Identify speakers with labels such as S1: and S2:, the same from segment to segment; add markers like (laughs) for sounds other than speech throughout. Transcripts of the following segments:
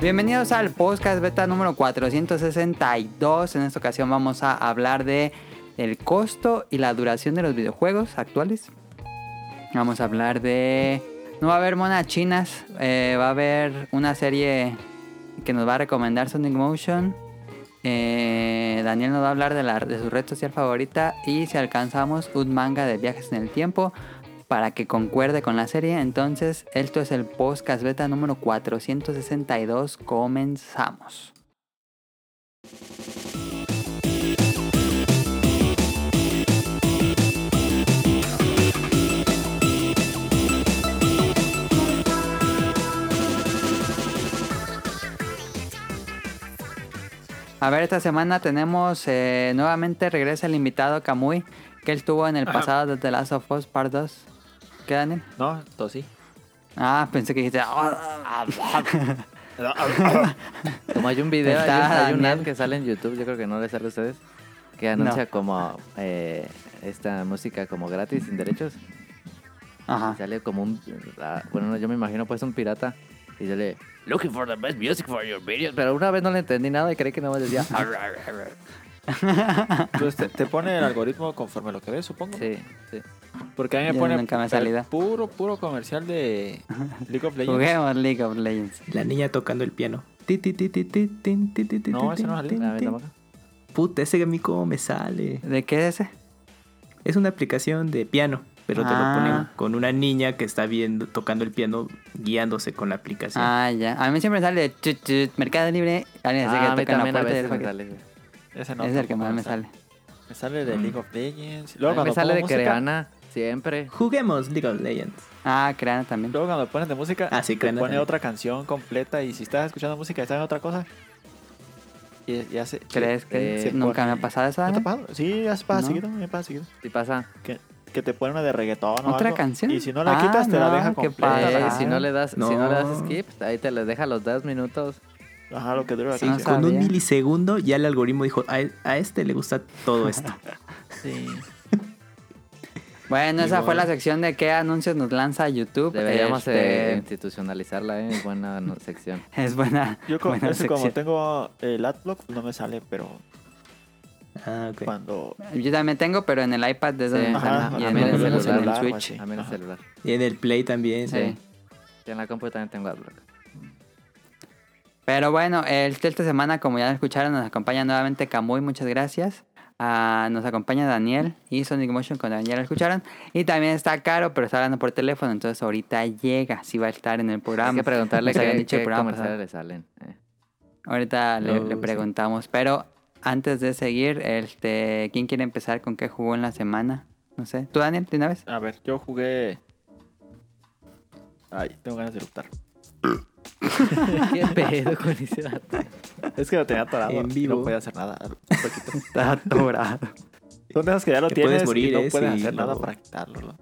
S1: Bienvenidos al podcast beta número 462. En esta ocasión vamos a hablar de el costo y la duración de los videojuegos actuales. Vamos a hablar de... No va a haber monas chinas, eh, va a haber una serie que nos va a recomendar Sonic Motion. Eh, Daniel nos va a hablar de, la- de su red social favorita y si alcanzamos un manga de viajes en el tiempo para que concuerde con la serie. Entonces, esto es el podcast beta número 462. Comenzamos. A ver, esta semana tenemos eh, nuevamente regresa el invitado Kamui, que él estuvo en el pasado de The Last of Us Part 2. ¿Qué, Daniel?
S2: No, tosí.
S1: Ah, pensé que dijiste...
S2: (laughs) Como hay un video, hay un,
S1: Está
S2: hay un ad
S1: Daniel.
S2: que sale en YouTube, yo creo que no le sale a ustedes, que anuncia como eh, esta música como gratis, sin derechos.
S1: Ajá.
S2: Y Sale como un, ah, bueno, no, yo me imagino pues un pirata y sale, looking for the best music for your videos, pero una vez no le entendí nada y creí que no me decía.
S1: (laughs)
S2: "Arr".
S3: Entonces te, te pone el algoritmo conforme a lo que ves, supongo.
S2: sí, sí.
S3: Porque a mí me
S1: Yo
S3: pone
S1: nunca me he
S3: pero
S1: salido.
S3: puro, puro
S1: (laughs)
S3: comercial de League of Legends.
S1: Juguemos League of Legends.
S4: La niña tocando el piano. Ti, ti, ti, ti, ti, tin, ti, ti, ti,
S3: No,
S4: ti,
S3: ese no
S4: tin,
S3: salió.
S4: tin,
S2: A ver,
S4: tin.
S2: tampoco.
S4: Puta, ese a mí cómo me sale.
S1: ¿De qué es ese?
S4: Es una aplicación de piano, pero te
S1: Ah.
S4: lo ponen con una niña que está viendo, tocando el piano, guiándose con la aplicación.
S1: Ah, ya. A mí siempre sale de chut, chut, Mercado Libre. Alguien así
S2: Ah, a
S1: que
S2: mí
S1: toca en la
S2: también
S1: puerta
S2: a
S1: y
S2: veces
S1: el
S2: me
S1: paquete.
S2: sale. sí.
S3: Ese no,
S1: es el que
S3: tampoco
S1: más me sale.
S3: Me sale de
S2: Mm.
S3: League of Legends.
S2: A
S3: Luego
S2: mí me
S3: cuando
S2: sale de
S3: ponen música-
S2: Creana, siempre.
S4: Juguemos League of Legends.
S1: Ah, Creana también.
S3: Luego cuando pones de música,
S4: Ah, sí,
S3: te
S4: Creana
S3: pone
S4: también.
S3: otra canción completa y si estás escuchando música y estás en otra cosa, y, y hace...
S1: ¿Crees que
S2: eh,
S3: se
S1: nunca me
S3: pone-
S1: ha pasado eso?
S3: ¿No te ha
S1: Daniel?
S3: pasado? Sí, ya se pasa
S1: No.
S3: seguido, me pasa seguido.
S2: Si pasa.
S3: Que te pone una de reggaetón o
S1: ¿Otra
S3: algo,
S1: canción?
S3: Y si no la
S1: Ah,
S3: quitas, te
S1: no,
S3: la deja
S1: qué
S3: completa.
S1: padre.
S2: Eh,
S3: la-
S1: Ajá.
S2: si no le das, si no le das
S4: No.
S2: skip, ahí te les deja los 10 minutos.
S3: Ajá, lo que dura la
S1: Sí,
S3: canción.
S1: no
S4: Con un
S1: sabía.
S4: milisegundo ya el algoritmo dijo, a, a este le gusta
S1: (laughs)
S4: todo esto.
S3: Sí.
S1: Bueno, esa
S4: Igual.
S1: fue la sección de qué anuncios nos lanza YouTube.
S2: Deberíamos eh,
S1: Este,
S2: institucionalizarla, ¿eh? Buena no- sección.
S1: Es buena.
S3: Yo como,
S1: buena
S3: ese, (laughs) como
S1: sección.
S3: tengo el adblock, no me sale, pero
S4: Ah, ok.
S3: cuando...
S1: Yo también tengo, pero en el iPad de donde
S2: Sí.
S1: están,
S3: Ajá,
S1: y
S2: a
S1: en
S2: mí en
S1: el,
S2: el
S1: menos en el
S3: celular,
S1: Switch.
S3: guachi. Sí.
S2: También el
S3: Ajá.
S2: celular.
S4: Y en el Play también.
S1: Sí.
S2: Y en la compu también tengo AdBlock.
S1: Pero bueno, el, esta semana, como ya lo escucharon, nos acompaña nuevamente Camuy, muchas gracias. Ah, nos acompaña Daniel y Sonic Motion, cuando ya lo escucharon. Y también está Caro, pero está hablando por teléfono, entonces ahorita llega, si va a estar en el programa.
S2: Hay que preguntarle
S1: Nos Ah, pues, habían
S2: qué,
S1: dicho el
S2: qué
S1: programa
S2: comerciales le salen. eh.
S1: pasado. Ahorita le,
S4: No,
S1: le
S4: sí.
S1: preguntamos, pero antes de seguir, este, ¿quién quiere empezar con qué jugó en la semana? No sé. ¿Tú, Daniel, de una vez?
S3: A ver, yo jugué... Ay, tengo ganas de lutar.
S2: ¿Qué pedo con ese dato?
S3: Es que lo tenía atorado.
S4: En
S3: y
S4: vivo.
S3: No podía hacer
S4: (laughs)
S3: nada. un poquito.
S1: Está atorado.
S3: Son de esas que ya lo
S4: Te
S3: tienes
S4: puedes morir,
S3: y no
S4: ¿eh?
S3: puedes
S4: Sí,
S3: hacer nada
S4: lo-
S3: para quitarlo. Lo,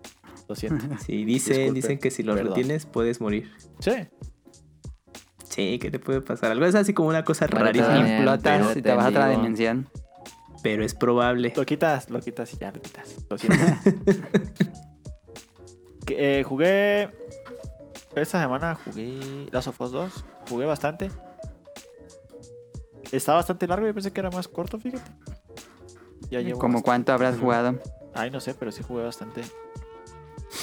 S3: lo siento.
S4: (laughs) Sí, dicen,
S3: Disculpe,
S4: dicen que si lo
S3: perdón.
S4: retienes puedes morir.
S3: sí.
S4: Sí, ¿qué te puede pasar? Algo es así como una cosa
S2: Para
S4: rarísima.
S2: Daniel,
S1: Implotas y te vas a otra
S2: entendido.
S1: dimensión.
S4: Pero es probable.
S3: Lo quitas, lo quitas y ya lo quitas.
S1: (laughs)
S3: Lo siento. Que, eh, jugué... Esta semana jugué Last of Us 2. Jugué bastante. Está bastante largo. Yo pensé que era más corto, fíjate. Ya llevo
S1: ¿Como
S3: bastante.
S1: cuánto habrás jugado?
S3: Ay, no sé, pero sí jugué bastante.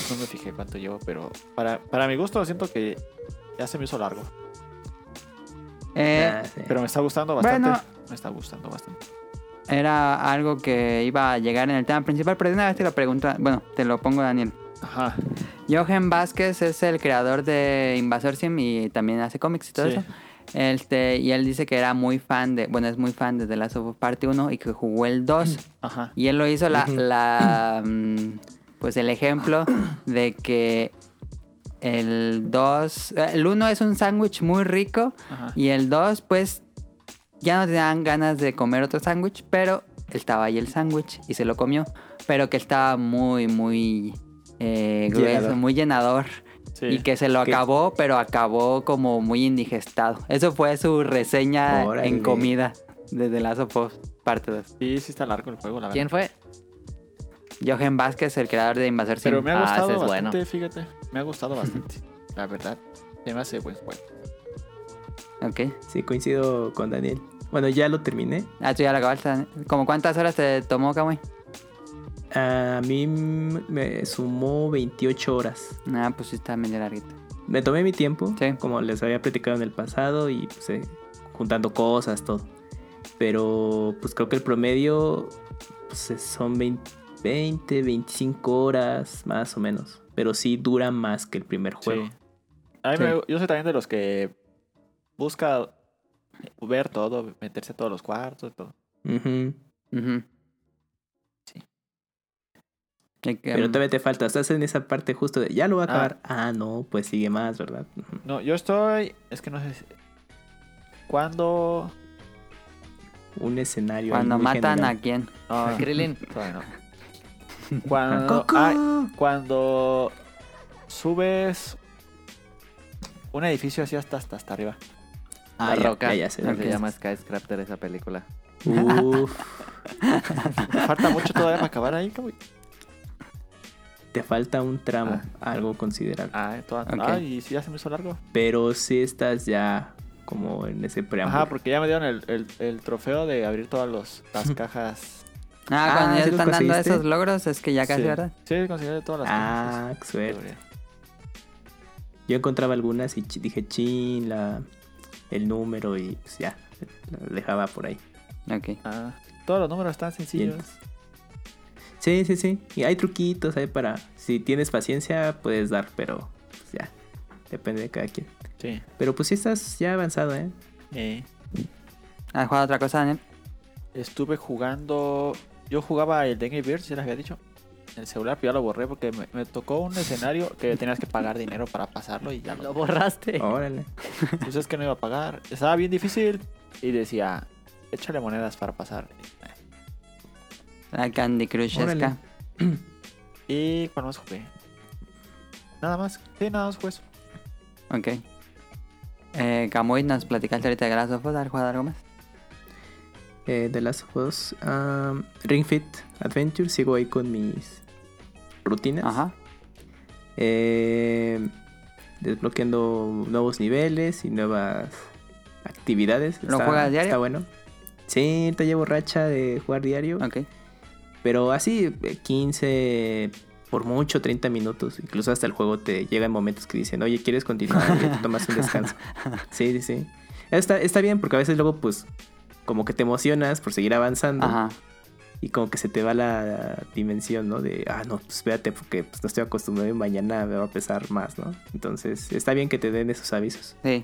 S3: No me fijé cuánto llevo, pero para, para mi gusto siento que ya se me hizo largo.
S1: Eh,
S4: Ah, sí.
S3: Pero me está gustando bastante.
S1: Bueno.
S3: Me está gustando bastante.
S1: era algo que iba a llegar en el tema principal, pero de una vez te lo pregunta, bueno, te lo pongo Daniel.
S3: Ajá.
S1: Johan Vázquez es el creador de Invasor Sim y también hace cómics y todo
S3: Sí.
S1: eso. Este, y él dice que era muy fan de, bueno, es muy fan de The Last of Us Parte 1 y que jugó el 2.
S3: Ajá.
S1: Y él lo hizo la, la mm, pues el ejemplo de que el 2, el 1 es un sándwich muy rico
S3: Ajá.
S1: Y el 2, pues, ya no te dan ganas de comer otro sándwich, pero estaba ahí el sándwich y se lo comió. Pero que estaba muy, muy eh, grueso,
S4: Llenador.
S1: muy llenador.
S3: Sí.
S1: Y que se lo
S4: Que-
S1: acabó, pero acabó como muy indigestado. Eso fue su reseña
S4: Órale.
S1: en comida desde Last of Us, parte 2.
S3: Sí, sí está largo el juego, la verdad.
S2: ¿Quién fue?
S1: Johan Vázquez, el creador de Invasor Sim.
S3: Pero me ha
S2: Ah, ese
S3: gustado
S2: es bueno.
S3: bastante, fíjate. Me ha gustado bastante. la verdad. Se me hace buen juego.
S1: Ok.
S4: Sí, coincido con Daniel. Bueno, ya lo terminé.
S1: Ah, tú ya la acabaste. ¿Cómo cuántas horas te tomó, Kamui?
S4: A mí me sumó 28 horas.
S1: Ah, pues sí, está medio larguito.
S4: Me tomé mi tiempo,
S1: Sí.
S4: como les había platicado en el pasado, y pues, eh, juntando cosas, todo. Pero pues creo que el promedio pues, eh, son 20, 20, 25 horas más o menos. Pero sí dura más que el primer juego.
S3: Sí. A mí
S1: Sí.
S3: me- yo soy también de los que busca ver todo, meterse a todos los cuartos, todo.
S4: Ujú.
S1: Ujú. Sí.
S4: Pero todavía te falta, estás en esa parte justo de ya lo va a acabar. Ah, no, pues sigue más, ¿verdad? Ujú.
S3: No, yo estoy. Es que no sé. si- ¿Cuándo?
S4: Un escenario. ahí
S1: Cuando
S4: muy
S1: matan
S4: general.
S1: a quién.
S3: No,
S2: Krillin.
S3: todavía no. Cuando.
S4: Coco.
S3: ay, cuando subes un edificio así hasta, hasta, hasta arriba.
S4: Ah,
S2: la
S4: ya,
S2: roca.
S4: ya, ya sé.
S2: Se
S1: Ok.
S2: llama Skyscraper esa película.
S4: Uf,
S3: Falta mucho todavía para acabar ahí, güey.
S4: (laughs) te falta un tramo, algo considerable.
S3: Ah, toda-
S1: Ok.
S3: ah, y sí, ya se me hizo largo.
S4: Pero sí estás ya como en ese preámbulo.
S3: Ajá, porque ya me dieron el, el- el trofeo de abrir todas los- las cajas.
S1: Ah,
S4: Ah,
S1: cuando ya
S4: ¿sí
S1: te
S4: los
S1: están dando
S4: conseguiste?
S1: esos logros, es que ya casi,
S3: sí.
S1: ¿verdad?
S3: Sí, conseguí todas las cajas.
S4: Ah, qué suerte. Yo encontraba algunas y chi- dije chin, la, el número y pues ya, la dejaba por ahí.
S1: Ok.
S3: Ah, todos los números están
S4: Y
S3: sencillos.
S4: entonces- Sí, sí, sí. Y hay truquitos ahí para. Si tienes paciencia, puedes dar, pero pues ya. Depende de cada quien.
S3: Sí.
S4: Pero pues sí estás ya avanzado, ¿eh?
S3: Eh,
S1: ¿Has jugado Ah, otra cosa, Daniel?
S3: estuve jugando. Yo jugaba el Dengue Birds, ya les había dicho. En el celular, pero ya lo borré porque me, me tocó un escenario que tenías que pagar dinero para pasarlo y ya lo.
S2: Lo borraste.
S4: Órale.
S3: Pues es que no iba a pagar. Estaba bien difícil y decía, échale monedas para pasar.
S1: La Ah, Candy Crushesca.
S4: Órale.
S3: Y cuando más jugué. Nada más. Sí, nada más jugué eso.
S1: Ok. Eh, Camuy, nos platicaste ahorita de Grass of Us. ¿Has jugado algo más?
S4: Eh, The Last of Us. um, Ring Fit Adventure. Sigo ahí con mis rutinas.
S1: Ajá.
S4: Eh, desbloqueando nuevos niveles y nuevas actividades.
S1: ¿Lo juegas diario?
S4: Está bueno. Sí, te llevo racha de jugar diario.
S1: Ok.
S4: Pero así, eh, 15, por mucho 30 minutos. Incluso hasta el juego te llega en momentos que dicen, oye,
S1: (laughs)
S4: ¿quieres continuar? Y ya te tomas un descanso. Sí, sí, sí. Está, está bien porque a veces luego, pues, como que te emocionas por seguir avanzando.
S1: Ajá.
S4: Y como que se te va la dimensión, ¿no? De, ah, no, pues espérate porque pues, no estoy acostumbrado y mañana me va a pesar más, ¿no? Entonces, está bien que te den esos avisos.
S1: Sí.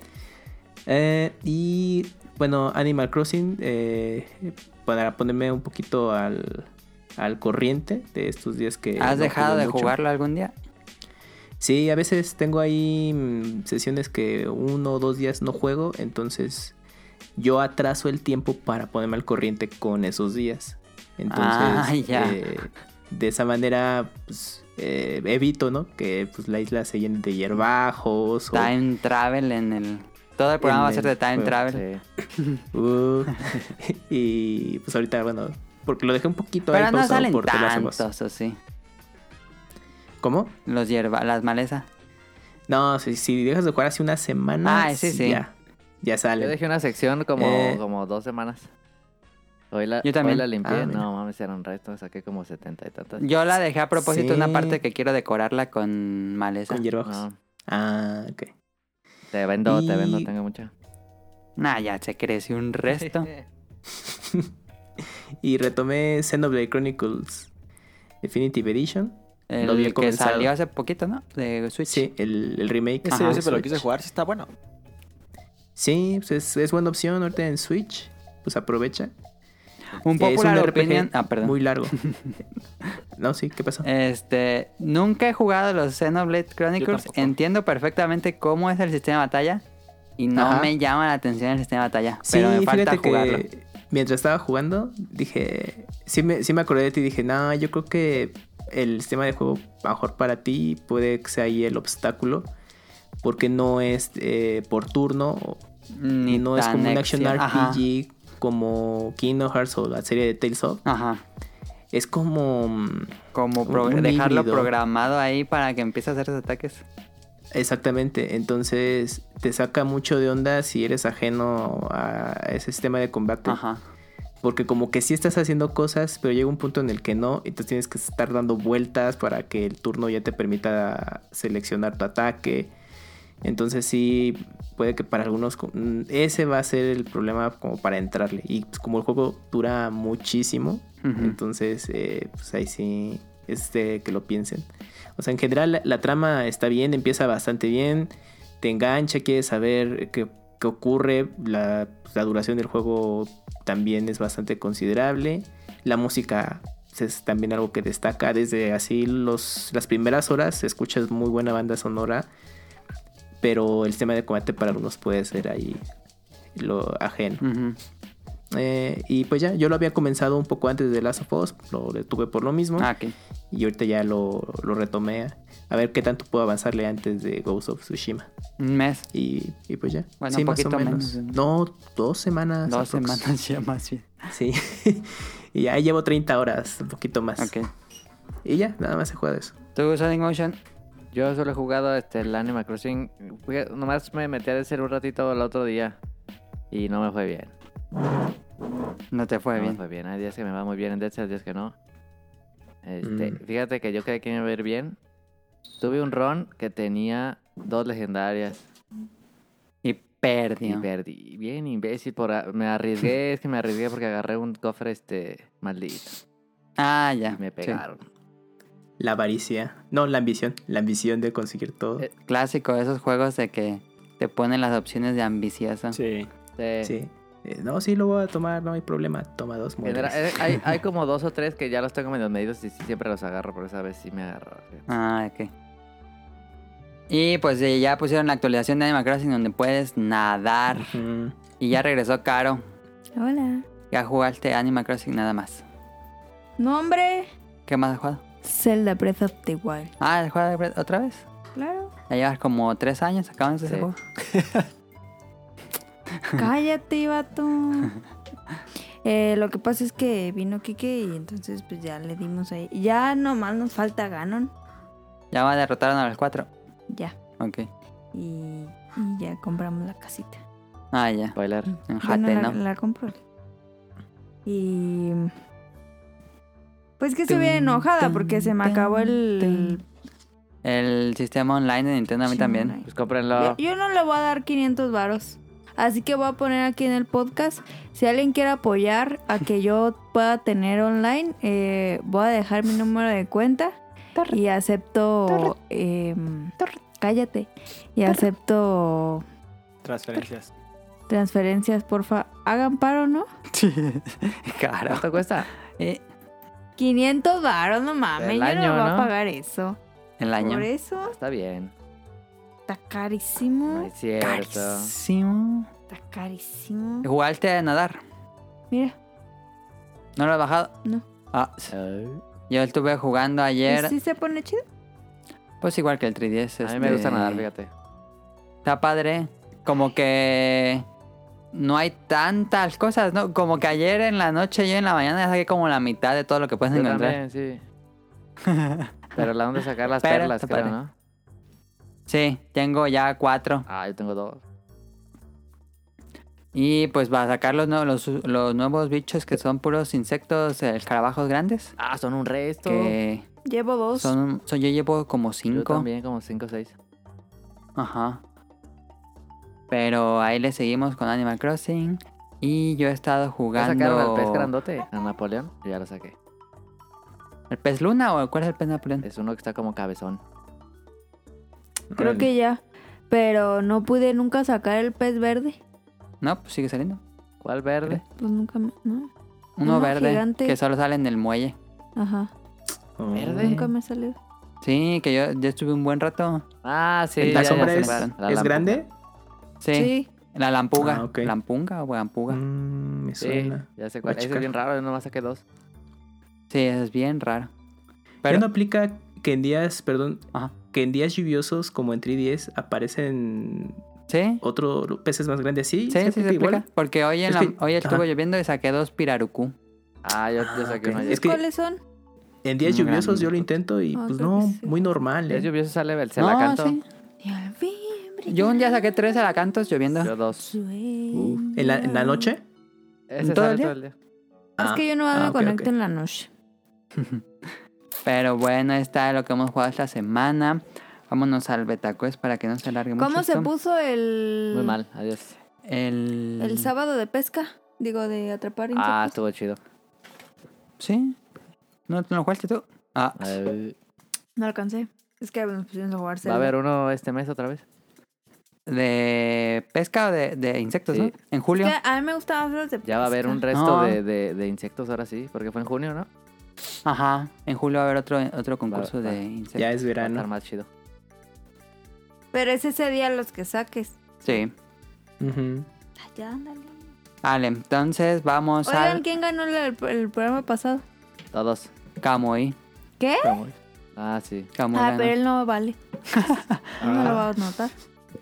S4: Eh, y bueno, Animal Crossing, eh, para ponerme un poquito al, al corriente de estos días que...
S1: ¿Has
S4: no
S1: dejado
S4: jugué
S1: de
S4: mucho.
S1: jugarlo algún día?
S4: Sí, a veces tengo ahí mm, sesiones que uno o dos días no juego, entonces yo atraso el tiempo para ponerme al corriente con esos días. Entonces,
S1: Ah, ya.
S4: eh, de esa manera pues, eh, evito, ¿no? Que pues, la isla se llene de hierbajos o
S1: Time Travel en el... Todo el programa va a
S4: En
S1: ser
S4: el
S1: de Time
S4: juego,
S1: Travel.
S2: Pues, Sí.
S1: (laughs)
S4: Uh, (laughs) y pues ahorita, bueno, porque lo dejé un poquito
S1: Pero
S4: ahí
S1: no
S4: pausado
S1: salen
S4: por The Last of Us.
S1: tantos, ¿o sí?
S4: ¿Cómo?
S1: Los hierba, las malezas.
S4: No, si, si dejas de jugar hace una semana,
S1: Ah, sí, sí.
S4: ya, ya
S2: Yo
S4: sale.
S2: dejé una sección como,
S4: Eh.
S2: como dos semanas. Hoy la,
S1: Yo también.
S2: hoy la limpié.
S4: Ah, mira.
S2: no mames, eran restos. Saqué como 70 y tantas.
S1: Yo la dejé a propósito
S4: Sí.
S1: una parte que quiero decorarla con maleza.
S4: Con hierbajos.
S2: No,
S4: Ah, ok.
S2: te vendo, te vendo,
S4: Y-
S2: tengo mucha.
S1: Nah, ya se creció un resto.
S4: Y retomé Xenoblade Chronicles Definitive Edition.
S1: El
S4: (laughs) Lo había
S1: que
S4: comenzado.
S1: salió hace poquito, ¿no? De Switch.
S4: Sí, el, el remake.
S3: Ese
S1: Ajá.
S3: yo
S4: de
S3: siempre lo
S4: Switch.
S3: quise jugar, sí está bueno.
S4: Sí, pues es, es buena opción ahorita en Switch. Pues aprovecha.
S1: Un
S4: Es
S1: popular
S4: RPG
S1: opinion. Ah, perdón.
S4: Muy
S1: (laughs)
S4: largo. no, sí, ¿qué pasó?
S1: Este, nunca he jugado los Xenoblade
S3: Yo
S1: Chronicles.
S3: tampoco.
S1: Entiendo perfectamente cómo es el sistema de batalla. Y no
S4: Ajá.
S1: me llama la atención el sistema de batalla.
S4: Sí,
S1: pero me falta
S4: fíjate
S1: jugarlo.
S4: que mientras estaba jugando, dije, sí me, sí me acordé de ti y dije, no, yo creo que el sistema de juego mejor para ti puede que sea ahí el obstáculo, porque no es eh, por turno, o-
S1: Ni
S4: y no es
S1: tan
S4: como un action
S1: acción. Ajá.
S4: RPG como Kingdom Hearts o la serie de Tales of,
S1: Ajá.
S4: es como... mm,
S1: Como
S4: Un-
S1: pro-
S4: un
S1: dejarlo
S4: híbrido.
S1: programado ahí para que empiece a hacer sus ataques.
S4: Exactamente, entonces te saca mucho de onda si eres ajeno a ese sistema de combate.
S1: Ajá.
S4: Porque como que sí estás haciendo cosas, pero llega un punto en el que no, y tú tienes que estar dando vueltas para que el turno ya te permita seleccionar tu ataque. Entonces sí, puede que para algunos co- mm, ese va a ser el problema como para entrarle. Y pues, como el juego dura muchísimo,
S1: Ujú.
S4: entonces eh, pues ahí sí, este que lo piensen. O sea, en general la, la trama está bien, empieza bastante bien, te engancha, quieres saber qué, qué ocurre, la, pues, la duración del juego también es bastante considerable, la música es también algo que destaca, desde así los, las primeras horas escuchas muy buena banda sonora, pero el tema de combate para algunos puede ser ahí lo ajeno.
S1: Ujú.
S4: Eh, y pues ya, yo lo había comenzado un poco antes de Last of Us, lo detuve por lo mismo.
S1: Ah, ok.
S4: Y ahorita ya lo, lo retomé. A, a ver qué tanto puedo avanzarle antes de Ghost of Tsushima.
S1: Un mes.
S4: Y, y pues ya.
S1: Bueno,
S4: sí,
S1: un
S4: más o
S1: poquito
S4: menos.
S1: menos.
S4: No, dos semanas.
S1: Dos
S4: aprox.
S1: semanas (laughs) ya más bien.
S4: (laughs) Sí. y ya llevo 30 horas, un poquito más.
S1: Ok.
S4: Y ya, nada más se juega eso.
S1: ¿Tú, Sonic Motion?
S2: Yo solo he jugado este, el Animal Crossing. Fui- Nomás me metí a hacer un ratito el otro día. Y no me fue bien.
S1: No te fue
S2: no me
S1: bien.
S2: fue bien. Hay días que me va muy bien en Dead Cells, días que no. Este,
S4: Mm.
S2: Fíjate que yo creí que me iba a ir bien. Tuve un ron que tenía dos legendarias.
S1: Y perdió.
S2: Y perdí. Bien imbécil. Por, a-
S1: (laughs)
S2: me arriesgué, es que me arriesgué porque agarré un cofre este maldito.
S1: Ah, ya.
S2: Y me
S1: sí.
S2: pegaron.
S4: La avaricia. No, la ambición. La ambición de conseguir todo.
S2: Eh,
S1: Clásico de esos juegos de que te ponen las opciones de ambiciosa.
S3: Sí.
S2: Sí.
S4: sí. Eh, no, sí lo voy a tomar, no hay problema. Toma dos
S2: En
S4: muertes.
S2: general, eh, hay, hay como dos o tres que ya los tengo medio medidos y sí, siempre los agarro, pero esa vez sí me agarró.
S1: Ah, ok. Y pues eh, ya pusieron la actualización de Animal Crossing donde puedes nadar.
S4: Ujú.
S1: Y ya regresó Caro.
S5: Hola.
S1: Ya jugaste Animal Crossing nada más.
S5: Nombre.
S1: ¿Qué más has jugado?
S5: Zelda Breath of the Wild.
S1: Ah, ¿has jugado Red otra vez?
S5: Claro.
S1: Ya llevas como tres años acabando ese
S2: Sí.
S1: juego.
S5: (laughs) Cállate, vato. Eh, lo que pasa es que vino Kike y entonces pues ya le dimos ahí. Ya nomás nos falta Ganon.
S1: Ya va a derrotaron a los cuatro.
S5: Ya.
S1: Ok.
S5: Y, y ya compramos la casita.
S1: Ah, ya.
S2: Spoiler.
S1: En
S5: Yo no
S1: Jate,
S5: la,
S1: ¿no?
S5: la compro. Y. Pues que estoy bien enojada porque se me acabó el.
S1: El sistema online de Nintendo a mí
S5: Sí,
S1: también. (laughs)
S5: online.
S2: Pues cómprenlo.
S5: Yo, yo no le voy a dar 500 varos. Así que voy a poner aquí en el podcast. Si alguien quiere apoyar a que yo pueda tener online, eh, voy a dejar mi número de cuenta. Y acepto. em, cállate. Y acepto
S3: Transferencias.
S5: transferencias, porfa. Hagan paro, ¿no?
S1: Caro.
S2: ¿Cuánto cuesta?
S1: Eh,
S5: 500 varos, no mames,
S2: Del
S5: yo
S2: año,
S5: no voy a
S2: ¿no?
S5: pagar eso.
S1: el año.
S5: Por eso
S2: Está bien.
S5: está
S2: No
S5: carísimo,
S2: es cierto.
S1: Carísimo.
S5: está carísimo.
S1: ¿Jugaste a nadar?
S5: Mira,
S1: ¿No lo has bajado?
S5: No.
S1: Ah, sí. yo estuve jugando ayer.
S5: ¿y sí se pone chido?
S1: Pues igual que el 3DS.
S2: A mí me
S1: este,
S2: gusta nadar, fíjate.
S1: Está padre. Como que no hay tantas cosas, ¿no? Como que ayer en la noche, yo en la mañana ya saqué como la mitad de todo lo que puedes
S2: Yo
S1: encontrar.
S2: también, sí. (laughs) Pero la onda sacar las
S1: Pero
S2: perlas,
S1: está
S2: creo,
S1: padre.
S2: ¿no?
S1: Sí, tengo ya cuatro.
S2: Ah, yo tengo dos.
S1: Y pues va a sacar los, nuevos- los, los nuevos bichos que son puros insectos, eh, escarabajos grandes.
S2: Ah, son un resto.
S1: Que
S5: Llevo dos.
S1: son, son- Yo llevo como
S2: Yo
S1: cinco.
S2: también, como cinco o seis.
S1: Ajá. Pero ahí le seguimos con Animal Crossing. Y yo he estado
S2: ¿Ya
S1: jugando.
S2: sacaron al pez grandote? A Napoleón. Yo ya lo saqué.
S1: ¿El pez luna o cuál es el pez Napoleón?
S2: Es uno que está como cabezón.
S5: Creo que ya. Pero no pude nunca sacar el pez verde.
S1: No, pues sigue saliendo.
S2: ¿Cuál verde?
S5: Pues nunca me. ¿No?
S1: Uno
S5: Uno
S1: verde
S5: gigante.
S1: que solo sale en el muelle.
S5: Ajá.
S4: Oh.
S2: Verde.
S5: Nunca me salió.
S1: Sí, que yo ya estuve un buen rato.
S2: Ah, sí. ya,
S4: ¿La
S2: ya
S4: sombra
S2: sé
S4: es,
S2: cuál. La
S4: es
S2: lámpara.
S4: grande?
S1: Sí.
S5: Sí.
S1: La lampuga.
S4: Ah, ok.
S1: ¿Lampunga o guampuga?
S4: Mm, me
S2: Sí,
S4: suena.
S2: ya sé
S4: Voy
S2: cuál.
S4: a
S2: Ese es
S4: checar.
S2: bien raro, yo nomás saqué dos.
S1: Sí, eso es bien raro.
S4: ¿Ya
S1: Pero
S4: no aplica que en días, perdón,
S1: Ajá.
S4: que en días lluviosos como en 3DS aparecen
S1: sí,
S4: otros peces más grandes?
S1: sí, sí,
S4: Sí,
S1: se
S4: aplica igual.
S1: explica. Porque hoy, en
S4: Es
S1: la-
S4: que-
S1: hoy estuvo
S4: ajá.
S1: lloviendo y saqué dos pirarucú.
S2: Ah, yo, yo
S4: Ah,
S2: saqué
S4: ok.
S2: uno ayer.
S4: Es que-
S5: ¿Cuáles son?
S4: En días
S1: Muy
S4: lluviosos
S1: grande.
S4: yo lo intento y
S5: Ah,
S4: pues
S5: creo
S4: no,
S5: que sí.
S4: muy normal.
S2: Es
S4: ¿eh?
S2: lluvioso, sale el
S1: No,
S2: celacanto.
S1: sí.
S5: Y al fin brilla
S1: Yo un día saqué tres alacantos lloviendo.
S2: Yo
S5: el
S2: dos.
S5: sueño.
S4: Uf. ¿En, la, en la noche?
S2: Ese
S1: ¿Todo
S2: sale
S1: el día?
S2: todo el día.
S5: Ah. Es
S4: Ah,
S5: que yo no
S4: ah,
S5: me
S4: ok,
S5: conecto
S4: ok.
S5: en la noche.
S1: (laughs) Pero bueno, está lo que hemos jugado esta semana. Vámonos al Betacuest para que no se alargue mucho.
S5: ¿Cómo se
S1: esto.
S5: puso el,
S2: Muy mal, adiós.
S1: El...
S5: el sábado de pesca? Digo, de atrapar
S2: Ah,
S5: insectos.
S2: estuvo chido.
S1: ¿Sí? ¿No no lo jugaste tú? Ah,
S2: Eh,
S5: No alcancé. Es que nos pusimos a jugar
S2: Va a
S5: Zelda.
S2: haber uno este mes otra vez.
S1: de pesca o de, de insectos,
S2: Sí.
S1: ¿no? En
S5: Es
S1: julio.
S5: que a mí me gustaban más los de
S2: Ya va a haber un
S5: pesca.
S2: resto
S1: No.
S2: de, de, de insectos ahora sí, porque fue en junio, ¿no? Va
S1: Ajá, en julio va a haber otro, otro concurso
S2: va.
S1: de insectos.
S4: Ya es
S2: a estar
S4: verano.
S2: más chido.
S5: Pero es ese día los que saques.
S1: Sí.
S4: Ujú.
S5: Ay, Ya, ándale.
S1: Vale, entonces vamos
S5: Oigan,
S1: al
S5: ¿quién ganó el, el programa pasado?
S2: Todos.
S1: Camuy.
S5: ¿Qué?
S2: Ah, sí.
S1: Camuy
S5: Ah,
S1: ganó.
S5: pero él no vale. No
S3: Ah,
S5: lo va a notar.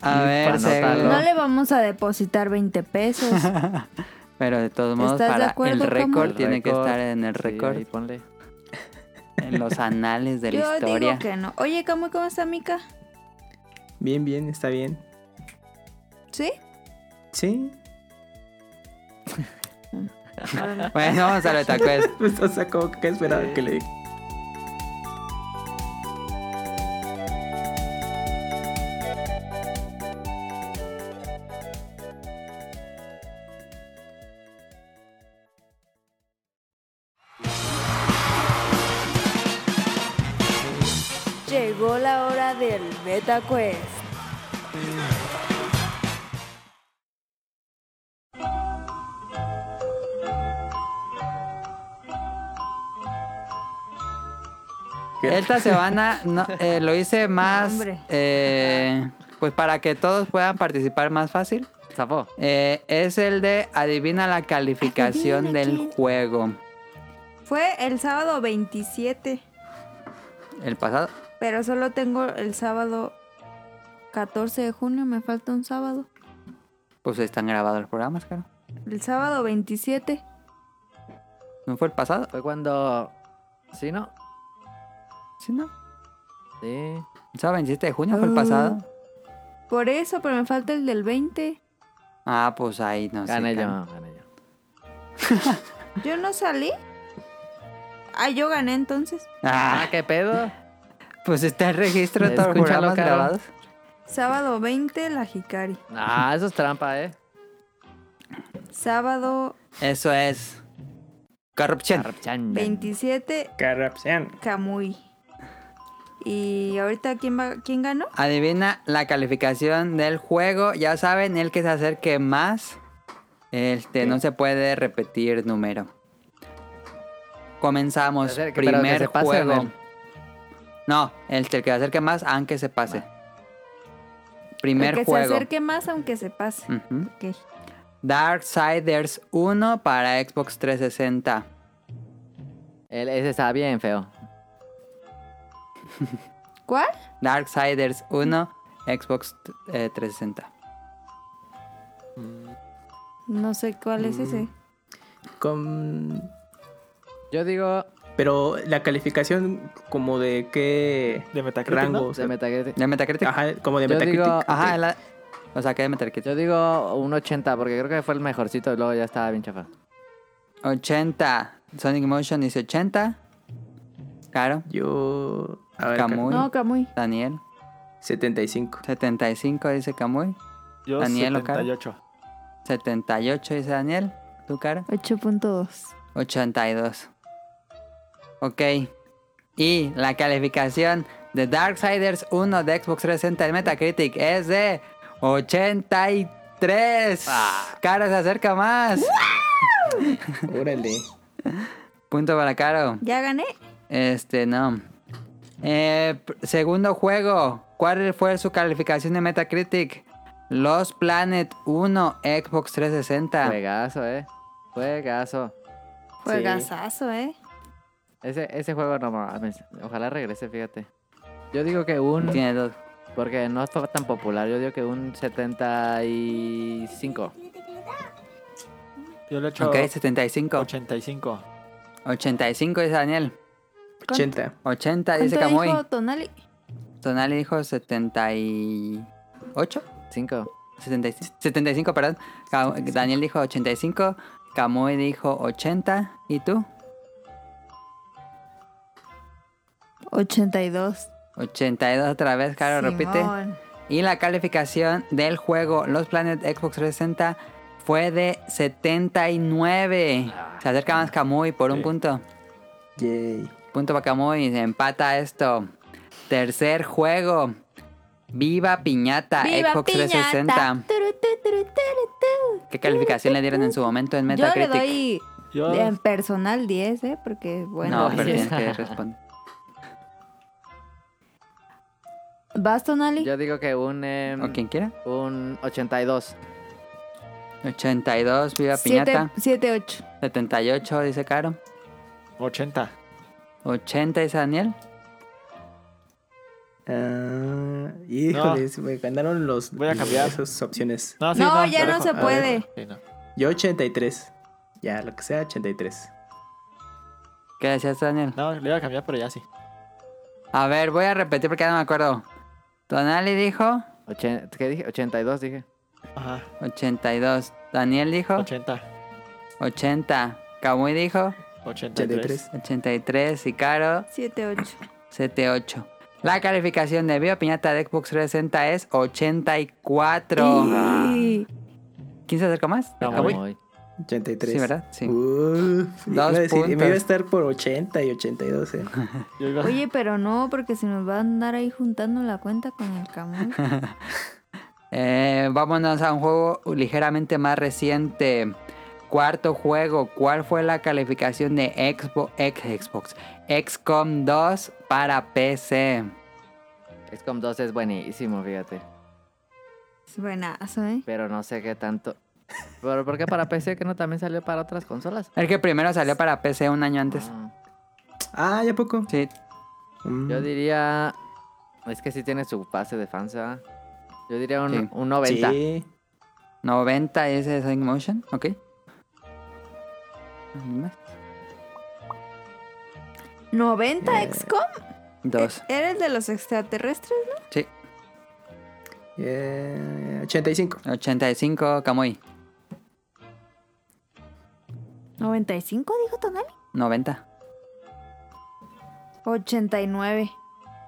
S1: A
S2: Para
S1: ver, se-
S2: anotarlo.
S5: No le vamos a depositar 20 pesos.
S1: (laughs) pero de todos modos,
S5: ¿Estás de
S1: para
S5: acuerdo,
S1: el récord
S2: Camuy?
S1: tiene que
S2: Récord.
S1: estar en el
S2: Sí,
S1: récord,
S2: ahí ponle.
S1: en los anales de la
S5: Yo
S1: historia.
S5: digo que no. Oye, Camuy, ¿cómo está Mica?
S4: Bien, bien, está bien.
S5: ¿Sí?
S4: Sí. (laughs)
S1: Bueno, vamos al Betacuest.
S4: Pues, o sea, como que esperaba que le
S5: Llegó la hora del Beta Quest.
S1: Esta semana no, eh, lo
S5: (laughs)
S1: hice más,
S5: Hombre.
S1: eh, pues para que todos puedan participar más fácil.
S2: Zafó.
S1: Eh, es el de adivina la calificación
S5: Adivina
S1: del
S5: quién.
S1: juego.
S5: Fue el sábado 27,
S1: El pasado.
S5: pero solo tengo el sábado 14 de junio, me falta un sábado.
S1: Pues están grabados los programas, claro.
S5: El sábado 27.
S1: ¿No fue el pasado?
S2: Fue cuando... ¿Sí, no?
S1: ¿Sí, no?
S2: Sí.
S1: ¿El sábado 27 de junio fue
S5: Ah.
S1: el pasado?
S5: Por eso, pero me falta el del 20.
S1: Ah, pues ahí no sé.
S2: Gané yo,
S1: can-
S2: gané yo.
S5: ¿Yo no salí? Ah, yo gané entonces.
S2: Ah,
S1: Ah,
S2: ¿qué pedo?
S1: pues está el registro de todos los
S2: Escúchalo,
S1: programas
S2: Caro.
S1: grabados.
S5: Sábado 20, la Hikari.
S2: Ah, eso es trampa,
S1: (laughs)
S2: ¿eh?
S5: Sábado
S1: Eso es. Corrupción.
S2: Arrapchan.
S5: 27,
S4: Carrapsean.
S5: Kamui. Y ahorita, ¿quién, va, ¿quién ganó?
S1: Adivina la calificación del juego. Ya saben, el que se acerque más, este, no se puede repetir número. Comenzamos.
S2: Se acerque, pero que
S1: primer
S2: se pase,
S1: juego.
S2: Abel.
S1: No, el que se acerque más, aunque se pase. Primer
S5: El que
S1: juego.
S5: se acerque más, aunque se pase.
S1: Ujú.
S5: Ok.
S1: Darksiders 1 para Xbox 360.
S2: El- ese estaba bien feo.
S5: ¿Cuál?
S1: Darksiders 1, Xbox eh, 360.
S5: No sé cuál es ese.
S1: Mm,
S4: Con...
S2: Yo digo
S4: Pero la calificación como de qué
S3: De Metacritic,
S4: rango.
S3: ¿no?
S4: o sea,
S2: de Metacritic.
S1: ¿De Metacritic?
S4: Ajá, como de
S2: Yo
S4: Metacritic.
S2: digo-
S4: ok.
S1: Ajá, la- o sea, que de Metacritic.
S2: Yo digo un 80 porque creo que fue el mejorcito y luego ya estaba bien chafa.
S1: 80. Sonic Motion dice 80. Claro.
S4: Yo... A ver,
S1: Camuy.
S5: No, Kamui.
S1: Daniel. (laughs)
S4: 75.
S1: 75 dice Camuy.
S3: Yo
S1: Daniel Ocaro.
S3: 78.
S1: 78 dice Daniel. ¿Tu cara?
S5: 8.2.
S1: 82. Ok. Y la calificación de Darksiders 1 de Xbox 360 en Metacritic es de 83. Caro se acerca más.
S4: Órale.
S1: Punto para Caro.
S5: ¿Ya gané?
S1: Este, no. Eh, pr- segundo juego. ¿Cuál fue su calificación de Metacritic? Los Planet 1, Xbox 360.
S2: Juegazo, ¿eh? Juegazo.
S5: Juegazazo, ¿eh?
S2: Ese, ese juego no mames. Ojalá regrese, fíjate. Yo digo que un...
S1: Tiene dos.
S2: Porque no fue tan popular. Yo digo que un 75.
S3: Yo le echo
S1: Ok, 75.
S3: 85.
S1: 85 dice Daniel.
S4: 80.
S1: 80 dice
S5: ¿Cuánto
S1: Camuy.
S5: dijo Tonali?
S1: Tonali dijo 78.
S2: 5.
S1: 75, 75, perdón. Ca- Daniel dijo 85. Kamui dijo 80. ¿Y tú?
S5: 82.
S1: 82 otra vez, Caro, repite.
S5: Simón.
S1: Y la calificación del juego Los Planet Xbox 360 fue de 79. Se acerca más Kamui por un punto.
S4: Yay.
S1: Punto para Kamui. Se empata esto. Tercer juego. Viva Piñata
S5: ¡Viva
S1: Ah, Xbox
S5: piñata!
S1: 360.
S5: Turu, tu, turu, turu, tu.
S1: ¿Qué calificación le dieron en su momento en
S5: Yo le
S1: Metacritic?
S5: doy
S3: Yo,
S5: en personal 10, ¿eh? Porque,
S1: no,
S5: bueno,
S1: pero tienes
S5: pues,
S1: que responder.
S5: ¿vas, Tonali?
S2: Yo digo que un, em,
S1: ¿O quien quiera?
S2: un 82.
S1: 82, Viva Piñata.
S5: 7, 8.
S1: 78, dice Caro.
S3: 80.
S1: 80, dice Daniel.
S4: Ah, híjoles, me ganaron los.
S3: Voy a cambiar.
S4: Esas opciones.
S3: No,
S5: No, ya
S3: lo
S5: no
S3: dejo.
S5: se
S3: Ah,
S5: puede.
S3: sí, no.
S4: Yo 83. Ya, lo que sea, 83.
S1: ¿Qué decías, Daniel?
S3: No, le iba a cambiar, pero ya sí.
S1: A ver, voy a repetir porque ya no me acuerdo. Tonali dijo
S2: Ochen- ¿Qué dije? 82 dije.
S3: Ajá,
S1: 82. Daniel
S5: Ah.
S1: dijo
S3: 80.
S1: 80. Kamui dijo
S3: 83.
S4: 83.
S1: 83. Y Caro,
S5: 7, 8.
S1: 78. La calificación de Viva Piñata de Xbox 360 es 84. ¿Quién se acercó más?
S3: No,
S1: Kamui.
S2: Ay,
S4: 83.
S1: Sí, ¿verdad? Sí.
S4: Uf, iba a
S1: Dos
S4: decir- me
S1: puntos.
S4: iba a estar por 80 y 82, eh.
S3: Yo iba-
S5: Oye, pero no, porque se nos va a andar ahí juntando la cuenta con el camón.
S1: Eh, vámonos a un juego ligeramente más reciente. Cuarto juego, ¿cuál fue la calificación de Xbox, ex- Xbox XCOM 2 para PC?
S2: XCOM 2 es buenísimo, fíjate.
S5: Es buenazo, ¿eh?
S2: Pero no sé qué tanto. ¿Pero por qué para PC que no también salió para otras consolas?
S1: El que primero salió para PC un año antes.
S2: Ah.
S4: Ah, ¿ya poco?
S1: Sí,
S4: Mm,
S2: Yo diría. Es que sí tiene su pase de fans, ¿verdad? Yo diría un,
S1: Sí.
S2: un 90.
S4: Sí.
S1: 90 ese es Sonic Motion, ok. ¿Alguien más?
S5: 90 XCOM.
S1: Dos.
S5: ¿Eres de los extraterrestres?
S1: Sí,
S4: Eh, 85.
S1: 85, Kamui.
S5: 95, dijo Tonali.
S1: 90.
S5: 89.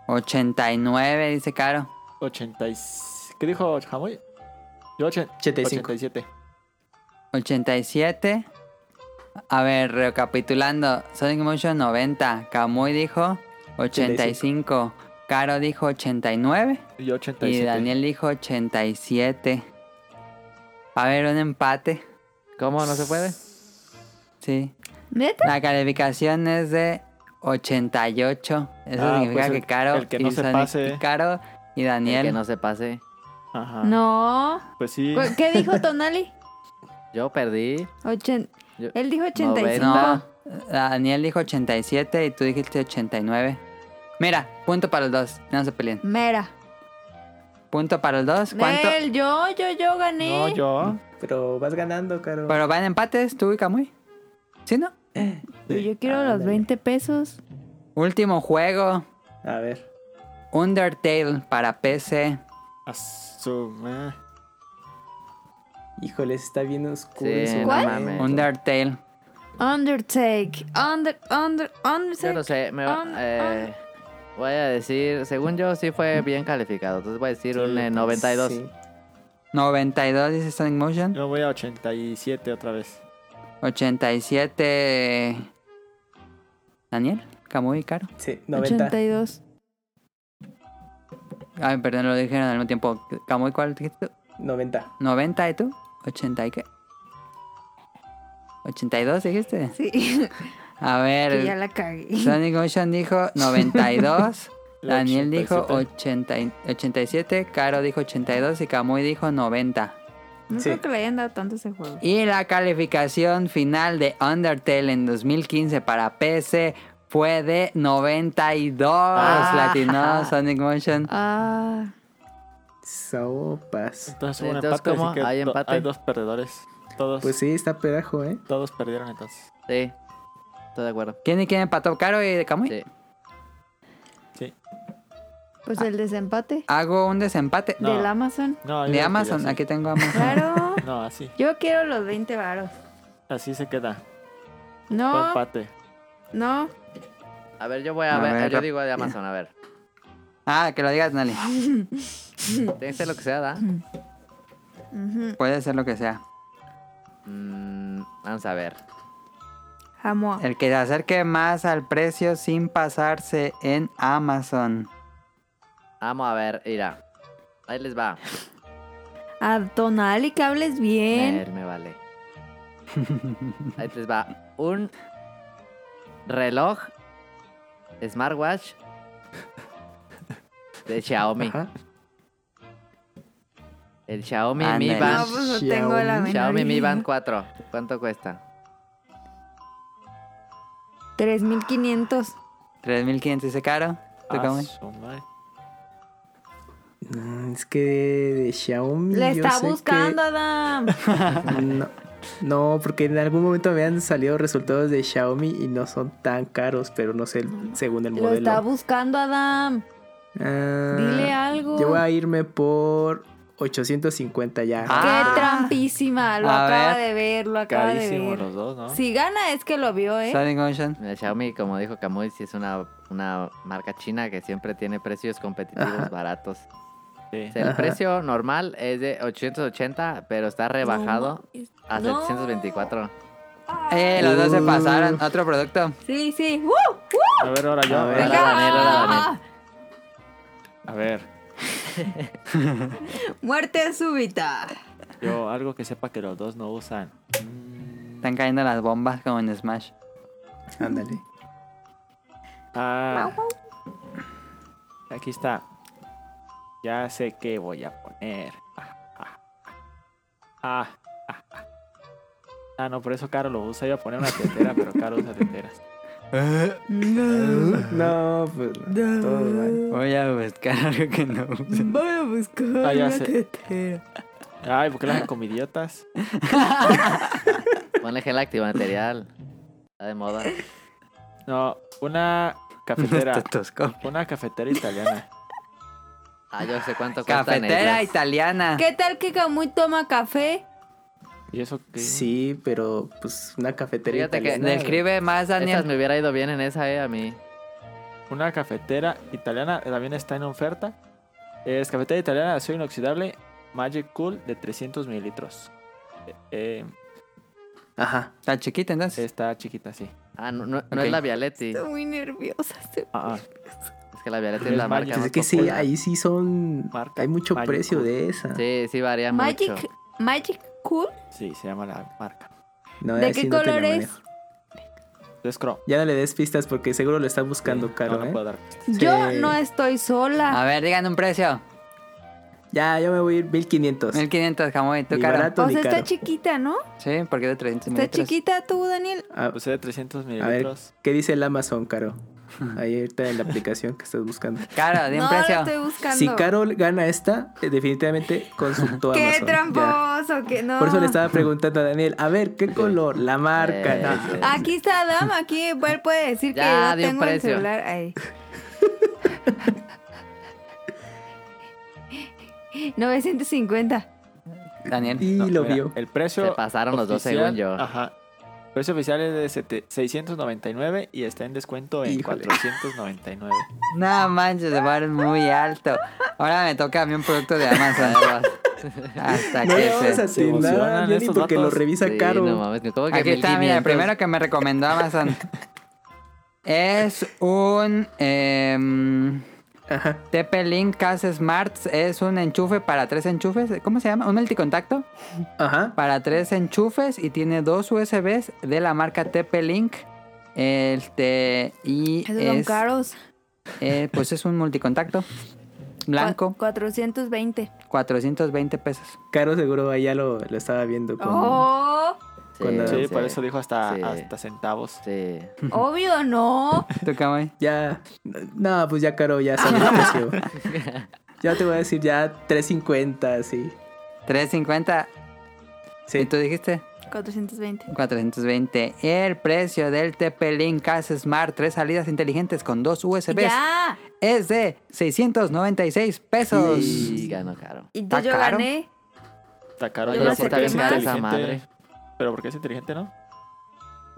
S1: 89, dice Caro.
S3: 80 y... ¿Qué dijo Jamoy? Yo 80,
S4: 85.
S3: 87.
S1: 87. A ver, recapitulando. Sonic Motion 90. Kamui dijo 85. Caro dijo 89.
S3: Yo
S1: Y
S3: 87.
S1: Daniel dijo 87. A ver, un empate.
S2: ¿Cómo no se puede?
S1: Sí.
S5: ¿Neta?
S1: La calificación es de 88. Eso
S3: Ah,
S1: significa
S3: pues el-
S1: que Caro
S3: el que no
S1: y
S3: se
S1: Sonic-
S3: pase.
S1: y Caro y
S2: El
S1: Daniel.
S2: Que no se pase.
S3: Ajá.
S5: No.
S3: Pues sí.
S5: ¿Cu- ¿Qué dijo Tonali?
S2: Yo perdí.
S5: Ochen-
S2: Yo-
S5: Él dijo 85.
S2: 90.
S1: No, Daniel dijo 87 y tú dijiste 89. Mira, punto para los dos. No se peleen.
S5: Mera.
S1: Punto para los dos. ¿Cuánto?
S5: Él, yo, yo, yo gané.
S3: No, yo.
S4: Pero vas ganando, caro.
S1: Pero van empates, tú y Kamui. ¿Sí, no?
S5: Y yo quiero los
S4: Ándale.
S5: 20 pesos.
S1: Último juego.
S4: A ver.
S1: Undertale para PC.
S3: Asume.
S4: Híjoles, está bien oscuro.
S2: Sí,
S4: en su
S2: no
S4: momento.
S2: mames.
S1: Undertale.
S5: Undertake. Under, under,
S2: Yo
S5: undertake.
S2: no sé. Me,
S5: Um,
S2: eh, voy a decir. Según yo, sí fue
S5: Mm.
S2: bien calificado. Entonces voy a decir un eh, 92.
S4: Sí.
S1: 92 dice Sonic Motion.
S3: Yo voy a 87 otra vez.
S1: 87. Daniel, Kamui, Caro.
S4: Sí, 90.
S5: 82.
S1: Ay, perdón, lo dijeron al mismo tiempo. Kamui, ¿cuál dijiste tú?
S4: 90.
S1: 90 y tú. 80 y qué. 82 dijiste.
S5: Sí. (laughs)
S1: A ver.
S5: que ya la cagué.
S1: Sonic Motion dijo 92.
S3: La
S1: Daniel dijo
S3: 87.
S1: 80 y- 87, Caro dijo 82 y Kamui dijo 90.
S5: No
S4: Sí.
S5: creo que le hayan dado tanto ese juego.
S1: Y la calificación final de Undertale en 2015 para PC fue de 92. Latino Sonic Motion.
S5: Ah.
S4: Sopas.
S3: Entonces hubo un
S2: Entonces,
S3: empate.
S2: ¿cómo?
S3: así que
S2: Hay
S3: do-
S2: empate.
S3: Hay dos perdedores. Todos,
S4: Pues sí, está pedajo, ¿eh?
S3: todos perdieron entonces.
S2: Sí. Estoy de acuerdo.
S1: ¿Quién y quién empató? ¿Caro y Kamui?
S2: Sí.
S3: Sí.
S5: Pues el desempate
S1: Hago un desempate.
S3: No.
S5: del Amazon.
S3: No, yo creo que
S1: De
S3: yo
S1: Amazon,
S3: sí.
S1: aquí tengo
S3: (laughs)
S1: Amazon.
S5: Claro.
S3: No, así.
S5: Yo quiero los 20 varos.
S3: Así se queda. Fue
S5: No,
S3: empate.
S5: no.
S2: A ver, yo voy a,
S1: A
S2: ver,
S1: ver,
S2: yo
S1: rap-
S2: digo de Amazon, a ver.
S1: Ah, que lo digas, Nelly.
S5: Mm.
S2: Tiene que ser lo que sea, ¿da?
S5: Ujú.
S1: Puede ser lo que sea.
S2: Mm, vamos a ver.
S5: Amo.
S1: El que se acerque más al precio sin pasarse en Amazon.
S2: Vamos a ver, mira. Ahí les va.
S5: A Tonali que hables bien.
S2: Ver, me vale. (laughs) Ahí les va. Un reloj smartwatch de Xiaomi.
S4: Ajá.
S2: El Xiaomi Mi
S1: Ándale.
S5: No,
S2: Band.
S5: pues no tengo la menor
S2: Xiaomi Mi
S5: idea.
S2: Band 4. ¿Cuánto cuesta?
S5: 3500.
S1: 3.500 dice caro. ¿Tú
S3: Ah,
S1: cómo?
S3: su madre.
S4: Mm, Es que de Xiaomi.
S5: Le
S4: yo
S5: está
S4: sé que-
S5: buscando, Adam.
S4: (laughs) No, no, porque en algún momento me han salido resultados de Xiaomi y no son tan caros, pero no sé según el
S5: Lo está
S4: modelo.
S5: buscando, Adam.
S4: Ah,
S5: Dile algo.
S4: Yo voy a irme por 850 ya.
S1: Ah.
S5: Qué trampísima. Lo
S1: A
S5: acaba
S1: ver.
S5: de ver, lo acaba
S3: Carísimo
S5: de ver.
S3: los dos, ¿no?
S5: Si gana es que lo vio, ¿eh?
S1: Sonic Ocean.
S2: El Xiaomi, como dijo Camuy, sí es una, una marca china que siempre tiene precios competitivos
S4: Ajá.
S2: baratos.
S3: Sí.
S2: O sea, el
S4: Ajá.
S2: precio normal es de 880, pero está rebajado a
S5: No.
S2: 724.
S1: Eh, los dos se
S4: Uh.
S1: pasaron. Otro producto.
S5: Sí, sí. ¡Uh! Ah,
S3: A ver, ahora yo.
S4: A
S3: A
S4: ver.
S3: ver.
S2: Venga. Daniel, hola,
S3: A ver,
S5: Muerte súbita.
S3: yo algo que sepa que los dos no usan. Mm,
S1: Están cayendo las bombas como en Smash.
S4: Ándale.
S3: Ah, aquí está. Ya sé qué voy a poner. Ah, ah, ah, ah, ah. Ah, no, por eso Caro lo usa. Iba a poner una tetera, pero Caro usa teteras.
S5: Eh,
S4: No, pues no, todo mal.
S1: Voy a buscar (laughs) algo que no use.
S5: (laughs) Voy a buscar
S3: Ah, ya
S5: una
S3: sé.
S5: tetera.
S3: Ay, ¿por qué las como idiotas?
S2: Ponle gel antibacterial. Está de moda.
S3: No, una
S4: (laughs)
S1: Un (laughs)
S3: cafetera.
S1: estetoscopio.
S3: Una cafetera italiana.
S2: Ah, yo sé cuánto cuesta.
S1: Cafetera italiana.
S5: ¿Qué tal que Camuy toma café?
S3: ¿Y eso qué?
S4: Sí, pero pues una cafetería.
S2: Fíjate que
S4: italiana,
S1: Describe más,
S2: Esas
S1: Daniel.
S2: me hubiera ido bien en esa, eh, a mí.
S3: Una cafetera italiana también está en oferta. Es cafetera italiana de acero inoxidable Magic Cool de 300 mililitros. Eh, eh,
S4: Ajá.
S1: Está chiquita entonces.
S3: está chiquita, sí.
S2: Ah, no, no, no
S1: Ok.
S2: es la Vialetti.
S5: Estoy muy nerviosa. estoy-
S3: Ah, ah.
S2: Es que la Vialetti es
S3: Es
S2: la marca.
S3: Magic.
S2: más
S4: Pues es que sí,
S2: popular.
S4: ahí sí son.
S3: Marca
S4: Hay mucho
S3: Magic
S4: precio
S3: Cool.
S4: de esa.
S2: Sí, sí varía
S5: Magic,
S2: mucho.
S5: Magic Cool.
S3: Sí, se llama la marca.
S4: No,
S5: ¿De
S4: ahí sí
S5: qué
S4: no te la
S5: color es?
S4: manejo.
S3: Es Chrome.
S4: Ya no le des pistas porque seguro lo estás buscando, Caro.
S3: No, no
S4: ¿eh?
S3: puedo dar.
S5: Yo
S4: Sí. Ah,
S5: no estoy
S1: A
S5: sola.
S1: ver, digan un precio.
S4: Ya, yo me voy a ir 1500.
S1: 1500, Pues, jamón. ¿Y tú,
S4: Ni
S1: cara?
S4: barato.
S5: O
S4: ni
S5: sea, está
S4: caro.
S5: chiquita, ¿no?
S1: Sí, porque de 300
S5: Está
S1: mililitros.
S5: chiquita tú, Daniel.
S4: Ah,
S3: Usé Pues de 300
S4: a ver,
S3: mililitros.
S4: ¿qué dice el Amazon,
S5: (laughs)
S4: Caro? Ahí ahorita en la aplicación que estás buscando.
S1: Cara, di un
S5: No, la
S1: precio.
S5: estoy buscando.
S4: Si Carol gana esta, eh, definitivamente consultó a
S5: (laughs) Qué
S4: Amazon. ya.
S5: tramposo, que no.
S4: Por eso le estaba preguntando a Daniel, a ver, ¿qué color? La marca.
S2: Eh,
S4: no. Ah,
S2: sí.
S5: Aquí está Adam, aquí él puede decir
S2: Ya,
S5: que
S2: di
S5: yo
S2: un
S5: tengo el
S2: precio.
S5: celular (laughs) ahí. 950.
S1: Daniel.
S4: Y
S1: no.
S4: lo
S3: Mira,
S4: vio.
S3: El precio.
S2: Se pasaron los dos,
S3: oficial-
S2: según yo.
S3: Ajá. El precio oficial es de sete- 699 y está en descuento en
S4: Híjole.
S3: 499.
S1: No manches, el bar es muy alto. Ahora me toca a mí un producto de Amazon. (laughs) Hasta
S4: No
S1: que
S4: le vamos
S1: se-
S4: a
S3: emocionan
S4: atinar, Jenny,
S3: estos
S4: porque lo
S3: vatos.
S4: revisa
S2: Sí,
S4: Caro.
S2: no mames, ¿cómo que
S1: Aquí está, mira,
S2: 1500?
S1: el primero que me recomendó Amazon. es un em,
S4: Ajá.
S1: TP-Link Cas Smarts. Es un enchufe para tres enchufes. ¿Cómo se llama? Un multicontacto.
S4: Ajá.
S1: Para tres enchufes y tiene dos USBs de la marca TP-Link. Este, y
S5: Esos son
S1: es,
S5: caros.
S1: eh, pues es un multicontacto blanco,
S5: Cua- 420.
S1: 420 pesos.
S4: Caro seguro allá lo, lo estaba viendo con...
S5: Oh,
S2: Sí,
S4: Cuando-
S3: Sí,
S4: Sí.
S3: por eso dijo hasta,
S2: Sí.
S3: hasta centavos.
S2: Sí.
S5: obvio no. (laughs)
S1: ¿Tú, Kamui?
S4: Ya, no, pues ya Caro ya sabe el precio.
S1: (laughs)
S4: Ya te voy a decir ya 350, sí.
S1: 350.
S4: Sí,
S1: ¿Y tú dijiste?
S5: 420.
S1: 420. El precio del TP-Link Cas Smart, tres salidas inteligentes con dos USBs,
S5: ¡Ya!
S1: es de 696 pesos. Pues,
S2: Y ganó caro.
S5: Y
S1: ¿Está
S5: yo
S1: caro?
S5: gané.
S3: Está caro,
S5: Yo
S3: pero
S5: me
S2: sé
S3: porque
S2: que
S3: es
S2: más.
S3: inteligente.
S2: Esa madre.
S3: Pero porque es inteligente, ¿no?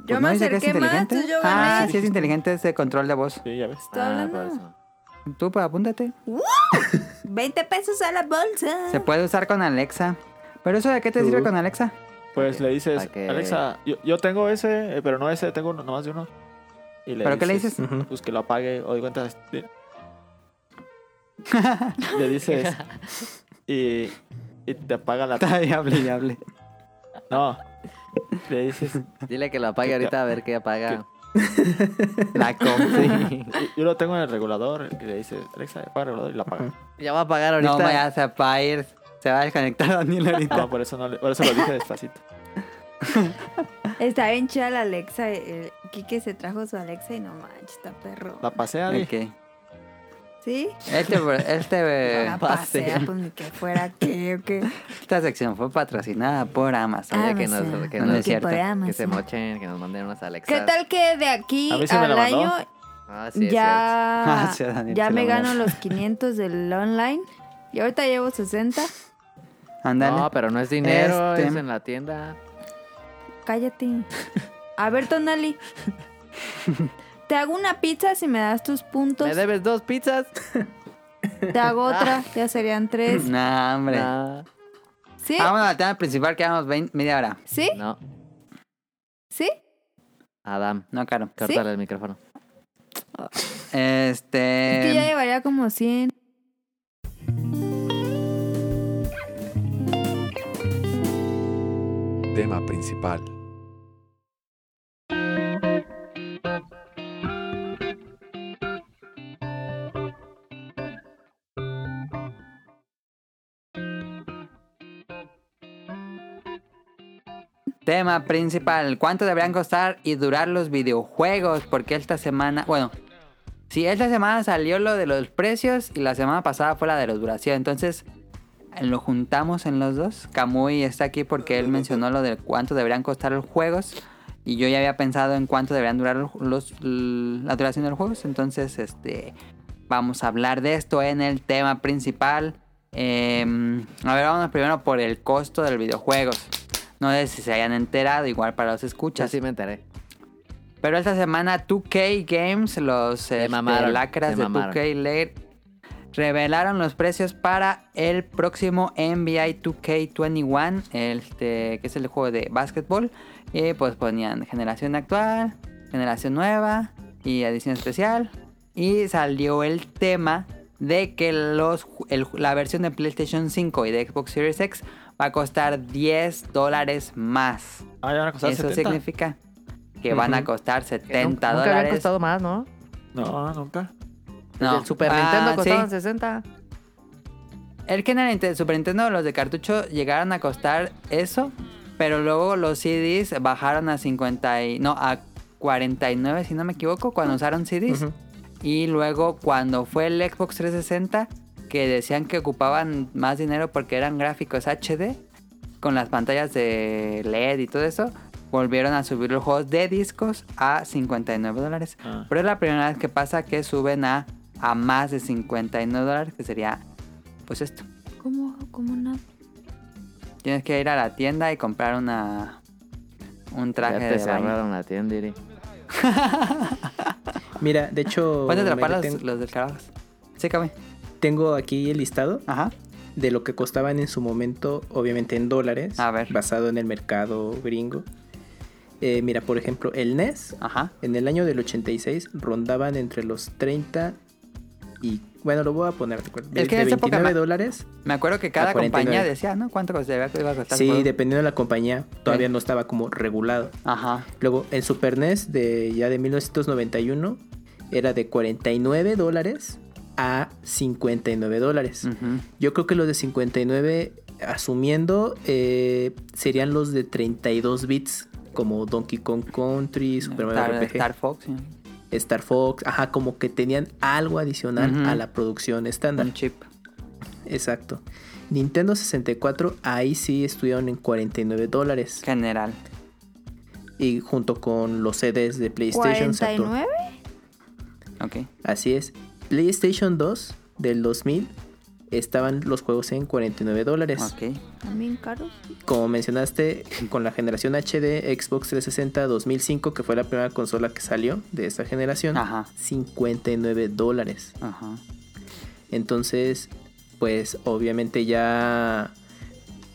S5: Yo
S1: Pues
S5: me
S1: no dice que
S5: acerqué más, entonces yo gané.
S1: Ah, sí es inteligente ese control de voz.
S3: Sí, ya ves.
S5: Estoy hablando.
S2: Ah, por eso.
S1: Tú, pues, apúntate.
S5: 20 pesos a la bolsa.
S1: Se puede usar con Alexa. ¿Pero eso de qué te
S4: Uf.
S1: sirve con
S5: (laughs)
S1: Alexa?
S3: Pues le dices,
S2: Pa' que-
S3: Alexa, yo, yo tengo ese, eh, pero no ese, tengo uno- nomás de uno. Y
S1: ¿Pero qué le dices?
S4: Ujú.
S3: Pues que lo apague o de cuenta.
S2: (laughs)
S3: este-
S2: (laughs)
S3: le dices. Y, y te apaga la.
S1: Está diable, diable.
S3: No. Le dices.
S2: Dile que lo apague ahorita a ver qué apaga.
S1: (laughs) La com, sí.
S3: Yo lo tengo en el regulador. Y le dices, Alexa, apaga el regulador y la apaga.
S2: Ya va a apagar ahorita.
S1: No
S5: Ah,
S1: me hace a ir. Se va a desconectar Daniel
S5: (laughs)
S1: ahorita.
S3: No, por eso, no le- por eso lo dije despacito.
S5: Está bien chida la Alexa. eh, Quique se trajo su Alexa y no manches, está perro.
S3: La pasea, dije.
S1: Ok.
S5: ¿Sí?
S1: Este, este,
S5: la
S1: (laughs) pase.
S5: pasea, pues ni que fuera qué o qué.
S1: Esta sección fue patrocinada por Amazon.
S5: Ah,
S2: Oye, que,
S5: no
S2: nos,
S5: sé.
S2: que,
S1: No, no
S2: nos-
S1: es cierto.
S5: Programa,
S2: que se
S5: sí.
S2: mochen, que nos manden unas Alexas.
S5: ¿Qué tal que de aquí
S3: A mí sí me
S5: al
S3: la mandó.
S5: año
S2: Ah, sí, es cierto.
S5: ya,
S1: Ah, sí, Daniel,
S5: ya
S1: se
S5: me
S1: la
S5: gano
S1: mandó.
S5: los 500 del online? Y ahorita llevo 60.
S1: Ándale.
S2: No, pero no es dinero,
S1: Este-
S2: es en la tienda.
S5: Cállate. A ver, Tonali. Te hago una pizza si me das tus puntos.
S2: ¿Me debes dos pizzas?
S5: Te hago otra, ya serían
S1: (laughs)
S5: tres.
S1: Mm. Nah, hombre.
S2: Nah,
S5: ¿Sí?
S1: Vamos al tema principal, quedamos 20, media hora.
S5: ¿Sí?
S2: No,
S5: ¿Sí?
S2: Adam,
S1: No, caro.
S2: córtale el micrófono.
S1: Este.
S5: Es que ya llevaría como 100.
S6: Tema principal.
S1: Tema principal, ¿cuánto deberían costar y durar los videojuegos? Porque esta semana, bueno, sí, esta semana salió lo de los precios y la semana pasada fue la de los duración. Entonces, eh, lo juntamos en los dos. Camuy está aquí porque él mencionó lo de cuánto deberían costar los juegos y yo ya había pensado en cuánto deberían durar los, los- la duración de los juegos. Entonces, este, vamos a hablar de esto en el tema principal. Em, a ver, vamos primero por el costo de los videojuegos. No sé si se hayan enterado, igual para los
S2: Ya
S1: escuchas.
S2: sí me enteré.
S1: Pero esta semana 2K Games, los este,
S2: mamaron,
S1: lacras
S2: te
S1: de
S2: mamaron.
S1: 2K Lair, revelaron los precios para el próximo NBA 2K21, este, que es el juego de básquetbol. Y pues ponían generación actual, generación nueva y edición especial. Y salió el tema de que los, ju- el- la versión de PlayStation 5 y de Xbox Series X va a costar 10 dólares más.
S3: Ah, ya van a costar
S1: Eso
S3: 70.
S1: significa que van a
S4: Ujú.
S1: costar
S2: Que nun-
S1: 70
S2: Nunca habían
S1: dólares.
S2: costado más, ¿no?
S3: No, nunca.
S1: No.
S2: El Super
S1: Ah,
S2: Nintendo costaban
S1: sí.
S2: 60.
S1: El que en el Inte- Super Nintendo, los de cartucho, llegaron a costar eso, pero luego los CDs bajaron a 50 y, no, a 49 si no me equivoco,
S2: Ah,
S1: cuando usaron CDs.
S4: Ujú.
S1: Y luego cuando fue el Xbox 360, que decían que ocupaban más dinero porque eran gráficos HD, con las pantallas de LED y todo eso, volvieron a subir los juegos de discos a 59 dólares.
S3: Ah.
S1: Pero es la primera vez que pasa que suben a, a más de 59 dólares, que sería pues esto.
S5: ¿Cómo, cómo una?
S1: Tienes que ir a la tienda y comprar una un
S2: Ya
S1: traje
S2: te
S1: de baño.
S2: cerraron la tienda, Iri.
S4: Mira, de hecho,
S1: Puedes atrapar
S4: mira,
S1: los,
S4: ten-
S1: los descargados. Sí, cabe.
S4: tengo aquí el listado
S1: Ajá.
S4: de lo que costaban en su momento, obviamente en dólares,
S1: A ver.
S4: basado en el mercado gringo. Eh, mira, por ejemplo, el NES
S1: Ajá.
S4: en el año del 86 rondaban entre los 30 y, bueno, lo voy a poner, de acuerdo, de,
S1: Es que
S4: de
S1: en esa
S4: 29
S1: época ma-
S4: dólares.
S1: Me acuerdo que cada
S4: A 49.
S1: compañía decía, ¿no? ¿Cuánto cost- debía- iba a costar? el
S4: Sí,
S1: juego?
S4: dependiendo de la compañía,
S1: Eh.
S4: todavía no estaba como regulado.
S1: Ajá.
S4: Luego, el Super NES de ya de 1991 era de 49 dólares a 59 dólares.
S1: Ujú.
S4: Yo creo que los de 59, asumiendo, eh, serían los de 32 bits, como Donkey Kong Country, Super
S1: Mm,
S4: Mario
S1: Star,
S4: RPG,
S1: Star
S4: Star,
S1: Fox, sí.
S4: Fox, ajá, como que tenían algo adicional
S1: Ujú. Mm.
S4: a la producción estándar.
S1: un chip.
S4: exacto. Nintendo 64, ahí sí estuvieron en 49 dólares.
S1: General.
S4: Y junto con los CDs de PlayStation Saturn.
S5: ¿49?
S1: Ok.
S4: Así es. PlayStation 2 del 2000 estaban los juegos en 49 dólares.
S1: Ok.
S5: También caros.
S4: Como mencionaste, con la generación HD Xbox 360 2005, que fue la primera consola que salió de esta generación,
S1: Ajá.
S4: 59 dólares.
S1: Ajá.
S4: Entonces, pues obviamente ya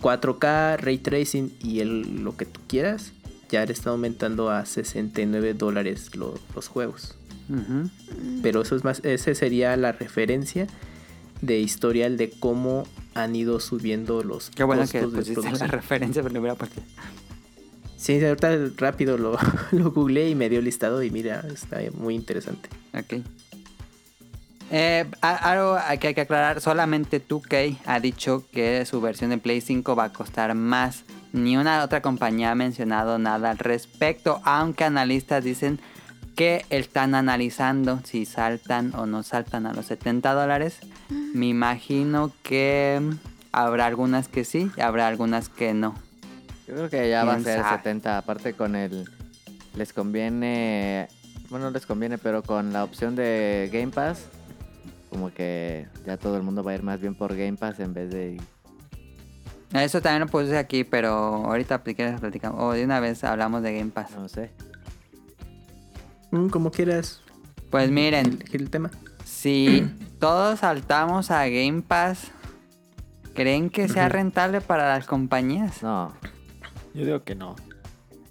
S4: 4K, ray tracing y el, lo que tú quieras, ya le está aumentando a 69 dólares lo- los juegos.
S1: Ujú.
S4: Pero eso es más, esa sería la referencia de historial de cómo han ido subiendo los
S1: Qué bueno que
S4: costos de
S1: pusiste la
S4: producción.
S1: referencia, pero no hubiera partido.
S4: Sí, ahorita rápido lo, (laughs) lo googleé y me dio el listado y mira, está muy interesante.
S1: Ok. Eh, a- algo que hay que aclarar, solamente 2K ha dicho que su versión de Play 5 va a costar más. Ni una otra compañía ha mencionado nada al respecto, aunque analistas dicen que están analizando si saltan o no saltan a los 70 dólares. Me imagino que mm, habrá algunas que sí, y habrá algunas que no.
S2: Yo creo que ya va a
S1: ¿Quién
S2: ser
S1: sabe?
S2: 70. Aparte con el... Les conviene... Bueno, no les conviene, pero con la opción de Game Pass, como que ya todo el mundo va a ir más bien por Game Pass en vez de...
S1: Eso también lo puse aquí, pero ahorita si quieres platicamos. O de una vez hablamos de Game Pass.
S2: No sé.
S4: Mm, como quieras
S1: Pues miren,
S4: elegir el tema.
S1: Si
S4: (clears throat)
S1: todos saltamos a Game Pass, ¿creen que sea rentable para las compañías?
S2: No.
S3: Yo digo que no.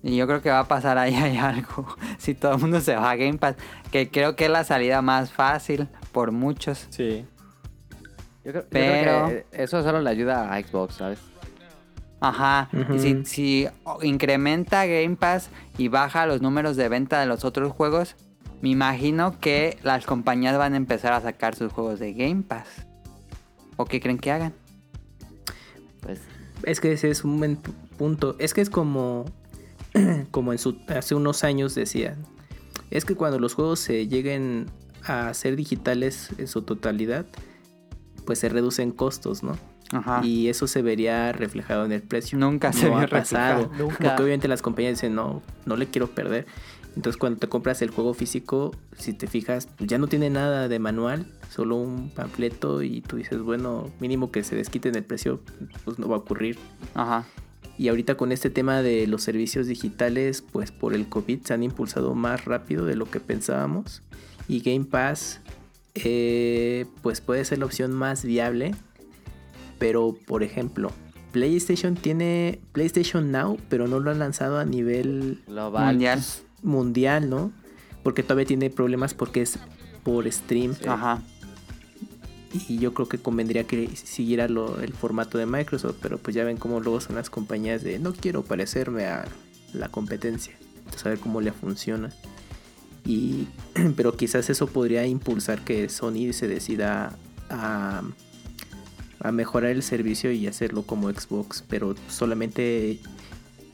S1: Y yo creo que va a pasar ahí (laughs) hay algo. Si todo el mundo se va a Game Pass, que creo que es la salida más fácil por muchos.
S3: Sí.
S2: Yo creo, yo
S1: Pero-
S2: creo que eso solo le ayuda a Xbox, ¿sabes?
S1: Ajá. Y si,
S4: Ujú.
S1: si oh, incrementa Game Pass y baja los números de venta de los otros juegos, me imagino que las compañías van a empezar a sacar sus juegos de Game Pass. ¿O qué creen que hagan?
S2: Pues
S4: Es que ese es un buen pu- punto. Es que es como, (clears throat) como en su, hace unos años decían. Es que cuando los juegos se lleguen a ser digitales en su totalidad, pues se reducen costos, ¿no?
S1: Ajá.
S4: Y eso se vería reflejado en
S1: (laughs)
S4: el precio.
S1: Nunca Ah. se
S4: no
S1: vio
S4: ha pasado.
S1: reflejado.
S2: Nunca.
S4: Porque obviamente las compañías dicen, no, no le quiero perder. Entonces cuando te compras el juego físico, si te fijas, pues ya no tiene nada de manual, solo un panfleto y tú dices, bueno, mínimo que se desquiten el precio, pues no va a ocurrir.
S1: Ajá.
S4: Y ahorita con este tema de los servicios digitales, pues por el COVID se han impulsado más rápido de lo que pensábamos. Y Game Pass, eh, pues puede ser la opción más viable. Pero, por ejemplo, PlayStation tiene PlayStation Now, pero no lo han lanzado a nivel
S2: global.
S1: Mundial.
S4: mundial, ¿no? Porque todavía tiene problemas porque es por stream.
S1: Ajá.
S4: Y yo creo que convendría que siguiera lo- el formato de Microsoft, pero pues ya ven cómo luego son las compañías de no quiero parecerme a la competencia. Entonces a ver cómo le funciona. Y, (clears throat) pero quizás eso podría impulsar que Sony se decida a, a mejorar el servicio y hacerlo como Xbox, pero solamente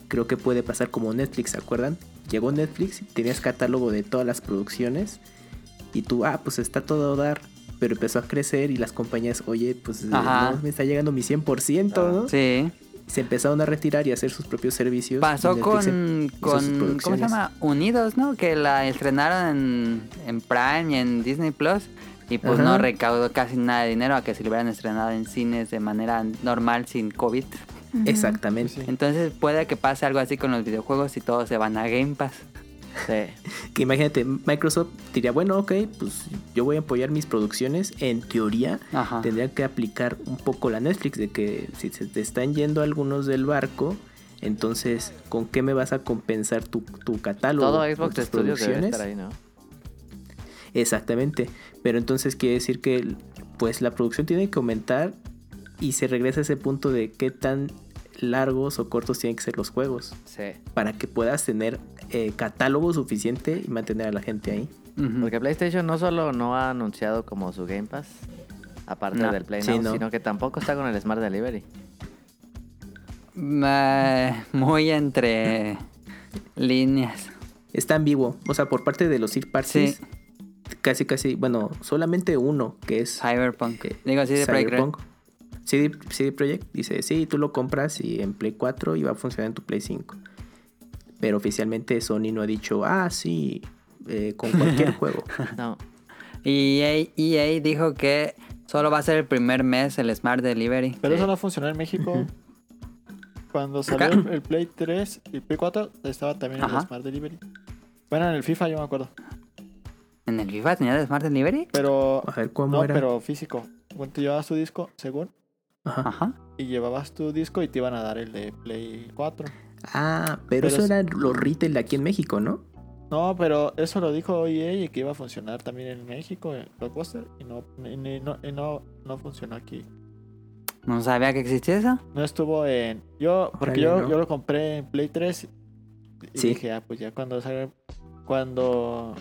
S4: creo que puede pasar como Netflix, ¿se acuerdan? Llegó Netflix, tenías catálogo de todas las producciones y tú, ah, pues está todo a dar, pero empezó a crecer y las compañías, oye, pues eh,
S1: Ajá. Ah,
S4: no me está llegando mi 100%, ¿no?
S1: Sí.
S4: Se empezaron a retirar y a hacer sus propios servicios.
S1: Pasó
S4: y Netflix
S1: con,
S4: sus
S1: con ¿cómo se
S4: producciones.
S1: llama? Unidos, ¿no? Que la estrenaron en, en Prime y en Disney Plus y pues
S4: Ajá.
S1: no recaudó casi nada de dinero a que si lo hubieran estrenado en cines de manera normal sin COVID.
S5: Ujú.
S4: Exactamente.
S3: Sí.
S1: Entonces puede que pase algo así con los videojuegos y todos se van a Game Pass.
S2: Sí.
S4: Que imagínate, Microsoft diría, bueno, ok, pues yo voy a apoyar mis producciones. En teoría,
S1: Ajá.
S4: tendría que aplicar un poco la Netflix de que si se te están yendo algunos del barco, entonces, ¿con qué me vas a compensar tu, tu catálogo?
S2: Todo
S4: o
S2: Xbox
S4: tus
S2: Studios debe
S4: producciones?
S2: estar ahí, ¿no?
S4: Exactamente. Pero entonces quiere decir que pues la producción tiene que aumentar y se regresa a ese punto de qué tan largos o cortos tienen que ser los juegos
S2: Sí.
S4: para que puedas tener eh, catálogo suficiente y mantener a la gente ahí.
S1: Ujú.
S2: Porque PlayStation no solo no ha anunciado como su Game Pass, aparte
S1: No.
S2: del Play
S4: Sí,
S2: Now,
S4: no.
S2: sino que tampoco está con el
S1: (laughs)
S2: Smart Delivery.
S1: Eh, muy entre líneas.
S4: Está ambiguo, o sea, por parte de los third parties,
S1: Sí.
S4: casi casi, bueno, solamente uno que es
S1: Cyberpunk.
S4: eh,
S1: Digo así de Break Red.
S4: Cyberpunk. CD, CD Projekt dice, sí, tú lo compras y en Play 4 y va a funcionar en tu Play 5. Pero oficialmente Sony no ha dicho, ah, sí, eh, con
S1: (laughs)
S4: cualquier juego.
S2: No,
S1: Y E EA, EA dijo que solo va a ser el primer mes el Smart Delivery.
S3: Pero
S2: Sí.
S3: eso no funcionó en México. Cuando
S4: Acá.
S3: salió el el Play 3 y Play 4, estaba también
S1: Ajá.
S3: el Smart Delivery. Bueno, en el FIFA yo me acuerdo.
S1: ¿En el FIFA tenía el Smart Delivery?
S3: Pero.
S4: A ver Ah, cómo
S3: No,
S4: era.
S3: pero físico. Cuando te llevabas tu disco, según,
S4: Ajá.
S3: Ah.
S1: Ajá.
S3: y llevabas tu disco y te iban a dar el de Play 4.
S4: Ah,
S3: Pero
S4: pero, eso
S3: es-
S4: era los retail de aquí en México, ¿no?
S3: No, pero eso lo dijo EA y que iba a funcionar también en México, en Blockbuster, y no, y ni- no, y no, no funcionó aquí.
S1: No sabía que existía eso. (laughs)
S3: No estuvo en. Yo, porque
S4: Órale,
S3: yo,
S4: ¿no?
S3: yo lo compré en Play 3 y
S4: Sí.
S3: dije, ah, pues ya cuando salga.
S4: (laughs)
S3: Cuando.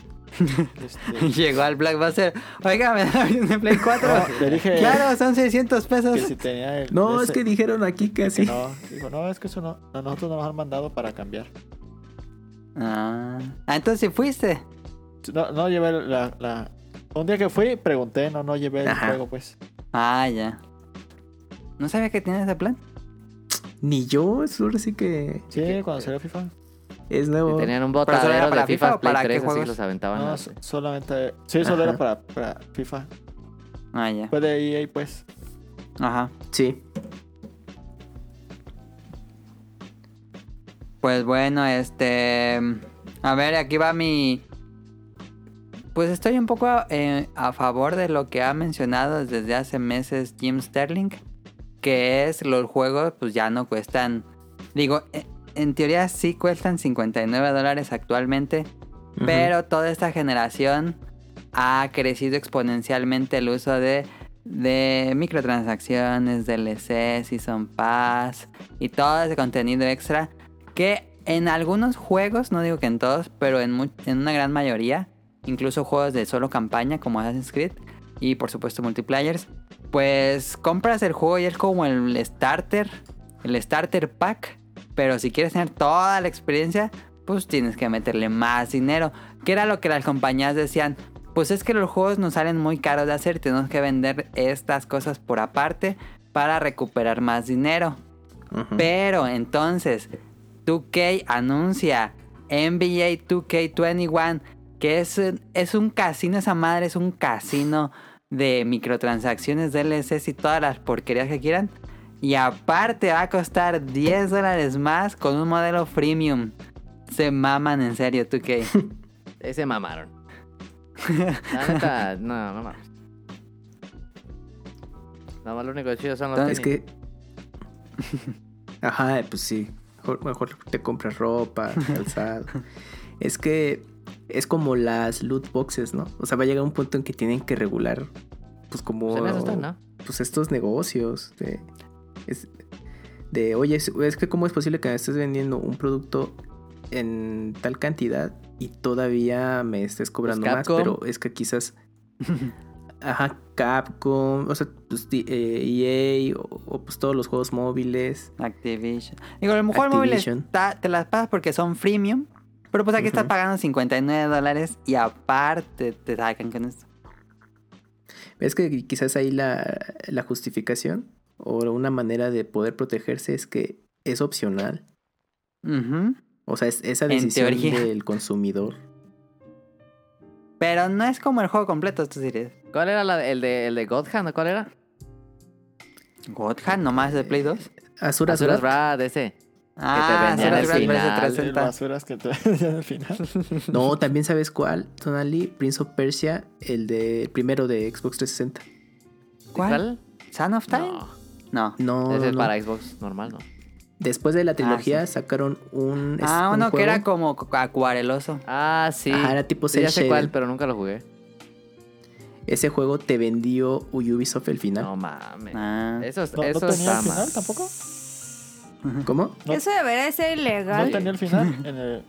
S3: este,
S1: Llegó al Blackbuster. Oiga, me da un Play 4.
S3: no, le Ah, dije
S1: Claro, son 600 pesos.
S3: que si tenía el.
S4: No,
S3: ese-
S4: es que dijeron aquí que
S3: que
S4: sí.
S3: No, dijo, no, es que eso no. no, Nosotros nos han mandado para cambiar.
S1: Ah, Ah, entonces sí fuiste.
S3: No, no llevé la, la- Un día que fui, pregunté, no, no llevé el
S4: Ajá.
S3: juego, pues.
S1: Ah, ya. No sabía que tenías ese plan.
S4: Ni yo, eso ahora sí que
S3: Sí, cuando salió FIFA.
S4: es
S2: y
S4: nuevo.
S2: tenían un
S1: ¿Pero solo era
S2: botadero
S1: para
S2: de
S1: FIFA
S2: FIFA
S1: o para
S2: Play
S1: qué
S2: 3, así
S1: juegos?
S2: los aventaban.
S3: No,
S2: al-
S3: so- solamente. Sí, solo
S4: Ajá.
S3: era para, para FIFA.
S1: Ah, ya.
S3: Fue de EA, pues.
S1: Ajá.
S4: Sí.
S1: Pues bueno, este. A ver, aquí va mi. Pues estoy un poco eh, a favor de lo que ha mencionado desde hace meses Jim Sterling. Que es los juegos, pues ya no cuestan. Digo, e- en teoría sí cuestan 59 dólares actualmente.
S4: Ujú.
S1: Pero toda esta generación ha crecido exponencialmente el uso de, de microtransacciones, DLC, Season Pass y todo ese contenido extra que en algunos juegos, no digo que en todos, pero en, mu- en una gran mayoría, incluso juegos de solo campaña como Assassin's Creed y por supuesto multiplayers, pues compras el juego y es como el starter, el starter pack, pero si quieres tener toda la experiencia, pues tienes que meterle más dinero, que era lo que las compañías decían. Pues es que los juegos nos salen muy caros de hacer, tenemos que vender estas cosas por aparte para recuperar más dinero.
S4: Ujú.
S1: Pero entonces, 2K anuncia NBA 2K21, que es, es un casino, esa madre es un casino de microtransacciones, DLCs y todas las porquerías que quieran. Y aparte va a costar 10 dólares más con un modelo freemium. Se maman en serio, 2K.
S2: Ahí se mamaron. (laughs) La neta, no, no mames. Nada más lo único chido son los
S1: No,
S4: Es
S2: tenis.
S4: que. (laughs) Ajá, pues sí. Mejor, mejor te compras ropa, calzado. es que es como las loot boxes, ¿no? O sea, va a llegar un punto en que tienen que regular, pues como.
S2: Pues en eso están, ¿no?
S4: Pues estos negocios de. es- de, oye, es, es que cómo es posible que me estés vendiendo un producto en tal cantidad y todavía me estés cobrando más,
S2: Capcom.
S4: pero es que quizás Ajá, Capcom, o sea, pues di- eh, EA, o, o, pues todos los juegos móviles.
S1: Activision. Digo, a lo mejor el móvil
S4: Activision.
S1: está- te las pagas porque son freemium. Pero pues aquí estás
S4: Ujú.
S1: pagando 59 dólares y aparte te sacan con esto.
S4: Es que quizás ahí la, la justificación o una manera de poder protegerse es que es opcional.
S1: Ujú.
S4: O sea, es esa
S1: En
S4: decisión
S1: teoría.
S4: del consumidor.
S1: Pero no es como el juego completo, tú dirías.
S2: ¿Cuál era la, el de, el de God Hand? ¿Cuál era?
S1: God Hand, nomás de Play 2.
S4: Azura,
S2: Azura's
S4: Wrath,
S2: Wrath, ese.
S1: Ah,
S2: vendían
S1: Azura's
S2: el
S1: Wrath
S2: final.
S1: parece
S3: El
S1: 360.
S3: basuras que te (laughs) vendían al final.
S4: No, también sabes cuál, Tonali, Prince of Persia, el de el primero de Xbox 360.
S1: ¿Cuál? ¿Son of Time?
S2: No,
S1: No.
S4: No,
S2: ese
S4: no,
S2: es
S4: no.
S2: para Xbox Ah, normal, ¿no?
S4: Después de la trilogía
S1: sí.
S4: sacaron un es-
S1: Ah,
S4: un
S1: uno que
S4: juego.
S1: era como cu- acuareloso.
S2: Ah, sí.
S4: Ajá, era tipo
S2: Sí, ya sé
S4: cel
S2: cuál,
S4: shaded.
S2: pero nunca lo jugué.
S4: Ese juego te vendió Ubisoft el final.
S2: No mames.
S1: Ah.
S2: Eso,
S3: No, no
S2: eso
S3: tenía
S2: está
S3: el
S2: mal.
S3: final tampoco.
S4: ¿Cómo?
S3: No-
S5: Eso debería de ser
S3: No
S5: ilegal.
S3: tenía el final. En el...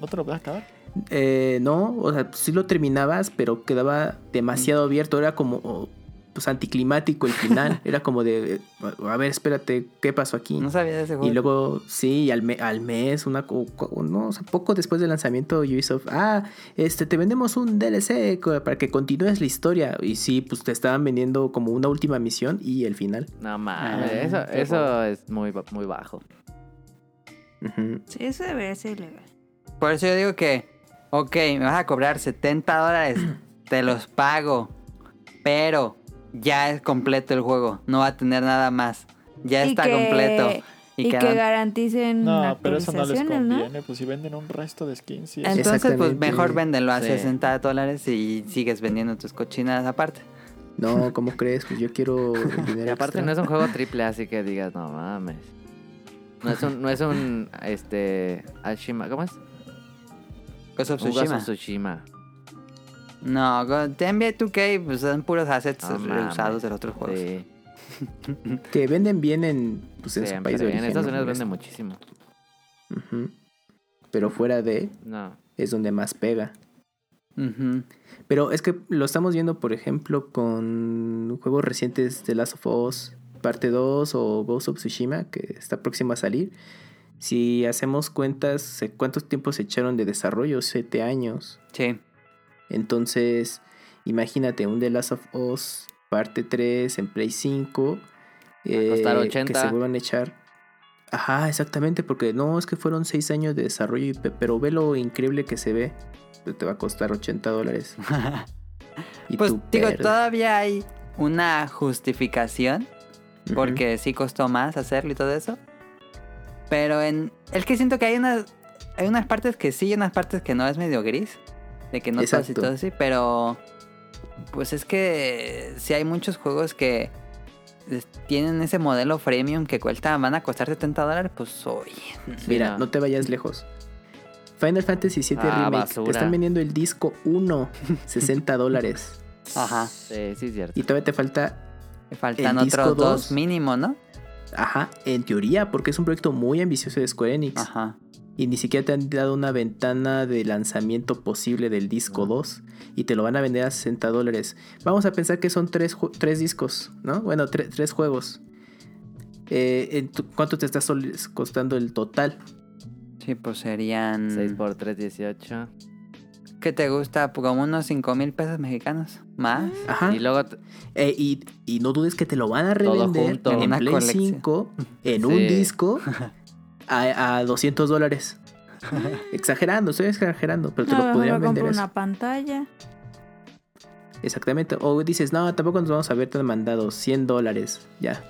S3: No te lo puedes acabar.
S4: Eh, no, o sea, sí lo terminabas, pero quedaba demasiado abierto. Era como, oh, pues anticlimático el
S2: (laughs)
S4: final. Era como de, eh, a ver, espérate, ¿qué pasó aquí?
S1: No sabía de ese juego.
S4: Y luego, sí, al, me- al mes, una, co- co- no, o sea, poco después del lanzamiento, Ubisoft, ah, este, te vendemos un DLC co- para que continúes la historia. Y sí, pues te estaban vendiendo como una última misión y el final.
S2: No mames,
S1: Ah,
S2: eso,
S1: qué
S2: eso es muy, ba- muy bajo.
S4: Ujú.
S5: Sí, eso debería ser ilegal.
S1: Por eso yo digo que, ok, me vas a cobrar 70
S5: (clears throat)
S1: dólares, te los pago, pero ya es completo el juego, no va a tener nada más. Ya
S5: Y
S1: está
S5: que-
S1: completo.
S5: Y, que,
S1: no-
S5: garanticen
S3: No, pero eso no les
S5: actualizaciones, ¿no?
S3: conviene. Pues si venden un resto de skins, sí,
S5: Ent-
S3: eso-
S1: Entonces, pues
S4: Exactamente.
S1: mejor véndelo a
S2: Sí.
S1: 60 dólares y sigues vendiendo tus cochinas aparte.
S4: No, ¿cómo crees? Pues yo quiero
S2: (laughs)
S4: el
S2: Y
S4: dinero.
S2: aparte
S4: extra.
S2: no es un
S4: (laughs)
S2: juego triple, así que digas, no mames. No es un, no es un este Ashima, ¿cómo es?
S1: Ghost of
S2: Un Ghost
S1: Tsushima.
S2: of Tsushima.
S1: No, go- de NBA 2K pues, son puros assets
S2: No mames.
S1: usados de los otros juegos.
S2: Sí,
S4: Que venden bien en, pues, en su
S2: siempre.
S4: país de
S2: En
S4: origen.
S2: Estados
S4: ¿no? Pues,
S2: Unidos vende muchísimo.
S4: Ujú. Pero fuera de,
S2: No.
S4: es donde más pega.
S1: Ujú.
S4: Pero es que lo estamos viendo, por ejemplo, con juegos recientes de Last of Us Parte 2 o Ghost of Tsushima, que está próximo a salir. Si hacemos cuentas, eh, ¿cuántos tiempos se echaron de desarrollo? Siete años.
S1: Sí.
S4: Entonces, imagínate un The Last of Us parte 3 en Play 5. eh,
S2: costar
S4: Que
S2: 80.
S4: se vuelvan a echar. Ajá, exactamente, porque no, es que fueron 6 años de desarrollo, y pe- pero ve lo increíble que se ve. Te- Te va a costar 80 dólares. Y
S1: Pues
S4: tú
S1: digo,
S4: perdes.
S1: todavía hay una justificación
S4: Ujú.
S1: porque sí costó más hacerlo y todo eso. Pero en es que siento que hay unas hay unas partes que sí y unas partes que no es medio gris, de que no todos y
S4: Exacto.
S1: todo así, pero pues es que sí hay muchos juegos que es- tienen ese modelo freemium que cuesta van a costar 70 dólares, pues hoy.
S4: Mira,
S2: no.
S4: no. te vayas lejos. Final Fantasy VII
S2: Ah,
S4: Remake.
S2: basura.
S4: Te están vendiendo el disco 1, 60 dólares.
S1: Ajá.
S2: Sí, sí es cierto.
S4: Y todavía te falta
S1: Faltan
S4: El disco
S1: otros dos
S4: dos.
S1: mínimo, ¿no?
S4: Ajá, en teoría, porque es un proyecto muy ambicioso de Square Enix.
S1: Ajá.
S4: Y ni siquiera te han dado una ventana de lanzamiento posible del disco 2. Y te lo van a vender a 60 dólares. Vamos a pensar que son tres, ju- tres discos, ¿no? Bueno, tre- tres juegos. Eh, en tu- ¿Cuánto te está sol- costando el total?
S1: Sí, pues
S4: Mm.
S1: serían
S2: 6 por 3, 18.
S1: ¿Qué te gusta? Como unos 5 mil pesos mexicanos. ¿Más?
S4: Ajá.
S2: Y luego t-
S4: Eh, y, y no dudes que te lo van a
S2: Todo
S4: revender
S2: junto.
S4: en
S1: Una
S4: Play
S1: colección.
S4: 5, en
S2: Sí.
S4: un disco, a, a 200 dólares. Exagerando, estoy exagerando, pero te
S5: A
S4: lo
S5: lo
S4: podrían
S5: mejor
S4: vender
S5: compro
S4: eso.
S5: Ah, una pantalla.
S4: Exactamente. O dices, no, tampoco nos vamos a ver tan mandados. 100 dólares, ya.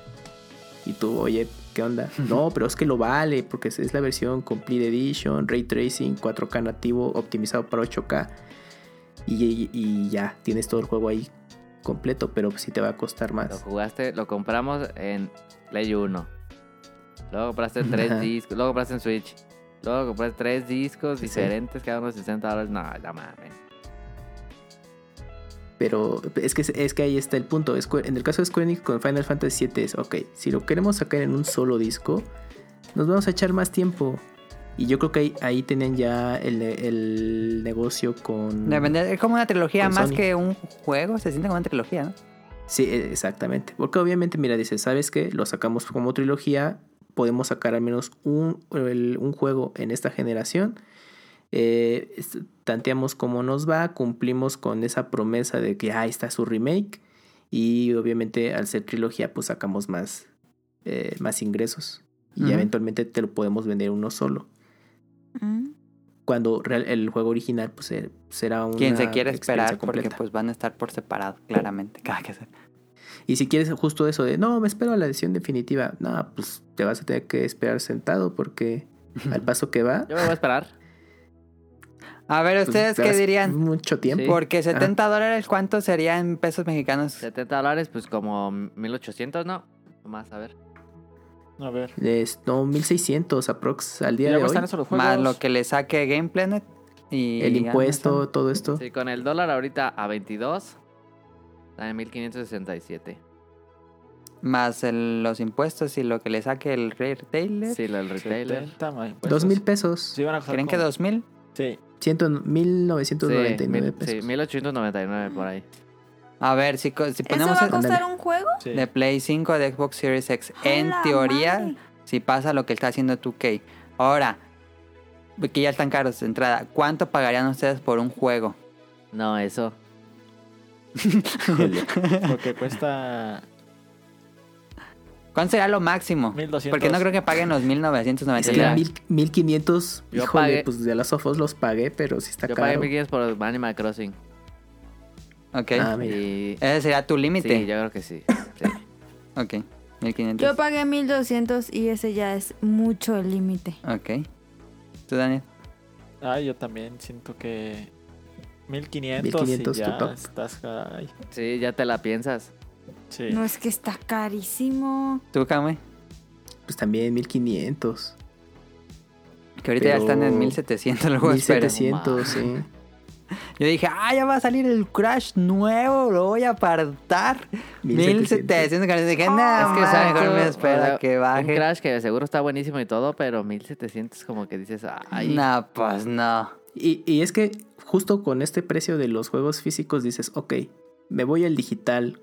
S4: Y tú, oye, ¿qué onda? No, pero es que lo vale, porque es- es la versión Complete Edition, Ray Tracing, 4K nativo, optimizado para 8K. Y, y- y ya, tienes todo el juego ahí completo, pero pues sí te va a costar
S2: lo
S4: más.
S2: jugaste, lo compramos en Play 1. Luego compraste 3
S4: Ajá.
S2: discos, luego compraste en Switch. Luego compraste 3 discos diferentes, cada uno de 60 dólares. No, ya mames.
S4: Pero es que, es que ahí está el punto. Square- en el caso de Square Enix con Final Fantasy VII es, ok, si lo queremos sacar en un solo disco, nos vamos a echar más tiempo. Y yo creo que ahí, ahí tenían ya el, el negocio con...
S1: De vender- es como una trilogía
S4: Mm. Con
S1: más
S4: Sony.
S1: que un juego, se siente como una trilogía, ¿no?
S4: Sí, e- exactamente. Porque obviamente, mira, dice, ¿sabes qué? Lo sacamos como trilogía, podemos sacar al menos un, el- un juego en esta generación. Eh, es- tanteamos cómo nos va, cumplimos con esa promesa de que ahí está su remake. Y obviamente al ser trilogía, pues sacamos más, eh, más ingresos. Y
S1: Ujú.
S4: eventualmente te lo podemos vender uno solo.
S5: Mm.
S4: Cuando real- el juego original pues, er- será un...
S1: Quien se quiere esperar porque pues van a estar por separado, claramente, (laughs) cada que sea.
S4: Y si quieres justo eso de, no, me espero a la edición definitiva, no, pues te vas a tener que esperar
S2: (laughs)
S4: sentado porque al paso que va,
S2: Yo
S4: (laughs)
S2: me voy a esperar.
S1: A ver,
S4: pues,
S1: ¿ustedes
S4: te
S1: qué
S4: vas
S1: dirían?
S4: Mucho tiempo.
S1: Porque 70 dólares, ¿cuánto sería en pesos mexicanos?
S2: 70 dólares, pues como 1800, ¿no? O Más, a ver.
S3: A ver.
S4: Es, no, 1600 aprox al día
S3: ¿Ya
S4: de hoy.
S3: cuestan eso los juegos?
S1: Más lo que le saque Game Planet y...
S4: El impuesto, todo esto.
S2: Sí, con el dólar ahorita a 22, está en 1567.
S1: Amazon, Más el- los impuestos y lo que le saque el retailer.
S2: Sí, lo del retailer.
S3: 70 más impuestos.
S4: Dos mil pesos.
S3: Sí, pues, van a costar
S1: ¿Creen que
S3: como-
S1: 2000?
S3: Sí.
S4: Ciento-
S2: Sí,
S4: 1999
S2: mil-
S4: pesos.
S2: sí, 1899 por ahí.
S1: A ver, si, co- si
S5: ¿Eso
S1: ponemos
S5: va a
S1: el-
S5: costar un juego?
S3: Sí. (laughs)
S1: de Play 5 de Xbox Series X,
S5: ¡A
S1: en
S5: la
S1: teoría,
S5: madre!
S1: si pasa lo que está haciendo 2K. Ahora, que ya están caros de entrada, ¿cuánto pagarían ustedes por un juego?
S2: No, eso.
S3: Lo que cuesta
S1: ¿Cuánto será lo máximo?
S3: 1200.
S1: Porque no creo que paguen los
S4: Es que eran
S1: 1999.
S4: mil- 1500.
S2: Yo
S4: híjole,
S2: pagué-
S4: pues de las ofos los pagué, pero sí está
S2: Yo pagué
S4: caro.
S2: 1500 por Animal Crossing.
S1: Ok.
S4: Ah, mira.
S2: Y...
S1: Ese será tu límite.
S2: Sí, yo creo que sí. sí.
S1: Ok. 1500.
S5: Yo pagué 1200 y ese ya es mucho el límite.
S1: Ok. ¿Tú, Daniel?
S3: Ay, yo también siento que 1500,
S4: 1500
S3: y
S4: tu
S3: ya
S4: top.
S3: estás ay,
S2: Sí, ya te la piensas.
S3: sí.
S5: No es que está carísimo.
S1: ¿Tú, Kame?
S4: Pues también 1500.
S1: Que ahorita ya
S4: Pero-
S1: están en 1700 los juegos, pero-
S4: 1700, sí.
S2: (laughs)
S1: Yo dije, ah, ya va a salir el Crash nuevo, lo voy a apartar. 1700.
S4: 1700.
S1: Dije, no,
S2: es que
S1: ma, mejor
S2: exacto,
S1: me espera
S2: o sea,
S1: que
S4: Ah,
S2: Un
S1: baje.
S2: Crash que seguro está buenísimo y todo, pero 1700 como que dices, ay.
S1: No, pues no.
S4: Y, y es que justo con este precio de los juegos físicos dices, ok, me voy al digital.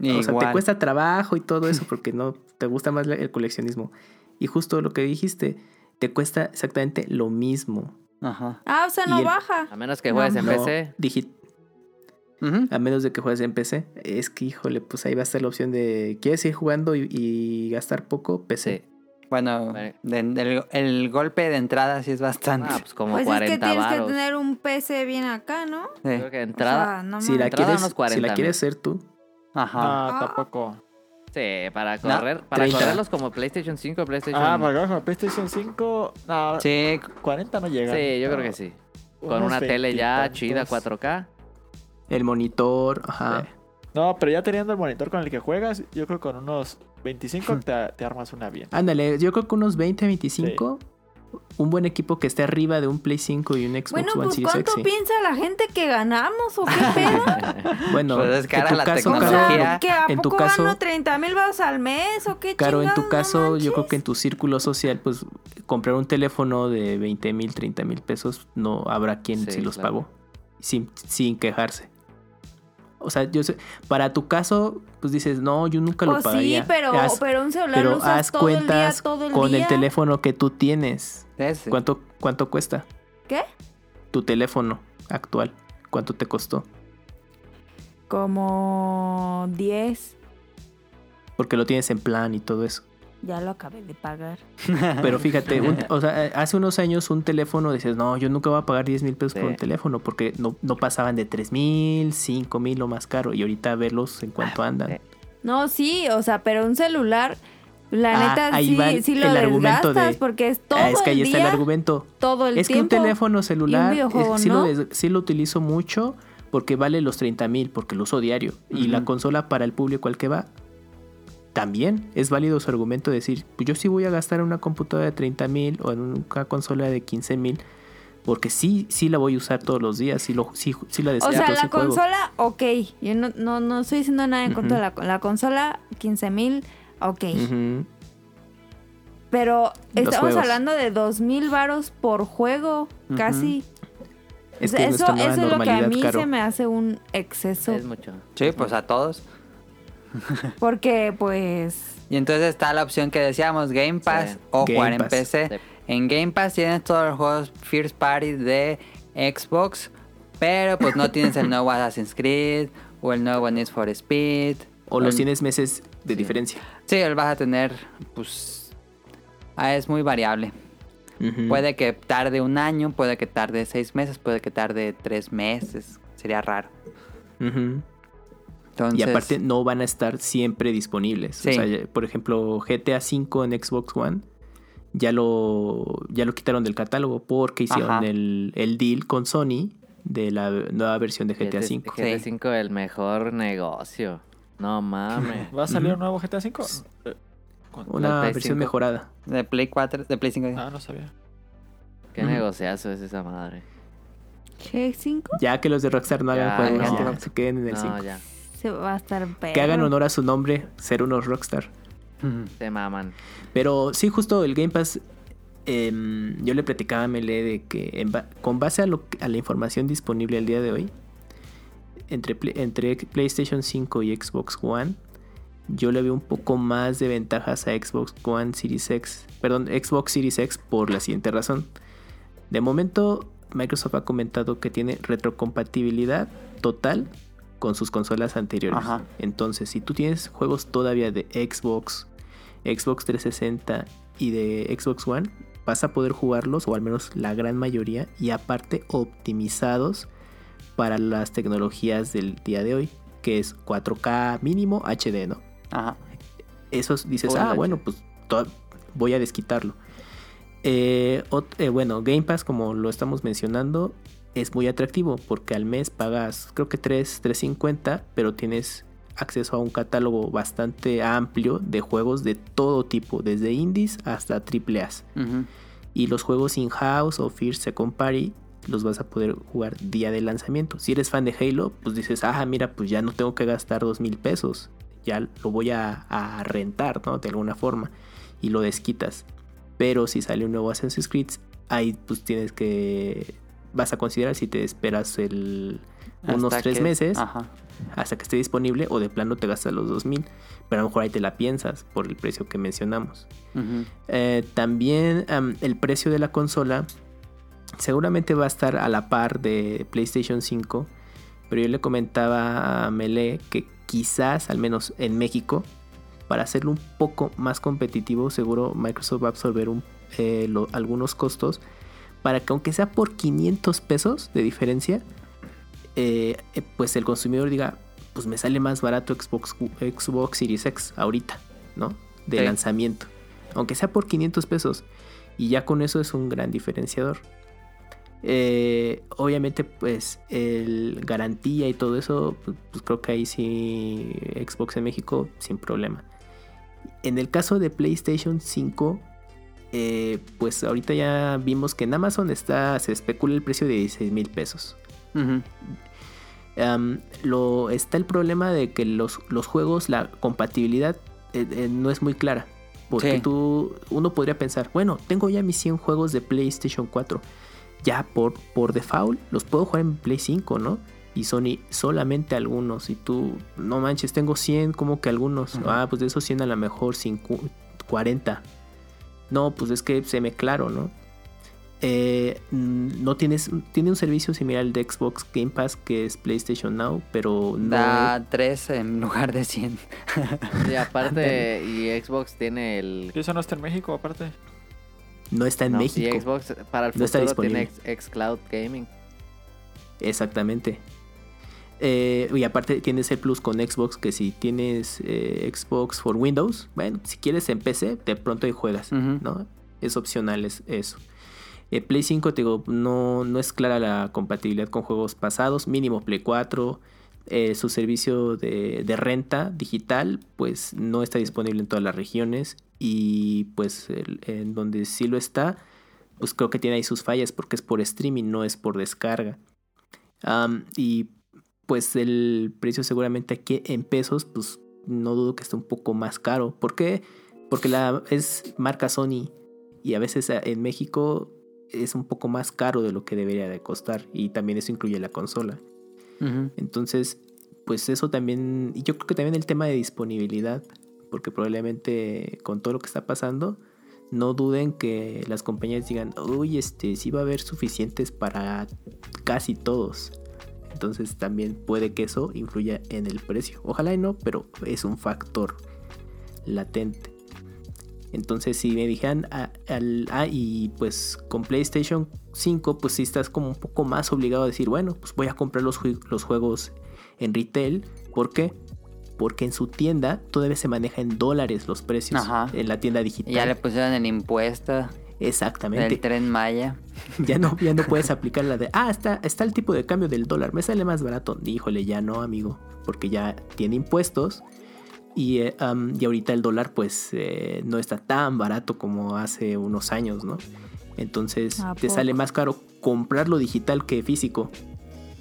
S4: O sea, te
S1: Igual.
S4: cuesta trabajo y
S2: (laughs)
S4: todo eso porque no te gusta más la- el coleccionismo. Y justo lo que dijiste, te cuesta exactamente lo mismo.
S1: Ajá.
S5: Ah, o sea,
S4: Y
S5: no
S4: el-
S5: baja.
S2: A menos que
S5: No,
S2: juegues en
S4: No,
S2: PC.
S4: digi-
S1: Ujú.
S4: a menos de que juegues en PC. Es que, híjole, pues ahí va a estar la opción de, ¿quieres ir jugando y, y gastar poco? PC.
S2: Sí.
S1: Bueno,
S2: Vale.
S1: de- el, el golpe de entrada sí es bastante.
S2: Ah, pues como
S5: Pues es
S2: 40
S5: que tienes que
S2: varos.
S5: tener un PC bien acá, ¿no?
S1: Sí.
S2: Creo que
S5: O
S2: entrada.
S5: sea, no
S4: Si la
S5: mames.
S2: Ah, Entrada
S4: quieres,
S2: unos
S4: si
S2: 40
S4: la quieres hacer tú, Ah.
S1: Ajá.
S2: Ah.
S3: No, tampoco.
S2: Sí, para
S1: No,
S2: correr. para
S4: 30.
S2: correrlos como PlayStation 5, PlayStation.
S3: Ah, para acá con PlayStation 5, no,
S1: Sí,
S3: 40 no llega. Uh,
S2: sí, yo creo que sí. Con una tele ya chida, 4K.
S4: el monitor, ajá.
S2: Sí.
S3: No, pero ya teniendo el monitor con el que juegas, yo creo que con unos 25 te, te armas una bien.
S4: Ándale, yo creo que unos 20, 25. Un buen equipo que esté arriba de un Play 5 y un Xbox
S5: Bueno,
S4: One
S5: pues
S4: Series
S5: ¿cuánto
S4: X. sí.
S5: piensa la gente que ganamos o qué pedo?
S4: Bueno,
S1: Pues es cara
S4: en tu
S1: la
S4: caso,
S5: o
S1: tecnología.
S5: sea,
S4: Caro,
S5: ¿que a
S4: en tu
S5: poco
S4: caso-
S5: gano 30 mil baros al mes o qué
S4: Caro, en
S5: chingados?
S4: tu
S5: No
S4: caso,
S5: manches.
S4: yo creo que en tu círculo social, pues comprar un teléfono de 20 mil, 30 mil pesos, no habrá quien
S2: Sí,
S4: se los
S2: claro.
S4: pagó sin, sin quejarse. O sea, yo sé, para tu caso, pues dices, no, yo nunca lo
S5: Pues sí,
S4: pagaría.
S5: pero,
S4: Haz-
S5: pero un celular
S4: pero
S5: lo usas
S4: haz
S5: todo
S4: cuentas
S5: el día, todo el
S4: con
S5: día.
S4: el teléfono que tú tienes.
S1: ese.
S4: ¿Cuánto, ¿Cuánto cuesta?
S5: ¿Qué?
S4: Tu teléfono actual. ¿Cuánto te costó?
S5: Como 10.
S4: Porque lo tienes en plan y todo eso.
S5: Ya lo acabé de pagar.
S4: Pero fíjate, un- o sea, eh, hace unos años un teléfono decías, no, yo nunca voy a pagar 10 mil pesos por
S2: Sí.
S4: un teléfono porque no, no pasaban de 3 mil, 5 mil o más caro. Y ahorita verlos en cuanto andan.
S2: sí.
S5: No, sí, o sea, pero un celular, la
S4: Ah,
S5: neta,
S4: ahí
S5: sí,
S4: va el-
S5: sí lo
S4: el argumento
S5: desgastas
S4: de-
S5: porque es todo
S4: Ah, es que ahí
S5: el
S4: está el
S5: día,
S4: argumento.
S5: todo el
S4: Es que un
S5: tiempo.
S4: teléfono celular
S5: y un videojuego,
S4: es- sí,
S5: ¿no?
S4: lo des- sí lo utilizo mucho porque vale los 30 mil, porque lo uso diario. Y la
S1: Ujú.
S4: consola para el público al que va, también es válido su argumento de decir, pues yo sí voy a gastar en una computadora de 30 mil o en una consola de 15 mil, porque sí, sí la voy a usar todos los días, sí, lo, sí, sí la
S5: O
S4: deseo.
S5: sea,
S4: sí
S5: la
S4: juego.
S5: consola, ok. Yo no, no, no estoy diciendo nada en contra de la, la consola, 15 mil, ok.
S4: Ujú.
S5: Pero
S4: Los
S5: estamos
S4: juegos.
S5: hablando de 2 mil varos por juego,
S1: Ujú.
S5: casi.
S4: Es
S5: O
S4: que
S5: sea,
S4: es
S5: eso
S4: nuestra nueva
S5: eso es lo que a
S4: normalidad,
S5: mí
S4: Caro.
S5: se me hace un exceso.
S2: Es mucho.
S1: Sí, pues
S4: ah,
S1: a todos.
S5: Porque, pues,
S1: Y entonces está la opción que decíamos, Game Pass
S2: Sí.
S1: o
S4: Game
S1: jugar en
S4: Pass.
S1: PC.
S2: Sí.
S1: En Game Pass tienes todos los juegos First Party de Xbox, pero pues no tienes el nuevo Assassin's Creed o el nuevo Need for Speed.
S4: O los
S1: el-
S4: tienes meses de diferencia.
S1: Sí, los vas a tener, pues... ah, es muy variable.
S4: Ujú.
S1: Puede que tarde un año, puede que tarde seis meses, puede que tarde tres meses. Sería raro.
S4: Ujú.
S1: Entonces,
S4: Y aparte no van a estar siempre disponibles.
S1: Sí.
S4: O sea, ya- por ejemplo, GTA V en Xbox One ya lo, ya lo quitaron del catálogo porque hicieron
S1: Ajá.
S4: el, el deal con Sony de la nueva versión de GTA V.
S2: GTA 5 el mejor negocio. No
S4: (laughs)
S2: mames.
S3: ¿Va a salir
S4: Ujú.
S3: un nuevo GTA 5? Eh, ¿cuándo?
S4: Una
S2: Play
S4: versión
S2: 5.
S4: mejorada.
S1: de Play 4, de Play 5.
S3: Ah, no sabía.
S2: Qué
S4: Ujú.
S2: negociazo es esa madre.
S5: G5
S4: Ya que los de Rockstar no hagan
S2: Ya,
S4: juegos,
S1: ya.
S4: ya, se queden en el
S2: no,
S4: 5.
S2: ya.
S5: se va a estar perro.
S4: Que hagan honor a su nombre, ser unos Rockstar.
S2: Se maman.
S4: Pero sí, justo el Game Pass. em, yo le platicaba a Mele de que en ba- con base a, lo, que- a la información disponible al día de hoy, entre, Play- entre PlayStation 5 y Xbox One, yo le veo un poco más de ventajas a Xbox One Series X, perdón, Xbox Series X por la siguiente razón. De momento, Microsoft ha comentado que tiene retrocompatibilidad total con sus consolas anteriores.
S1: Ajá.
S4: Entonces, si tú tienes juegos todavía de Xbox, Xbox 360 y de Xbox One, vas a poder jugarlos, o al menos la gran mayoría, y aparte optimizados para las tecnologías del día de hoy, que es 4K mínimo HD, ¿no?
S1: Ajá.
S4: Eso es- dices,
S2: Órale.
S4: ah, bueno, pues to- voy a desquitarlo. Eh, ot- eh, bueno, Game Pass, como lo estamos mencionando, es muy atractivo porque al mes pagas creo que 3, 3.50, pero tienes acceso a un catálogo bastante amplio de juegos de todo tipo, desde indies hasta AAAs.
S1: ujú.
S4: Y los juegos in-house o First Second Party los vas a poder jugar día de lanzamiento. Si eres fan de Halo, pues dices, ah, mira, pues ya no tengo que gastar dos mil pesos. Ya lo voy a, a rentar, ¿no? De alguna forma. Y lo desquitas. Pero si sale un nuevo Assassin's Creed, ahí pues tienes que... Vas a considerar si te esperas el... Unos
S1: Hasta
S4: tres
S1: que- ah.
S4: meses
S1: Ajá.
S4: hasta que esté disponible o de plano te gastas los 2000, pero a lo mejor ahí te la piensas por el precio que mencionamos.
S1: ujú.
S4: Eh, también am, el precio de la consola seguramente va a estar a la par de PlayStation 5. Pero yo le comentaba a Mele que quizás, al menos en México, para hacerlo un poco más competitivo, seguro Microsoft va a absorber un- eh, lo- algunos costos para que aunque sea por 500 pesos de diferencia, eh, eh, pues el consumidor diga, pues me sale más barato Xbox, Xbox Series X ahorita, ¿no? De
S1: Sí.
S4: lanzamiento. Aunque sea por 500 pesos. Y ya con eso es un gran diferenciador. Eh, obviamente, pues, el garantía y todo eso, pues, pues, creo que ahí sí Xbox en México sin problema. En el caso de PlayStation 5, eh, pues ahorita ya vimos que en Amazon está, se especula el precio de 16 mil pesos.
S1: Ujú.
S4: Am, Em, lo, está el problema de que los, los juegos, la compatibilidad eh, eh, no es muy clara. Porque
S1: Sí.
S4: tú, uno podría pensar, bueno, tengo ya mis 100 juegos de PlayStation 4. Ya por, por default los puedo jugar en Play 5, ¿no? Y Sony solamente algunos. Y tú, no manches, tengo 100, como que algunos.
S1: Ajá.
S4: Ah, pues de esos 100 a lo mejor 50, 40. No, pues es que se me claro, ¿no? Eh, mm, no tienes, tiene un servicio similar al de Xbox Game Pass que es PlayStation Now, pero no.
S1: Da 3 en (laughs) lugar de 100.
S2: Y aparte, y Xbox tiene el.
S3: Eso no está en México, aparte.
S4: No está en
S2: No,
S4: México.
S2: Y Xbox para el
S4: No está
S2: futuro tiene
S4: disponible.
S2: X- Xcloud Gaming.
S4: Exactamente. Eh, y aparte tienes el plus con Xbox, que si tienes eh, Xbox for Windows, bueno, si quieres en PC, de pronto ahí juegas,
S1: Ujú.
S4: ¿no? Es opcional es eso. Eh, Play 5, te digo, no, no es clara la compatibilidad con juegos pasados, mínimo Play 4. eh, su servicio de, de renta digital, pues no está disponible en todas las regiones. Y pues el- en donde sí lo está, pues creo que tiene ahí sus fallas porque es por streaming, no es por descarga. Am, y pues el precio seguramente aquí en pesos, pues no dudo que esté un poco más caro. ¿Por qué? Porque la, es marca Sony y a veces a- en México es un poco más caro de lo que debería de costar y también eso incluye la consola.
S1: Ujú.
S4: Entonces, pues eso también, y yo creo que también el tema de disponibilidad, porque probablemente con todo lo que está pasando, no duden que las compañías digan, uy, este, sí va a haber suficientes para casi todos. Entonces también puede que eso influya en el precio. Ojalá y no, pero es un factor latente. Entonces si me dijeran, ah, al- ah, y pues con PlayStation 5, pues sí estás como un poco más obligado a decir, bueno, pues voy a comprar los, ju- los juegos en retail. ¿Por qué? Porque en su tienda todavía se maneja en dólares los precios.
S1: Ajá.
S4: En la tienda
S1: Y
S4: digital.
S1: ya le pusieron el impuesto del
S4: Exactamente.
S1: tren Maya.
S4: (laughs) Ya no, ya no
S1: (laughs)
S4: puedes aplicar la de, ah, está, está el tipo de cambio del dólar, me sale más barato. Híjole, ya no, amigo, porque ya tiene impuestos y, eh, am, y ahorita el dólar pues eh, no está tan barato como hace unos años, ¿no? Entonces
S5: ¿A
S4: te sale
S5: poco?
S4: más caro comprarlo digital que físico.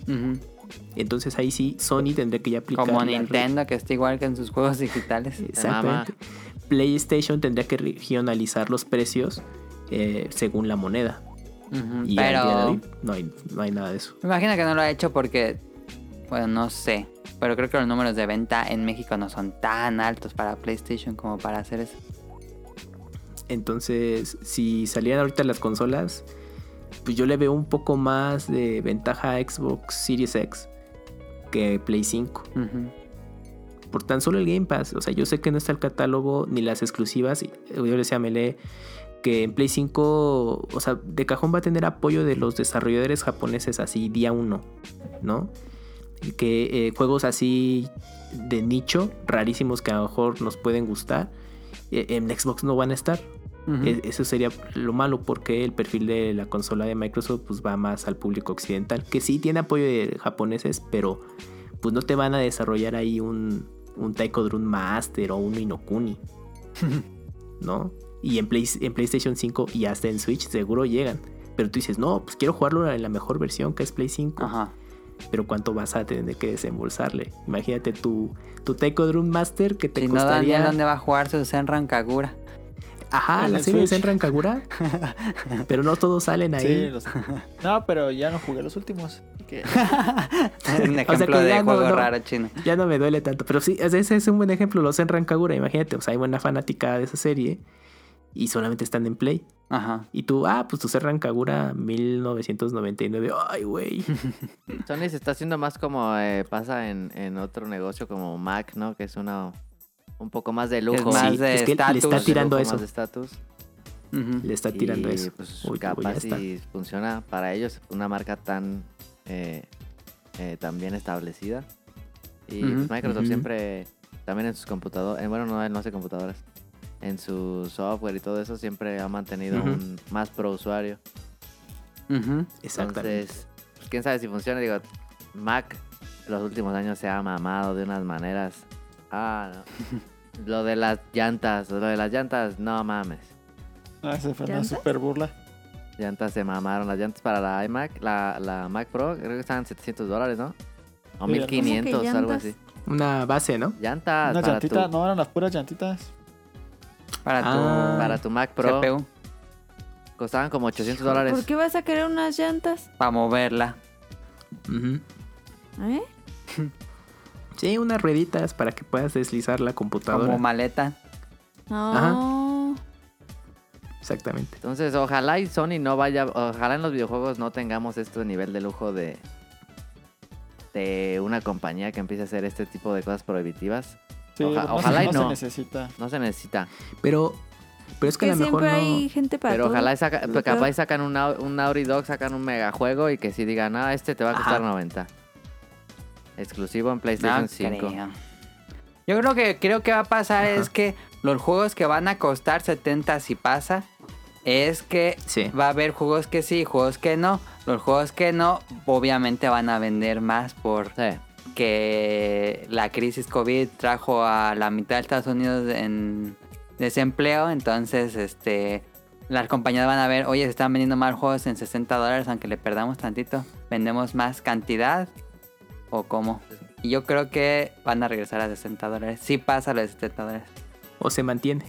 S1: Ujú.
S4: Entonces ahí sí, Sony tendría que ya aplicar
S1: Como
S4: la re-
S1: Nintendo, que está igual que en sus juegos digitales.
S4: Exactamente. PlayStation tendría que regionalizar los precios eh, según la moneda.
S1: Ujú,
S4: Y al día de
S1: Pero
S4: hoy no hay, no hay nada de eso.
S1: me imagino que no lo ha hecho porque Bueno, no sé. Pero creo que los números de venta en México no son tan altos para PlayStation como para hacer eso.
S4: Entonces, si salieran ahorita las consolas, pues yo le veo un poco más de ventaja a Xbox Series X que Play 5.
S1: Ujú.
S4: Por tan solo el Game Pass. O sea, yo sé que no está el catálogo ni las exclusivas. y Yo le decía a Melee que en Play 5, o sea, de cajón va a tener apoyo de los desarrolladores japoneses así día uno, ¿no? Y Que eh, juegos así de nicho, rarísimos que a lo mejor nos pueden gustar, eh, en Xbox no van a estar.
S1: Ujú.
S4: E- Eso sería lo malo porque el perfil de la consola de Microsoft pues va más al público occidental, que sí tiene apoyo de japoneses, pero pues no te van a desarrollar ahí un, un Taiko Drum Master o un
S1: (laughs)
S4: Inokuni, ¿no? Y en, Play- en PlayStation 5 y hasta en Switch seguro llegan. Pero tú dices, no, pues quiero jugarlo en la mejor versión que es Play 5
S1: Ajá.
S4: pero cuánto vas a tener que desembolsarle. Imagínate tu, tu Taiko Drum Master que te
S1: Si no,
S4: costaría.
S1: Daniel, ¿dónde va a jugar su Senran (laughs)
S4: (laughs)
S1: Kagura?
S4: Ajá,
S3: En
S4: la
S3: el
S4: serie de
S3: Switch.
S4: Senran Kagura. (laughs) pero no todos salen
S3: Sí, (laughs)
S4: ahí.
S3: los- No, pero ya no jugué los últimos. Que...
S1: Un ejemplo
S4: que
S1: de
S4: ya no,
S1: juego
S4: no.
S1: raro chino.
S4: Ya no me duele tanto. Pero sí, ese ese es un buen ejemplo, los Senran Kagura. Imagínate, o sea, hay buena fanática de esa serie y solamente están en play.
S1: Ajá.
S4: Y tú, ah, pues tu Senran Kagura 1999.
S1: (laughs)
S4: Ay, güey.
S2: Sony se está haciendo más como eh, pasa en, en otro negocio como Mac, ¿no? Que es una un poco más de lujo.
S1: más
S4: Sí,
S1: de
S4: es que le
S1: estatus.
S4: está
S2: más de
S4: tirando
S2: lujo,
S4: eso.
S2: Más de estatus.
S1: Ujú.
S4: Le está tirando
S2: Y,
S4: eso.
S2: Pues
S4: Uy, uy, ya
S2: capaz
S4: está.
S2: si funciona para ellos una marca tan eh, eh, tan bien establecida. Y pues,
S1: Ujú,
S2: Microsoft
S4: ujú.
S2: siempre, también en sus computadoras, bueno, no, él no hace computadoras, en su software y todo eso siempre ha mantenido
S4: Ujú.
S2: un más pro usuario.
S1: Ujú.
S4: Exactamente.
S2: Entonces, pues, quién sabe si funciona. Digo, Mac los últimos años se ha mamado de unas maneras. Ah,
S4: (laughs)
S2: no. lo de las llantas, lo de las llantas, no mames.
S3: Ah, se fue una
S5: ¿Llantas?
S3: super burla.
S2: Llantas se mamaron. Las llantas para la iMac, la, la Mac Pro, creo que estaban 700 dólares, ¿no? O
S3: Sí,
S2: 1500,
S5: ¿Cómo que
S2: algo
S5: llantas?
S2: así.
S4: Una base, ¿no?
S2: Llantas
S3: Unas
S2: para,
S3: llantitas,
S2: tu,
S3: no eran las puras llantitas.
S1: Para
S4: Ah.
S2: para tu Mac
S1: tu
S2: Pro
S1: CPU.
S2: costaban como 800
S5: ¿Por
S2: dólares.
S5: qué vas a querer unas llantas?
S1: Para moverla.
S4: Ujú.
S5: ¿Eh?
S4: Sí, unas rueditas para que puedas deslizar la computadora.
S1: Como maleta.
S5: No.
S4: Exactamente.
S2: Entonces, ojalá y Sony no vaya, ojalá en los videojuegos no tengamos este nivel de lujo de, de una compañía que empiece a hacer este tipo de cosas prohibitivas.
S3: Sí,
S2: Oja-
S3: no se-
S2: ojalá y
S3: no. se
S2: no.
S3: necesita.
S2: No se necesita.
S4: Pero, pero es que,
S5: que
S4: a lo mejor
S5: siempre
S4: no.
S5: hay gente para
S2: Pero
S5: todo.
S2: ojalá y saca,
S5: Ujú.
S2: capaz y sacan un, Nau- un Naughty Dog, sacan un megajuego y que si digan, ah, este te va a costar
S4: Ajá.
S2: 90. Exclusivo en PlayStation
S1: No
S4: Ah,
S2: 5.
S1: creo. Yo creo que creo que va a pasar es que los juegos que van a costar 70 si pasa es que
S4: Sí.
S1: va a haber juegos que sí, juegos que no. Los juegos que no obviamente van a vender más
S2: Sí.
S1: porque la crisis COVID trajo a la mitad de Estados Unidos en desempleo, entonces este las compañías van a ver, oye, se están vendiendo más juegos en 60 dólares, aunque le perdamos tantito, vendemos más cantidad o cómo. Y yo creo que van a regresar a 60 dólares. Sí pasa lo de 70 dólares.
S4: O se mantiene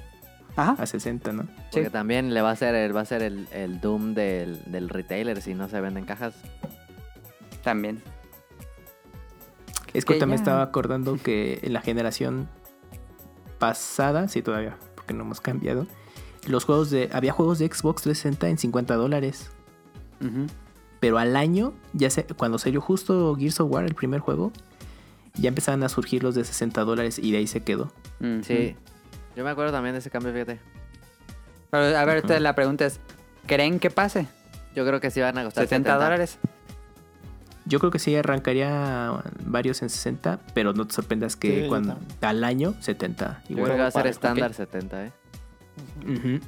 S1: Ajá.
S4: a 60, ¿no?
S1: Sí.
S2: Porque también le va a ser el, va a ser el, el doom del, del retailer si no se venden cajas.
S1: También.
S4: Es que
S1: Que
S4: también
S1: ya-
S4: estaba acordando que en la generación pasada, sí todavía, porque no hemos cambiado, los juegos de había juegos de Xbox 360 en 50 dólares,
S1: Ujú.
S4: pero al año, ya se, cuando salió justo Gears of War, el primer juego, ya empezaban a surgir los de 60 dólares y de ahí se quedó.
S1: Ujú.
S2: Sí. Yo me acuerdo también de ese cambio, fíjate.
S1: Pero a ver,
S4: Ujú.
S1: entonces la pregunta es, ¿creen que pase?
S2: Yo creo que sí van a costar 70,
S1: 70 dólares.
S4: Yo creo que sí arrancaría varios en 60, pero no te sorprendas que
S3: Sí, yo
S4: cuando
S3: también.
S4: al año 70.
S2: Yo
S4: Igual.
S2: creo que va a ser
S4: Ok.
S2: estándar 70, ¿eh?
S4: Ujú.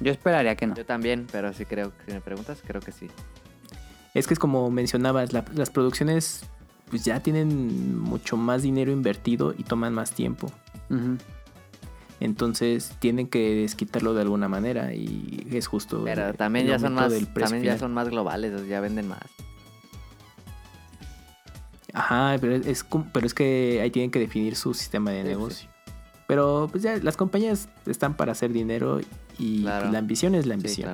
S1: Yo esperaría que no.
S2: Yo también, pero sí creo, si me preguntas, creo que sí.
S4: Es que es como mencionabas, la- las producciones pues ya tienen mucho más dinero invertido y toman más tiempo.
S1: Ujú.
S4: Entonces tienen que desquitarlo de alguna manera y es justo.
S2: Pero
S4: Pues el-
S2: también
S4: el
S2: ya son más,
S4: aumento del precio
S2: también ya
S4: final.
S2: son más globales, o sea, ya venden más.
S4: Ajá, pero es, como- pero es que ahí tienen que definir su sistema de
S2: Sí,
S4: negocio. Pero pues ya las compañías están para hacer dinero y
S2: Claro.
S4: pues, la ambición es la
S2: Sí,
S4: ambición.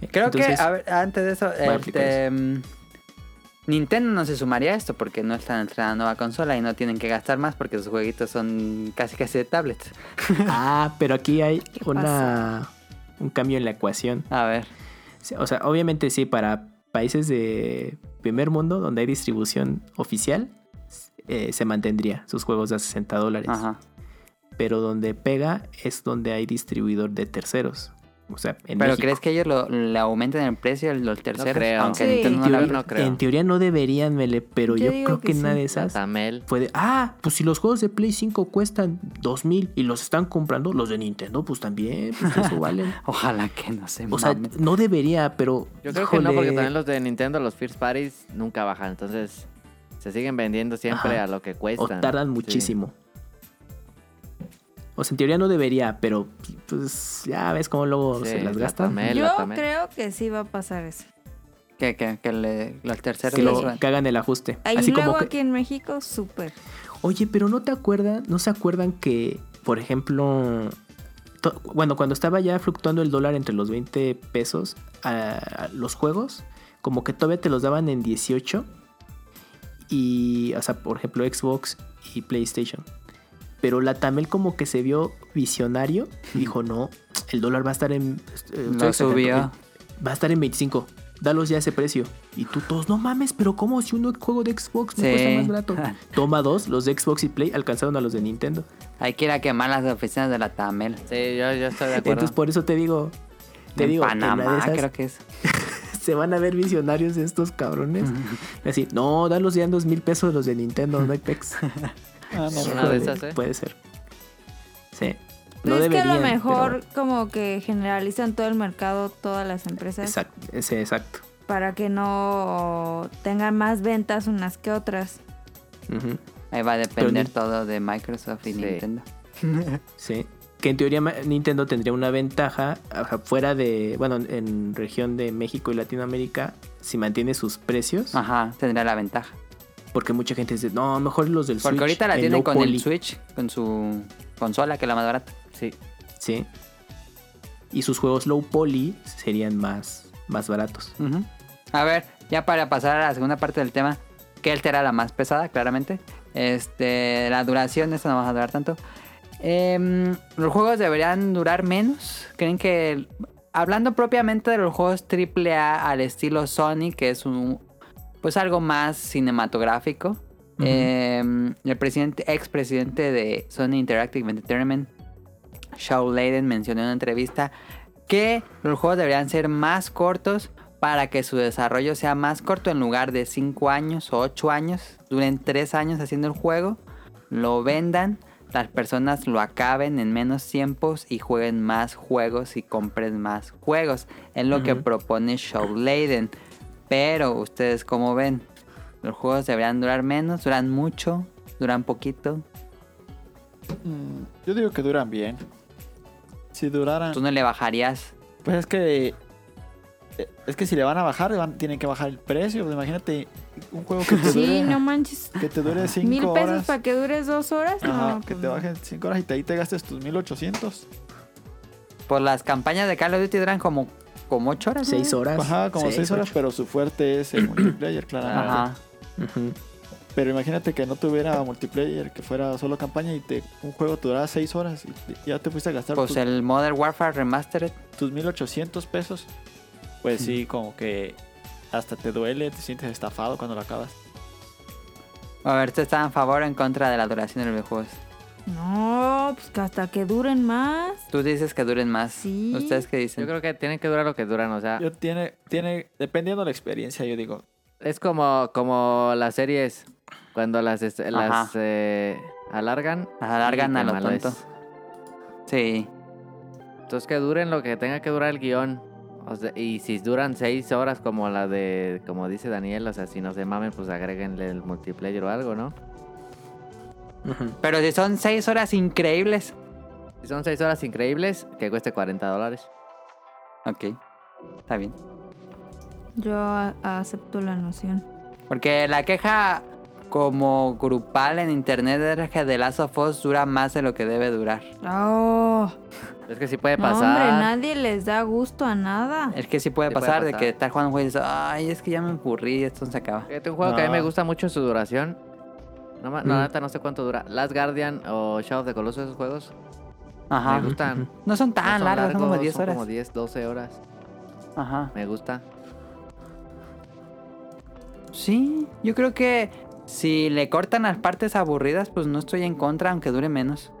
S2: claro.
S1: Creo
S4: Entonces,
S1: que, a ver, antes de eso,
S4: a aplicar
S1: este, mm, Nintendo no se sumaría a esto porque no están entrenando nueva consola y no tienen que gastar más porque sus jueguitos son casi casi de tablets.
S4: Ah, pero aquí hay
S5: ¿Qué
S4: una, un cambio en la ecuación.
S1: A ver.
S4: O sea, obviamente sí, para países de primer mundo donde hay distribución oficial, eh, se mantendría sus juegos de 60 dólares.
S1: Ajá.
S4: Pero donde pega es donde hay distribuidor de terceros. O sea, en
S1: Pero
S4: México.
S1: ¿crees que ellos lo, le aumenten el precio los terceros?
S2: creo.
S1: Aunque
S5: Sí.
S1: Nintendo no
S4: En
S1: lo
S4: teoría-
S1: abra.
S2: no creo.
S4: En teoría no deberían, Mele, pero
S5: Yo
S4: yo,
S5: digo
S4: creo
S5: que
S4: que,
S5: sí.
S4: una de esas
S2: Tamel.
S4: fue de, ah, pues si los juegos de Play 5 cuestan 2000 y los están comprando, los de Nintendo pues también, pues eso
S2: (laughs)
S4: valen.
S1: Ojalá que no se
S4: O sea,
S1: mamen.
S4: no debería, pero
S2: Yo creo que no, porque
S4: híjole,
S2: también los de Nintendo, los First Parties, nunca bajan. Entonces, se siguen vendiendo siempre
S4: Ajá.
S2: a lo que
S4: o
S2: cuestan.
S4: tardan
S2: Sí.
S4: muchísimo. O sea, en teoría no debería, pero pues ya ves cómo luego
S2: Sí,
S4: se las
S2: la
S4: gastan.
S2: tamé- Él
S5: Yo
S2: la tamé.
S5: creo que sí va a pasar eso.
S1: Que, que, que le- los terceros
S4: Que,
S1: le
S4: lo-
S1: suban.
S4: que hagan el ajuste.
S5: Ahí
S4: Así
S5: luego
S4: como que,
S5: aquí en México, súper.
S4: Oye, pero no te acuerdan, no se acuerdan que, por ejemplo, to- bueno, cuando estaba ya fluctuando el dólar entre los 20 pesos, a- a los juegos, como que todavía te los daban en 18. Y, o sea, por ejemplo, Xbox y PlayStation. Pero la Tamel como que se vio visionario, dijo, no, el dólar va a estar en... eh,
S1: Lo
S4: estoy
S1: subió.
S4: sacando- Va a estar en 25. Dalos ya a ese precio. Y tú todos, no mames, pero ¿cómo si un juego de Xbox me
S1: Sí.
S4: cuesta más barato? Toma dos, los de Xbox y Play alcanzaron a los de Nintendo.
S1: Hay que ir a quemar las oficinas de la Tamel.
S2: Sí, yo, yo estoy de acuerdo.
S4: Entonces por eso te digo, te
S1: en
S4: digo, que en una
S1: Panamá
S4: de esas
S1: creo que es.
S4: (laughs) se van a ver visionarios estos cabrones. Así, no, dalos ya en dos mil pesos los de Nintendo, no hay pex.
S3: Ah, no,
S2: Una
S3: no.
S2: de esas, ¿eh?
S4: Puede ser. Sí.
S5: Pues es que a lo
S4: deberían,
S5: mejor
S4: pero-
S5: como que generalizan todo el mercado, todas las empresas,
S4: Exacto, ese exacto.
S5: para que no tengan más ventas unas
S4: (laughs)
S5: que otras.
S4: Ujú.
S1: Ahí va a depender
S4: ni-
S1: todo de Microsoft y
S2: Sí.
S1: Nintendo.
S4: Sí. Que en teoría ma- Nintendo tendría una ventaja ajá, fuera de, bueno, en región de México y Latinoamérica, si mantiene sus precios.
S1: Ajá, tendrá la ventaja.
S4: Porque mucha gente dice, no, mejor los del
S1: Porque
S4: Switch.
S1: ahorita la
S4: en
S1: tienen
S4: low
S1: con
S4: poly".
S1: el Switch, con su consola, que es la más barata.
S2: Sí.
S4: Sí. Y sus juegos low poly serían más, más baratos.
S1: Ujú. A ver, ya para pasar a la segunda parte del tema, que esta era la más pesada, claramente. Este, la duración, esta no va a durar tanto. Em, los juegos deberían durar menos. ¿Creen que, hablando propiamente de los juegos AAA al estilo Sony, que es un, pues algo más cinematográfico,
S4: Ujú.
S1: em, el presidente, ex presidente de Sony Interactive Entertainment, Shaw Layden, mencionó en una entrevista que los juegos deberían ser más cortos para que su desarrollo sea más corto en lugar de 5 años o 8 años. Duren 3 años haciendo el juego, lo vendan, las personas lo acaben en menos tiempos y jueguen más juegos y compren más juegos. Es lo que
S4: Ujú.
S1: propone Shaw Layden. Pero ustedes como ven, los juegos deberían durar menos, duran mucho, duran poquito.
S3: Mm, Yo digo que duran bien. Si duraran.
S1: Tú no le bajarías.
S3: Pues es que. eh, Es que si le van a bajar, le van- tienen que bajar el precio. Pues imagínate un juego que te
S5: Sí,
S3: dure.
S5: no manches.
S3: Que te dure 5
S5: Mil
S3: horas.
S5: pesos para que dures dos horas.
S3: Ajá,
S5: no,
S3: que
S5: pues
S3: te
S5: no.
S3: bajen 5 horas y te- ahí te gastes tus 1800.
S1: Por las campañas de Call of Duty duran como, como 8 horas. ¿no?
S4: Seis horas.
S3: Ajá, como 6 horas,
S4: ocho.
S3: pero su fuerte es el (clears throat) multiplayer, claramente.
S1: Ajá.
S4: Ujú.
S3: Pero imagínate que no tuviera multiplayer, que fuera solo campaña y te, un juego te durara 6 horas y te- ya te fuiste a gastar
S1: Pues
S3: tus,
S1: el Modern Warfare Remastered.
S3: tus 1800 pesos. Pues sí, como que hasta te duele, te sientes estafado cuando lo acabas.
S1: A ver, ¿ustedes están a favor o en contra de la duración de los videojuegos?
S5: No, pues que hasta que duren más.
S1: Tú dices que duren más.
S5: Sí.
S1: ¿Ustedes qué dicen?
S2: Yo creo que tienen que durar lo que duran, o
S1: Ah.
S2: sea,
S3: Yo tiene, tiene, dependiendo de la experiencia, yo digo,
S2: es como, como las series, cuando las, est- las eh, alargan.
S1: Las alargan
S2: y
S1: a
S2: qué
S1: lo
S2: malo
S1: tonto.
S2: es.
S1: Sí.
S2: Entonces que duren lo que tenga que durar el guión. O sea, y si duran seis horas como la de, como dice Daniel, o sea, si no se mamen, pues agréguenle el multiplayer o algo, ¿no?
S4: Ujú.
S1: Pero si son 6 horas increíbles.
S2: Si son seis horas increíbles, que cueste 40 dólares.
S1: Ok. Está bien.
S5: Yo a- acepto la noción.
S1: Porque la queja como grupal en internet era que The Last of Us dura más de lo que debe durar.
S5: Oh,
S2: Es que sí puede
S5: no, hombre,
S2: pasar. Eh,
S5: nadie les da gusto a nada.
S1: Es que sí puede,
S2: Sí puede
S1: pasar, de
S2: pasar.
S1: que estar jugando un juego y dices, ay, es que ya me aburrí y esto no se acaba.
S2: Fíjate, un juego que a mí
S3: No.
S2: me gusta mucho su duración. No, ma- no,
S4: Mm.
S2: la neta, no sé cuánto dura. Last Guardian o Shadow of the Colossus, esos juegos
S1: Ajá.
S2: me gustan.
S1: No son
S2: No
S1: tan
S2: son
S1: largos, son como
S2: largos,
S1: 10
S2: son
S1: horas.
S2: como 10, 12 horas.
S1: Ajá.
S2: Me gusta.
S1: Sí, yo creo que si le cortan las partes aburridas, pues no estoy en contra, aunque dure
S4: (laughs)
S1: menos.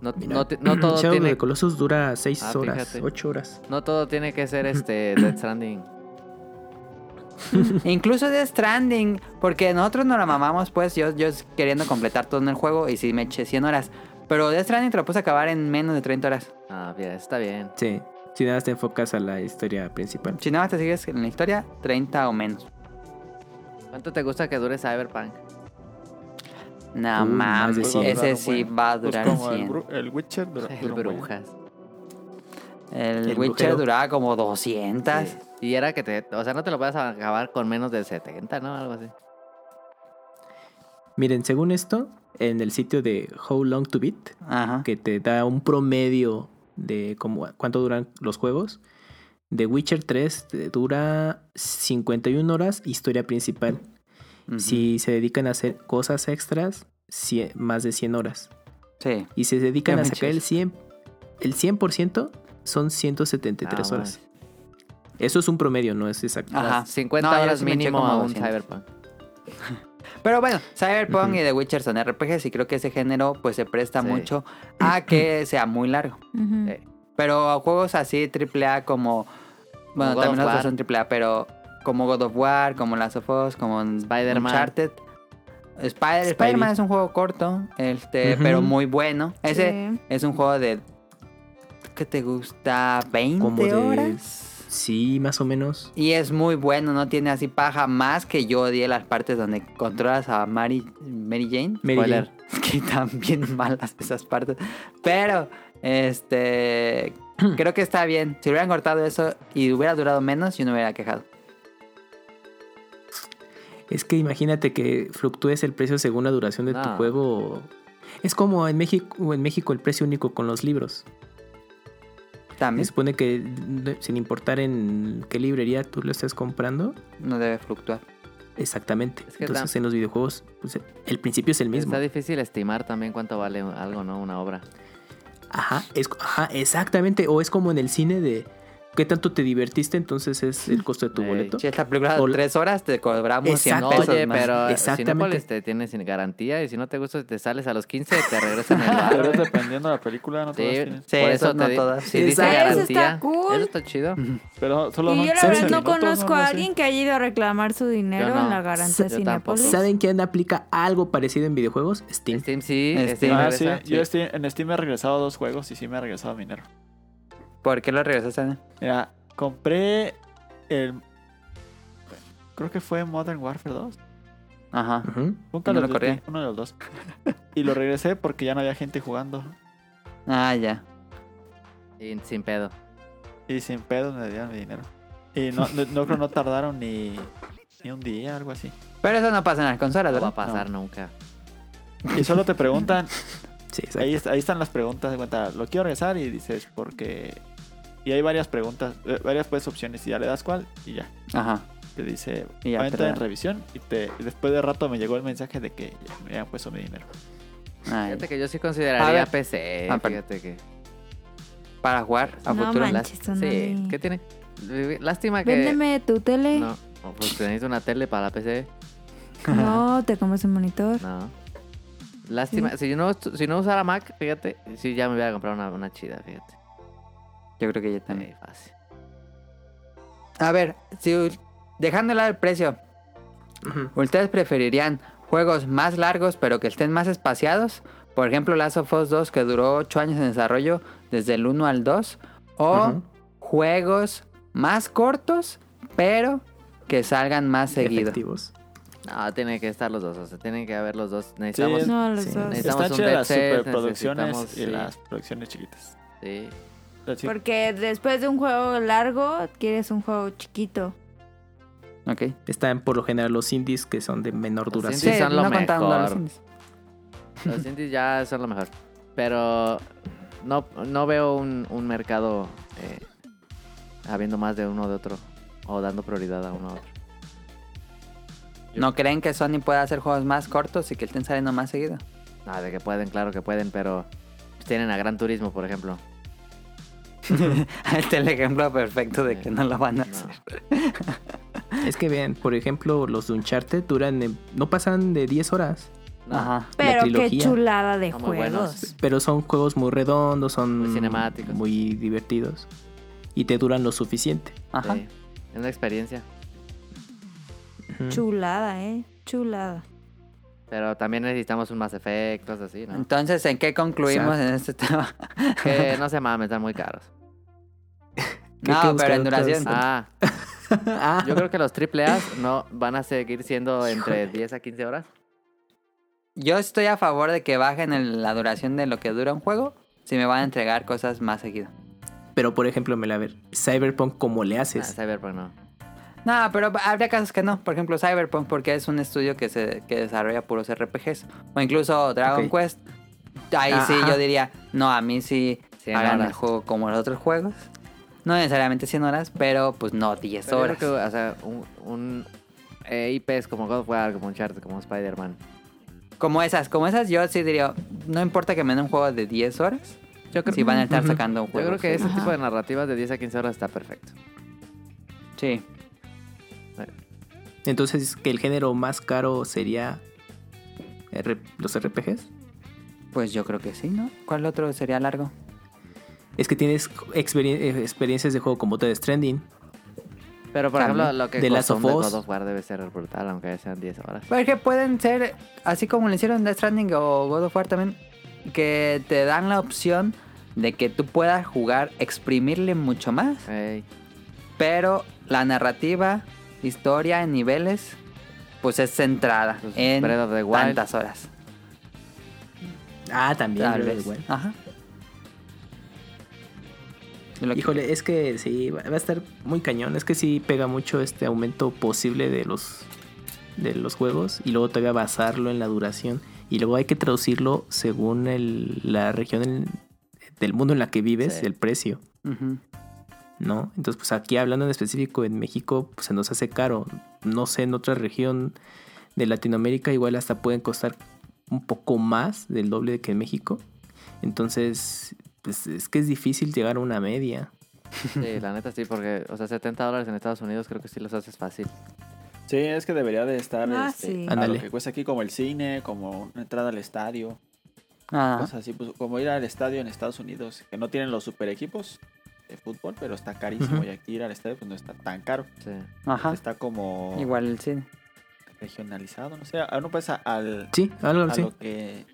S2: No,
S4: Mira,
S2: no, ti-
S1: (clears throat)
S2: no todo
S4: Shadow of
S2: tiene,
S4: the Colossus dura 6
S2: Ah,
S4: horas,
S2: fíjate.
S4: 8 horas.
S2: no todo tiene que ser
S1: (clears throat)
S2: este Death Stranding.
S1: Incluso de Stranding, porque nosotros nos la mamamos, pues yo, yo queriendo completar todo en el juego y si me eché 100 horas. Pero de Stranding te lo puse a acabar en menos de 30 horas.
S2: Ah, bien, está bien.
S4: Sí. Si nada más te enfocas a la historia principal.
S1: Si nada más te sigues en la historia, 30 o menos.
S2: ¿Cuánto te gusta que dure Cyberpunk?
S1: No
S4: Uh, más de
S1: mames,
S4: 100.
S1: ese sí va a durar
S3: pues como el,
S1: 100.
S3: bru- el Witcher dura,
S2: El
S3: dura un buen.
S2: Brujas.
S1: El,
S4: El
S1: Witcher
S4: brujero.
S1: duraba como 200.
S2: Sí. Y era que te... O sea, no te lo puedes acabar con menos de 70, ¿no? Algo así.
S4: Miren, según esto, en el sitio de How Long to Beat,
S1: Ajá.
S4: que te da un promedio de cómo, cuánto duran los juegos, The Witcher 3 te dura 51 horas historia principal.
S1: Ujú.
S4: Si se dedican a hacer cosas extras, cien- más de 100 horas.
S1: Sí.
S4: Y si se dedican
S1: No
S4: a sacar el
S1: manches.
S4: 100%, el 100% son 173
S2: Ah,
S4: horas. Eso es un promedio, no es exacto.
S1: Ajá.
S2: Las 50
S1: No, yo
S2: horas
S1: sí me eché
S2: mínimo
S1: como
S2: a un
S1: 200.
S2: Cyberpunk.
S1: Pero bueno, Cyberpunk
S4: Ujú.
S1: y The Witcher son RPGs y creo que ese género pues se presta
S2: Sí.
S1: mucho a que sea muy largo.
S5: Ujú.
S2: Eh,
S1: Pero juegos así AAA como... Bueno,
S2: God
S1: también
S2: of
S1: los otros
S2: War.
S1: son AAA, pero como God of War, como Last of Us, como
S2: Spider-Man.
S1: Uncharted. Spider-
S4: Spidey.
S1: Spider-Man es un juego corto, este,
S4: Ujú.
S1: pero muy bueno. Ese
S5: Sí.
S1: es un juego de... ¿Qué te gusta? ¿20
S4: Como de-
S1: horas?
S4: Sí, más o menos.
S1: Y es muy bueno, no tiene así paja más que yo odié las partes donde controlas a Mary, Mary Jane.
S4: Mary
S2: Spoiler.
S4: Jane.
S1: (laughs) que también malas esas partes. Pero,
S2: (clears throat)
S1: este, creo que está bien. Si hubieran cortado eso y hubiera durado menos, yo no me hubiera quejado.
S4: Es que imagínate que fluctúes el precio según la duración de tu
S2: No.
S4: juego. Es como en México, en México el precio único con los libros. Se
S1: También
S4: supone que n- sin importar en qué librería tú lo estés comprando,
S1: no debe fluctuar.
S4: exactamente.
S2: Es que
S4: Entonces
S2: tam-
S4: en los videojuegos pues, el principio es el mismo.
S2: Está difícil estimar también cuánto vale algo, ¿no? Una obra.
S4: Ajá, es, ajá, exactamente. O es como en el cine de qué tanto te divertiste, entonces es el costo de tu
S2: Ey,
S4: boleto.
S1: Si esta película de
S4: Hola.
S1: tres horas, te cobramos 100
S4: Exacto.
S1: pesos
S2: Oye,
S1: más.
S2: pero eh,
S4: Exactamente.
S2: Cinépolis te tiene sin garantía y si no te gusta te sales a los 15
S1: (laughs)
S2: te regresan el
S3: Pero
S2: bar. ¿eh?
S3: dependiendo de la película, no todas
S2: Sí,
S3: tienen.
S1: Sí, eso
S2: por eso
S1: no
S2: te di-
S1: todas.
S2: si dice
S1: Eso está
S2: garantía.
S5: cool.
S2: Eso está chido.
S3: Pero solo
S5: Y
S3: son
S5: yo la
S3: 15
S5: verdad no
S3: minutos,
S5: conozco
S3: algo
S5: a
S3: así.
S5: alguien que haya ido a reclamar su dinero
S2: Yo no.
S5: en la garantía
S2: Yo
S5: Cinépolis.
S2: tampoco.
S4: ¿Saben quién aplica algo parecido en videojuegos? Steam.
S2: Steam sí,
S1: Steam.
S2: Steam
S3: Ah, sí,
S2: Este, regresa, sí.
S3: Yo Steam- en Steam me he regresado dos juegos y sí me ha regresado mi dinero.
S1: ¿Por qué lo regresaste? Ana?
S3: Mira, compré el. Creo que fue Modern Warfare 2.
S1: Ajá.
S4: Ujú.
S3: Nunca
S1: No
S3: lo
S1: lo corrí.
S3: corrí. Uno de los dos. y lo regresé porque ya no había gente jugando.
S1: Ah, ya.
S2: Y sin pedo.
S3: Y sin pedo me dieron mi dinero. Y no, no, no creo no tardaron ni, ni un día, algo así.
S1: Pero eso no pasa en las consolas,
S2: No va a
S1: ¿verdad?
S2: pasar nunca.
S3: Y solo te preguntan,
S4: Sí, exacto.
S3: ahí, ahí están las preguntas de cuenta, lo quiero regresar y dices, porque... Y hay varias preguntas, eh, varias pues opciones y ya le das cuál y ya.
S1: Ajá.
S3: Te dice,
S1: Y ya
S3: va a
S1: te
S3: entrar
S1: la-
S3: en revisión y te y después de rato me llegó el mensaje de que ya me habían puesto mi dinero.
S1: Ay,
S2: Fíjate que yo sí
S1: A
S2: consideraría
S1: ver.
S2: PC.
S1: Ah, perdón.
S2: fíjate que.
S1: Para jugar a
S5: No
S1: futuro.
S5: manches.
S2: Las-
S5: Tonali.
S2: Sí, ¿qué tiene? Lástima que.
S5: Véndeme tu tele.
S2: No, (laughs) oh, pues tenéis una tele para la PC.
S5: No, te comes un monitor.
S2: No. Lástima, si yo no, estu- si no usara Mac, fíjate, sí ya me hubiera comprado una, una chida, fíjate.
S1: Mm. Yo creo que yo también.
S2: Ahí, fácil.
S1: A ver, si dejándola el precio,
S4: Ujú.
S1: ¿Ustedes preferirían juegos más largos pero que estén más espaciados? Por ejemplo, Last of Us 2 que duró 8 años en desarrollo desde el 1 al 2. O
S4: Ujú.
S1: juegos más cortos pero que salgan más seguido.
S4: Efectivos.
S2: No, tienen que estar los dos, o sea, tienen que haber los dos. Necesitamos.
S3: es-
S5: No, los
S4: Sí.
S5: dos.
S2: Necesitamos
S3: Están
S2: un
S3: chidas las
S2: dead set,
S3: superproducciones y
S2: necesitamos, sí.
S3: las producciones chiquitas.
S2: sí.
S3: O sea, sí,
S5: Porque después de un juego largo, quieres un juego chiquito.
S1: Ok.
S4: Están por lo general los indies que son de menor
S2: Los
S4: duración.
S2: Sí, indies. son lo
S1: contaron
S2: mejor.
S1: los indies.
S2: Los indies ya son lo mejor. Pero no, no veo un, un mercado eh, habiendo más de uno de otro. O dando prioridad a uno a otro.
S1: ¿No creen que Sony pueda hacer juegos más cortos y que estén saliendo más
S2: (laughs)
S1: seguido? (laughs)
S2: Ah, de que pueden, claro que pueden, pero pues, tienen a Gran Turismo, por ejemplo.
S1: este es el ejemplo perfecto de que Ah, no lo van a
S2: No.
S1: hacer.
S4: Es que vean, por ejemplo, los de Uncharted duran, eh, no pasan de 10 horas.
S2: No.
S1: Ajá.
S5: Pero qué
S4: trilogía.
S5: chulada de
S2: Ah, muy
S5: juegos.
S2: buenos.
S4: Pero son juegos muy redondos, son
S2: Muy cinemáticos.
S4: muy divertidos. Y te duran lo suficiente.
S1: Ajá.
S2: Sí. Es una experiencia.
S4: Ujú.
S5: Chulada, ¿eh? Chulada.
S2: Pero también necesitamos un más efectos así,
S1: (laughs)
S2: ¿no?
S1: Entonces, ¿en qué concluimos en este
S2: (laughs)
S1: tema?
S2: que no se mames, están muy caros.
S4: que
S1: no,
S4: buscar
S1: pero en
S4: otras-
S1: duración.
S2: Ah,
S4: Ah,
S2: yo creo que los triple A no van a seguir siendo entre 10 a 15 horas.
S1: Yo estoy a favor de que bajen el- la duración de lo que dura un juego si me van a entregar cosas más seguido.
S4: Pero por ejemplo, me la ver, Cyberpunk, ¿cómo le
S2: Ah,
S4: haces?
S2: Cyberpunk no.
S1: No, pero habría casos que no. Por ejemplo, Cyberpunk, porque es un estudio que, se, que desarrolla puros RPGs. O incluso Dragon
S4: Ok.
S1: Quest. Ahí
S2: Ah,
S1: sí
S4: Ajá.
S1: yo diría, no, a mí sí
S2: Cien
S1: hagan el
S2: horas.
S1: juego como los otros juegos. No necesariamente 100 horas, pero pues no 10
S2: Pero yo
S1: horas.
S2: creo que, o sea, un, un eh, IPs como God of War, como Uncharted, como Spider-Man.
S1: Como esas, como esas yo sí diría, no importa que me den un juego de 10 horas. Yo creo, si van a estar
S4: Ujú.
S1: sacando un
S2: Yo
S1: juego.
S2: creo que ese
S5: Ajá.
S2: tipo de narrativas de 10 a 15 horas está perfecto.
S1: Sí.
S4: Entonces, que el género más caro sería R- los RPGs.
S1: Pues yo creo que sí, ¿no? ¿Cuál otro sería largo?
S4: Es que tienes experien- eh, experiencias de juego como Death Stranding.
S2: Pero por
S1: También.
S2: ejemplo, lo que
S4: The Last
S2: costó
S4: of
S2: un de
S4: Us.
S2: God of War debe ser brutal, aunque sean 10 horas.
S1: Pero es que pueden ser, así como le hicieron Death Stranding o God of War también, que te dan la opción de que tú puedas jugar, exprimirle mucho más,
S2: Ey,
S1: pero la narrativa, historia en niveles, pues es centrada
S2: Pues,
S1: en
S2: Breath of the Wild.
S1: tantas horas.
S4: Ah, también.
S1: Tal
S4: Breath
S1: vez.
S4: of the Wild.
S1: Ajá. Y lo que-
S4: Híjole, es que sí, va va a estar muy cañón. Es que sí pega mucho este aumento posible de los de los juegos y luego todavía basarlo en la duración y luego hay que traducirlo según el- la región en- del mundo en la que vives,
S2: Sí.
S4: el precio,
S1: Ujú.
S4: ¿no? Entonces, pues aquí hablando en específico en México, pues se nos hace caro. No sé, en otra región de Latinoamérica igual hasta pueden costar un poco más del doble que en México. Entonces, pues es que es difícil llegar a una media.
S2: Sí, (laughs) la neta sí, porque, o sea, 70 dólares en Estados Unidos creo que sí los haces fácil.
S3: Sí, es que debería de estar
S5: Ah,
S3: este,
S5: sí.
S3: a lo
S4: Ándale.
S3: que cuesta aquí como el cine, como una entrada al estadio,
S1: Ah,
S3: cosas así, pues, como ir al estadio en Estados Unidos, que no tienen los super equipos de fútbol, pero está carísimo
S4: Ujú.
S3: y aquí ir al estadio pues no está tan caro,
S2: Sí.
S1: ajá.
S3: está como
S1: Igual el cine.
S3: regionalizado, no sé, a uno pasa al
S4: Sí, algo
S3: a
S4: así.
S3: lo que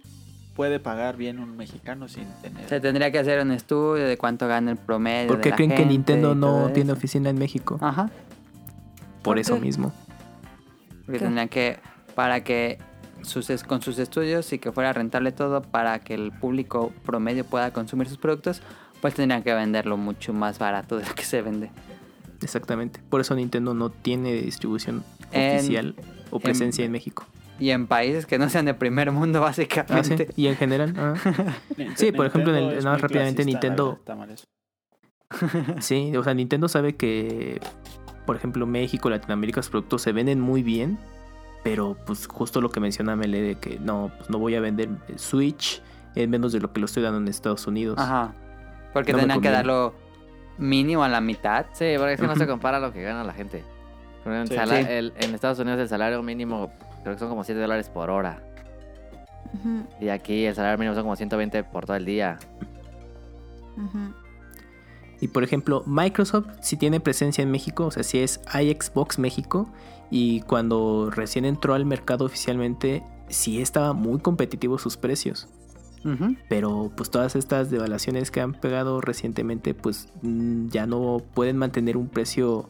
S3: puede pagar bien un mexicano sin tener
S1: Se tendría que hacer un estudio de cuánto gana el promedio.
S4: ¿Por
S1: de
S4: qué
S1: la
S4: creen que
S1: gente
S4: Nintendo
S1: y todo
S4: no tiene
S1: eso.
S4: oficina en México?
S1: Ajá.
S4: Por
S5: Ah, ¿por
S4: eso
S5: qué?
S4: mismo.
S1: Porque
S5: ¿Qué?
S1: tendrían que, para que sus, es- con sus estudios y que fuera rentable todo, para que el público promedio pueda consumir sus productos, pues tendrían que venderlo mucho más barato de lo que se vende.
S4: Exactamente. Por eso Nintendo no tiene distribución
S1: En-
S4: oficial o presencia en, México.
S1: Y en países que no sean de primer mundo, (laughs)
S4: Ah, sí.
S1: básicamente.
S4: Y en general. ah.
S3: Ninte-
S4: Sí, por ejemplo, en el-
S3: Nintendo es
S4: nada
S3: muy
S4: más rápidamente,
S3: clasista, la
S4: Nintendo-
S3: verdad, está mal eso.
S4: sí, o sea, Nintendo sabe que, por ejemplo, México, Latinoamérica, sus productos se venden muy bien. Pero, pues, justo lo que menciona Mele de que no, pues no voy a vender Switch en menos de lo que lo estoy dando en Estados Unidos.
S1: Ajá. Porque
S4: No me
S1: tendrían que
S4: conviene.
S1: darlo mínimo a la mitad.
S2: Sí, porque es que no se
S4: Ujú.
S2: compara lo que gana la gente. Por ejemplo,
S3: Sí.
S2: el sala-
S1: Sí.
S2: el- en Estados Unidos el salario mínimo creo que son como 7 dólares por hora.
S5: Ujú,
S2: Y aquí el salario mínimo son como 120 por todo el día.
S5: ujú.
S4: Y por ejemplo, Microsoft sí tiene presencia en México, o sea, sí es iXbox México. Y cuando recién entró al mercado oficialmente, sí estaba muy competitivo sus precios.
S1: Ujú.
S4: Pero pues todas estas devaluaciones que han pegado recientemente, pues mm, ya no pueden mantener un precio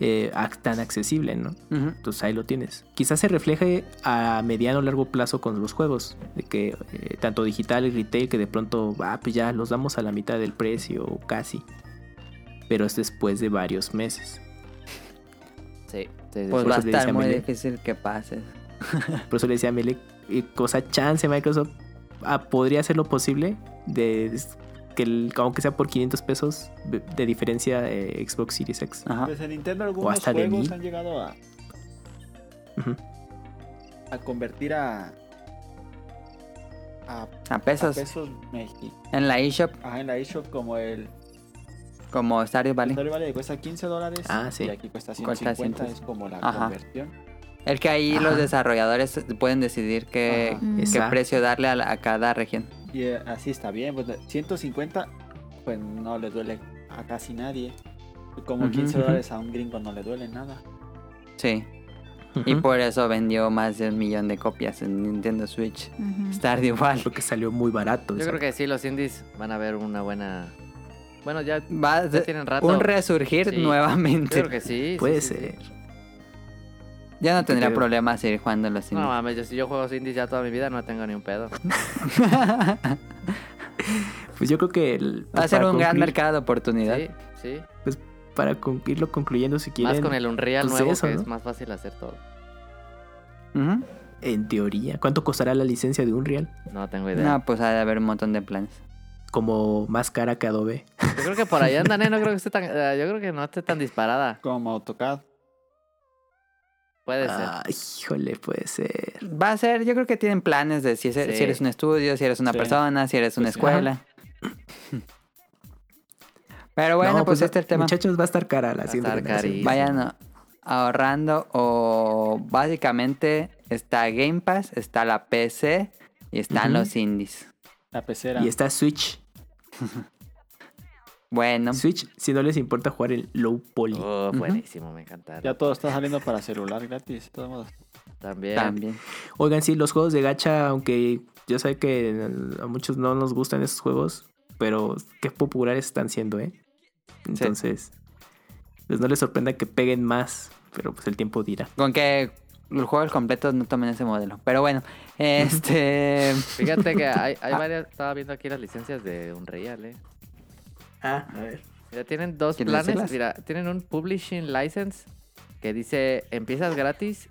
S4: eh, ac- tan accesible, ¿no?
S1: Ujú.
S4: Entonces ahí lo tienes. Quizás se refleje a mediano o largo plazo con los juegos, de que eh, tanto digital y retail que de pronto, ah, pues ya los damos a la mitad del precio o casi. Pero es después de varios meses.
S1: Sí.
S2: Sí, sí,
S1: Pues
S2: sí.
S1: va a
S4: Por eso le dice
S1: estar
S4: a
S1: muy
S4: Mele.
S1: difícil que pases.
S4: Por eso le decía a Mele, y cosa chance Microsoft ah, podría hacer lo posible de que el- aunque sea por 500 pesos de, de diferencia eh, Xbox Series X.
S1: Ajá.
S3: Desde Pues, Nintendo algunos
S4: hasta de
S3: juegos
S4: mil.
S3: han llegado a,
S4: Ujú.
S3: a convertir a, a, a
S1: A pesos.
S3: pesos mexicanos.
S1: En la eShop,
S3: Ajá, en la eShop como el
S1: como Stardew Valley.
S3: Vale. Vale cuesta 15 dólares
S4: Ah, sí.
S3: y aquí cuesta
S1: Cuesta
S3: 150,
S1: 100.
S3: es como la
S1: Ajá.
S3: conversión.
S1: El que ahí
S4: Ajá.
S1: los desarrolladores pueden decidir qué,
S3: Ajá.
S5: Mm.
S1: qué
S4: Exacto.
S1: precio darle a, la- a cada región.
S3: Y eh, así está bien, pues de 150 pues no le duele a casi nadie. Y Como
S1: Ujú,
S3: 15
S1: ujú.
S3: dólares a un gringo no le duele nada.
S1: Sí. Y
S4: Ujú.
S1: por eso vendió más de un millón de copias en Nintendo Switch.
S5: Ujú.
S1: Stardew Valley.
S4: Porque salió muy barato.
S2: Yo creo
S4: exacto.
S2: que sí, los indies van a ver una buena. Bueno, ya,
S1: Va a
S2: ya
S1: ser
S2: tienen rato.
S1: un resurgir
S2: Sí. Yo
S1: nuevamente.
S2: creo que sí. sí,
S4: Puede
S2: sí, sí.
S4: ser.
S1: Ya no tendría
S4: creo.
S1: problemas ir jugando los
S2: No mames, yo, si yo juego indies ya toda mi vida, no tengo ni un pedo.
S4: Pues yo creo que el-
S1: Va a ser
S4: para
S1: un gran
S4: concluir-
S1: mercado de oportunidad.
S2: Sí, sí.
S4: Para con- irlo concluyendo, si quieren,
S2: Más con el Unreal
S4: pues,
S2: nuevo,
S4: eso,
S2: que
S4: ¿no?
S2: es más fácil hacer todo.
S1: Ujú.
S4: en teoría, ¿cuánto costará la licencia de Unreal?
S2: No tengo idea.
S1: No, pues ha de haber un montón de planes.
S4: Como más cara que Adobe.
S2: Yo creo que por allá andan, ¿eh? No creo que esté tan. eh, yo creo que no esté tan disparada.
S3: Como AutoCAD.
S2: Puede ser.
S4: Ah, híjole, puede ser.
S1: Va a ser, yo creo que tienen planes de si, es-
S2: Sí.
S1: si eres un estudio, si eres una
S3: Sí.
S1: persona, si eres una
S3: Pues sí.
S1: escuela. (laughs) Pero bueno,
S4: No,
S1: pues, este es el tema.
S4: Muchachos, va a estar cara la
S2: a
S4: siguiente
S2: estar
S4: generación.
S2: carísimo.
S1: Vayan ahorrando o básicamente está Game Pass, está la PC y están
S4: Ujú.
S1: los indies.
S3: La pecera.
S4: Y está Switch.
S1: Bueno,
S4: Switch, si no les importa jugar en low poly.
S2: Oh,
S1: Ujú.
S2: buenísimo, me encantaron.
S3: Ya todo está saliendo para celular gratis. de todos modos.
S2: También.
S1: pues, también.
S4: Oigan, sí, los juegos de gacha, aunque yo sé que a muchos no nos gustan esos juegos, pero qué populares están siendo, ¿eh? Entonces, pues no les sorprenda que peguen más, pero pues el tiempo dirá.
S1: Con que los juegos completos no tomen ese modelo. Pero bueno, este...
S2: Fíjate que hay, hay varias. Estaba viendo aquí las licencias de Unreal, ¿eh?
S4: Ah, a ver.
S2: Mira, tienen dos
S1: ¿Quieres
S2: planes.
S1: decirlas?
S2: Mira, tienen un publishing license que dice empiezas gratis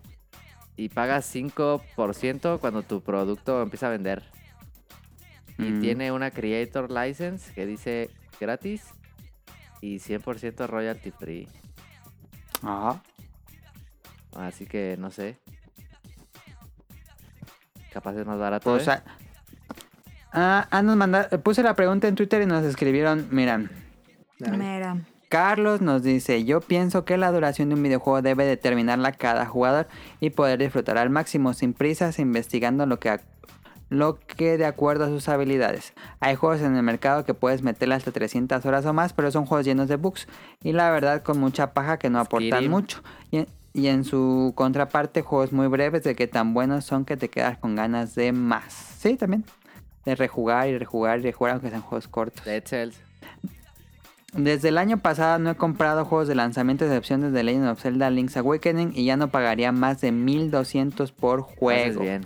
S2: y pagas 5% cuando tu producto empieza a vender. (laughs) Y
S1: Mm.
S2: tiene una creator license que dice gratis y 100% royalty free.
S1: Ajá.
S2: Así que no sé. Capaz es más barato.
S1: Pues,
S2: ¿eh?
S1: ah, ah, ah, nos manda- puse la pregunta en Twitter y nos escribieron, miran,
S5: Mira.
S1: Carlos nos dice, yo pienso que la duración de un videojuego debe determinarla cada jugador y poder disfrutar al máximo sin prisas, investigando lo que, ac- lo que de acuerdo a sus habilidades. Hay juegos en el mercado que puedes meterle hasta 300 horas o más, pero son juegos llenos de bugs y la verdad con mucha paja que no aportan
S2: Skyrim.
S1: mucho. Y en, y en su contraparte, juegos muy breves de que tan buenos son que te quedas con ganas de más. Sí, también. De rejugar y rejugar y rejugar, aunque sean juegos cortos.
S2: Dead Cells.
S1: Desde el año pasado no he comprado juegos de lanzamiento de opciones de Legend of Zelda Link's Awakening y ya no pagaría más de 1200 por
S2: Haces
S1: juego.
S2: bien.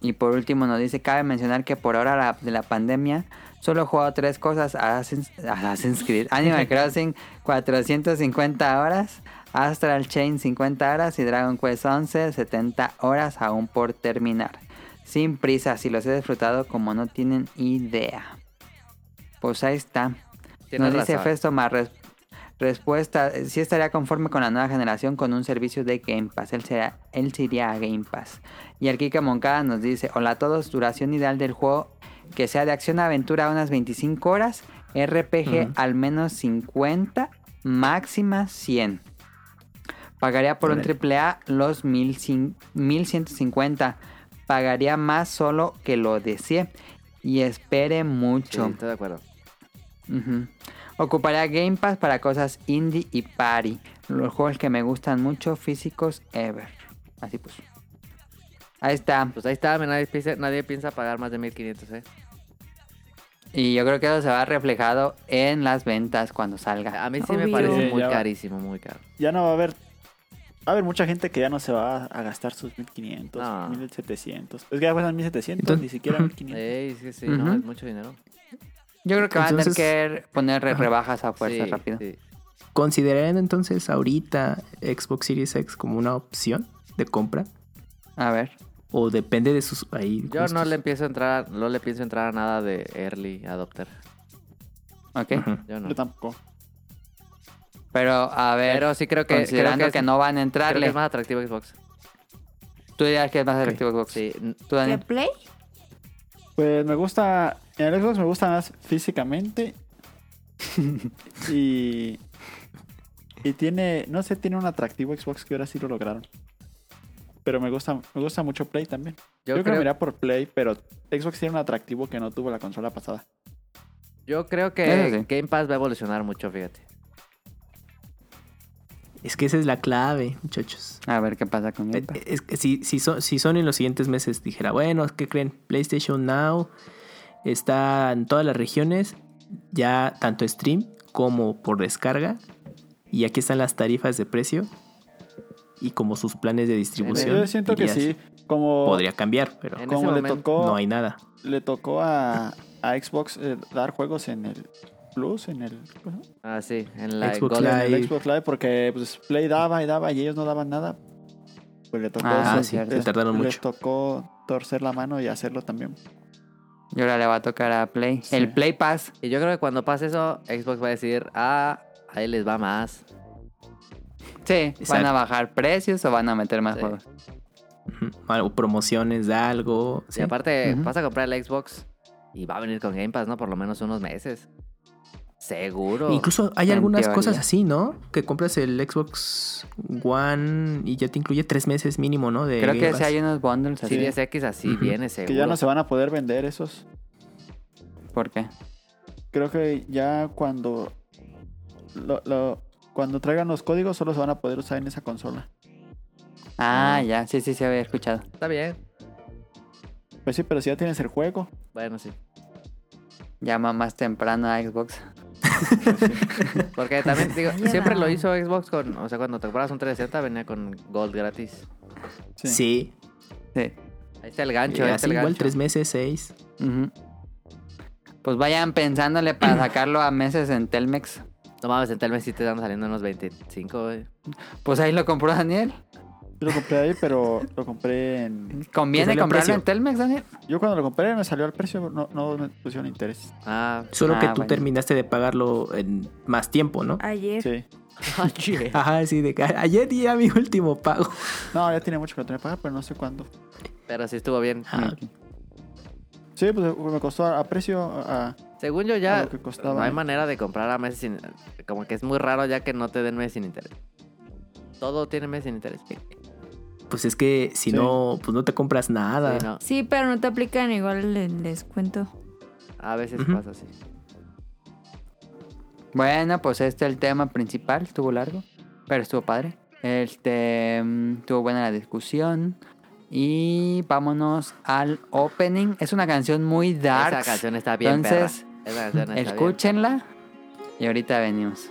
S1: Y por último nos dice, cabe mencionar que por ahora la- de la pandemia solo he jugado tres cosas, Assassin's, Assassin's Creed, Animal Crossing 450 horas, Astral Chain 50 horas y Dragon Quest 11 70 horas aún por terminar. Sin prisa, si los he disfrutado como no tienen idea. Pues ahí está.
S2: Tienes
S1: Nos dice
S2: razón.
S1: Festo más res- respuesta, eh, sí estaría conforme con la nueva generación con un servicio de Game Pass. Él, será, él se iría a Game Pass. Y el Kika Moncada nos dice, hola a todos, duración ideal del juego que sea de acción a aventura unas 25 horas, RPG
S4: Ujú.
S1: al menos 50, máxima 100. Pagaría por un
S4: Órale.
S1: AAA los 1000 1150. Pagaría más solo que lo desee. Y espere
S2: Sí,
S1: mucho.
S2: estoy de acuerdo.
S1: Ujú. Ocupará Game Pass para cosas indie y party. Los juegos que me gustan mucho, físicos ever. Así pues. Ahí está.
S2: Pues ahí está, nadie piensa, nadie piensa pagar más de 1500, ¿eh?
S1: Y yo creo que eso se va reflejado en las ventas cuando salga.
S2: A mí sí me
S5: Obvio.
S2: parece
S3: Sí,
S2: muy
S3: ya va.
S2: carísimo, muy caro.
S3: Ya no va a haber. Va a haber mucha gente que ya no se va a gastar sus 1500,
S2: No.
S3: 1700. Es que ya cuestan 1700,
S4: Entonces-
S3: ni
S2: (clears throat)
S3: siquiera 1500.
S2: Ey, sí, sí,
S1: Ujú.
S2: no, es mucho dinero.
S1: Yo creo que van a tener
S4: Entonces-
S1: que poner re- rebajas a fuerza
S2: Sí,
S1: rápido.
S2: sí.
S4: ¿Considerarían entonces ahorita Xbox Series X como una opción de compra?
S1: A ver.
S4: ¿O depende de sus ahí
S2: Yo no
S4: gustos?
S2: le empiezo a entrar, no le pienso entrar a nada de early adopter.
S1: Ok.
S4: Ujú.
S2: Yo no.
S3: Yo tampoco.
S1: Pero a ver,
S2: Pero sí creo que, creo
S1: considerando
S2: que,
S1: que,
S2: es,
S1: no van a
S2: creo que
S1: entrarle,
S2: es más atractivo Xbox.
S1: tú dirías que es más selectivo Xbox.
S2: Sí, n-
S1: Tú,
S5: ¿De
S1: Daniel.
S5: Play?
S3: Pues me gusta. En el Xbox me gusta más físicamente. y. Y tiene. No sé, tiene un atractivo Xbox que ahora sí lo lograron. Pero me gusta, me gusta mucho Play también. Yo, creo que me iría por Play, pero Xbox tiene un atractivo que no tuvo la consola pasada.
S2: yo creo
S1: Eso
S2: que
S1: sí.
S2: Game Pass va a evolucionar mucho, fíjate.
S4: Es que esa es la clave, muchachos.
S1: A ver qué pasa con él.
S4: Eh, es que si, si, son, si Sony en los siguientes meses dijera, bueno, ¿qué creen? PlayStation Now está en todas las regiones, ya tanto stream como por descarga. Y aquí están las tarifas de precio y como sus planes de distribución.
S3: Yo Eh, siento que
S4: dirías,
S3: sí. Eh, Como,
S4: Podría cambiar, pero
S2: En
S3: como
S2: ese
S3: le
S2: momento-
S3: tocó,
S4: no hay nada.
S3: le tocó a, a Xbox eh, dar juegos en el Plus, en el, ¿cómo se llama?
S2: Ah, sí, en la
S4: Xbox
S2: Golden-
S4: Live.
S3: en el
S4: Ahí.
S3: Xbox Live, porque pues, Play daba y daba y ellos no daban nada. Pues le tocó
S1: Ah,
S3: eso.
S1: sí, se
S3: Les-
S4: tardaron
S3: Les
S4: mucho.
S3: tocó torcer la mano y hacerlo también.
S1: Y ahora le va a tocar a Play.
S3: Sí.
S1: El Play Pass.
S2: Y yo creo que cuando pase eso, Xbox va a decir, ah, ahí les va más.
S1: Sí, van
S4: Exacto.
S1: a bajar precios o van a meter más
S2: Sí.
S1: juegos.
S4: Ujú. O promociones de algo. ¿sí?
S2: Y aparte,
S1: Ujú.
S2: vas a comprar el Xbox y va a venir con Game Pass, ¿no? Por lo menos unos meses. Seguro.
S4: Incluso hay
S1: en
S4: algunas
S1: teoría.
S4: cosas así, ¿no? Que compras el Xbox One y ya te incluye tres meses mínimo, ¿no? De
S1: Creo
S4: Game
S1: que
S4: Pass.
S1: sí hay unos bundles así.
S2: Series X así
S4: Ujú.
S2: viene
S3: Que
S2: seguro.
S3: ya no se van a poder vender esos.
S1: ¿Por qué?
S3: Creo que ya cuando lo- lo- cuando traigan los códigos solo se van a poder usar en esa consola.
S1: Ah, ya, sí, sí, se había escuchado.
S2: Está bien.
S3: Pues sí, pero si ya tienes el juego.
S2: Bueno, sí.
S1: Llama más temprano a Xbox.
S2: (laughs) Porque también, digo,
S5: Ya
S2: siempre
S5: no.
S1: Ah.
S2: lo hizo Xbox con... O sea, cuando te comprabas un 360 venía con Gold gratis.
S3: Sí.
S4: Sí.
S1: Sí.
S2: Ahí está el gancho,
S4: Eh,
S2: ahí está
S4: así
S2: el
S4: igual
S2: gancho.
S4: tres meses, seis.
S1: Ujú. Pues vayan pensándole para sacarlo a meses en Telmex.
S2: No mames, en Telmex sí te están saliendo unos 25, güey.
S1: Pues ahí lo compró Daniel.
S3: Yo lo compré ahí, pero lo compré en...
S1: (laughs)
S4: Te
S1: ¿Conviene
S4: salió
S1: comprarlo
S4: precio.
S1: en Telmex, Daniel?
S3: Yo cuando lo compré me salió al precio, no, no me pusieron interés.
S2: Ah,
S4: Solo
S1: Ah,
S4: que tú
S1: bueno.
S4: terminaste de pagarlo en más tiempo, ¿no?
S5: Ayer.
S3: Sí.
S4: Ajá, sí, de que ayer di a mi último pago.
S3: No, ya tiene mucho que lo tenía que pagar, pero no sé cuándo.
S2: pero sí estuvo bien.
S4: Ah,
S3: Sí, pues me costó a precio a,
S2: Según yo
S3: a
S2: ya
S3: lo que costaba.
S2: no hay manera de comprar a meses sin... Como que es muy raro ya que no te den meses sin interés. Todo tiene meses sin interés. Sí,
S4: (laughs) Pues es que si
S3: Sí.
S4: no, pues no te compras nada.
S2: no,
S5: Sí, pero no te aplican igual el descuento.
S2: a veces
S4: Ujú.
S2: pasa así.
S1: Bueno, pues este es el tema principal. Estuvo largo, pero estuvo padre. Este, mm, estuvo buena la discusión. Y vámonos al opening. Es una canción muy dark.
S2: Esa canción está bien,
S1: Entonces,
S2: perra. Esa canción está bien.
S1: Escúchenla. Y ahorita venimos.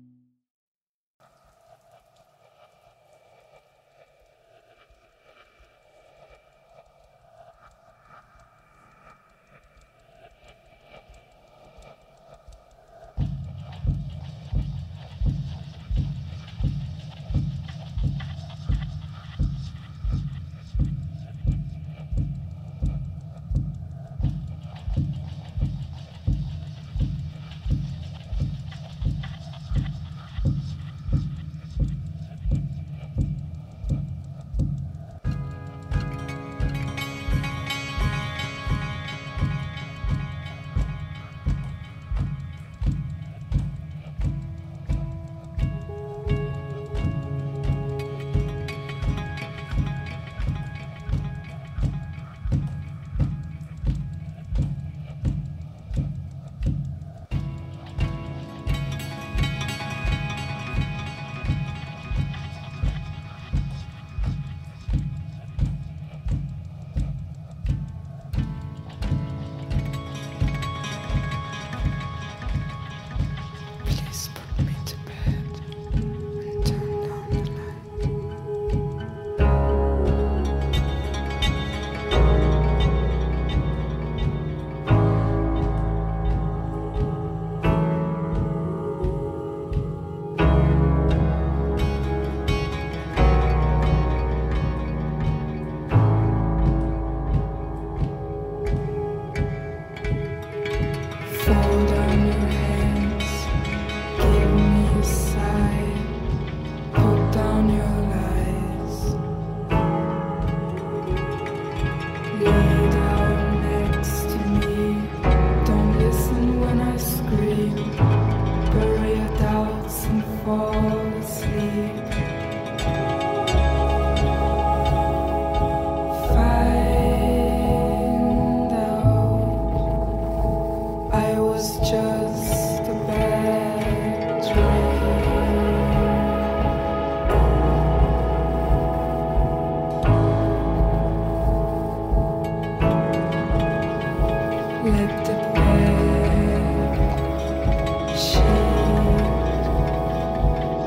S6: get depression.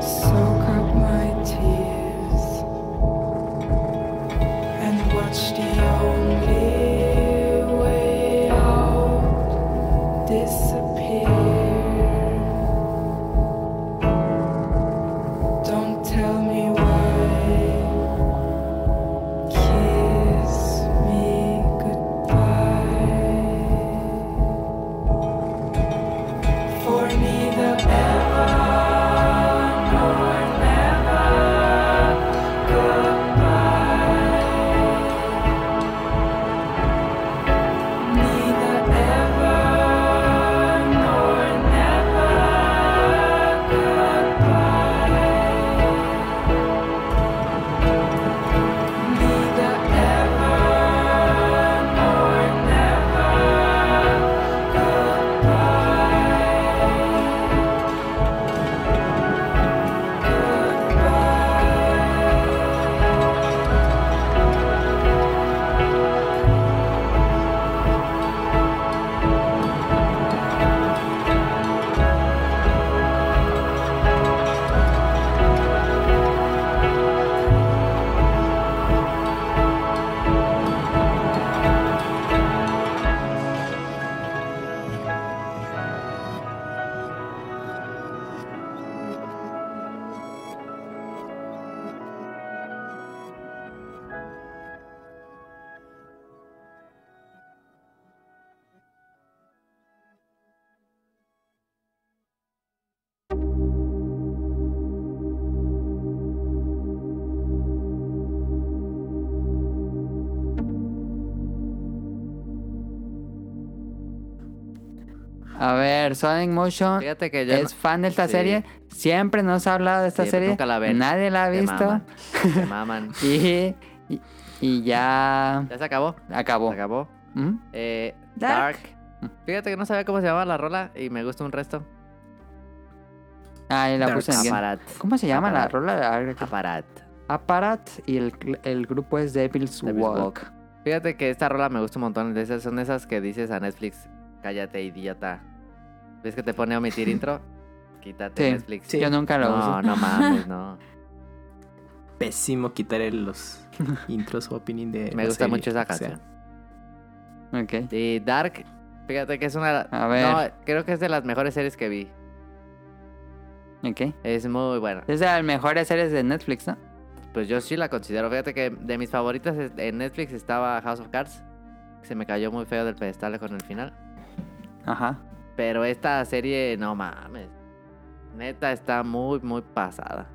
S6: Soak up my tears and watch the only way out disappear. Don't tell me why. Kiss me goodbye. For neither ever nor never goodbye. Neither ever nor never goodbye. Neither ever nor never goodbye. Goodbye.
S1: A ver, Sonic Motion
S2: Fíjate que yo
S1: es
S2: no-
S1: fan de esta
S2: Sí.
S1: serie. Siempre nos ha hablado de esta
S2: Sí, pero
S1: serie.
S2: nunca la ves.
S1: Nadie la ha
S2: Te
S1: visto.
S2: maman, te maman.
S1: Y, y- y ya
S2: Ya se acabó. Se
S1: acabó.
S2: acabó.
S1: ¿Mm?
S2: Eh, Dark.
S5: Dark.
S2: Fíjate que no sabía cómo se llamaba la rola y me gusta un resto.
S1: Ah, y la
S4: Dark
S1: puse en el guión.
S2: Aparat.
S1: ¿Cómo se llama la
S2: Aparat.
S1: rola? de Dark?
S2: Aparat.
S1: Aparat y el, cl- el grupo es Devil's,
S2: Devil's
S1: Walk.
S2: Walk. Fíjate que esta rola me gusta un montón. de esas- son esas que dices a Netflix, cállate, idiota. ¿Ves que te pone
S1: (laughs)
S2: a omitir intro? Quítate
S1: Sí.
S2: Netflix.
S4: Sí.
S1: Yo nunca lo uso.
S2: No, no
S1: (laughs)
S2: mames, no.
S4: Pésimo quitar el- los intros o opening de.
S2: Me
S4: la
S2: gusta
S4: serie,
S2: mucho esa
S4: o sea,
S2: canción.
S1: Ok.
S2: Y Dark, fíjate que es una...
S1: A ver.
S2: No, creo que es de las mejores series que vi.
S1: Ok.
S2: Es muy buena.
S1: Es de las mejores series de Netflix, ¿no?
S2: Pues yo sí la considero. Fíjate que de mis favoritas es- en Netflix estaba House of Cards. que Se me cayó muy feo del pedestal con el final.
S1: Ajá.
S2: Pero esta serie, no mames. Neta, está muy, muy pasada.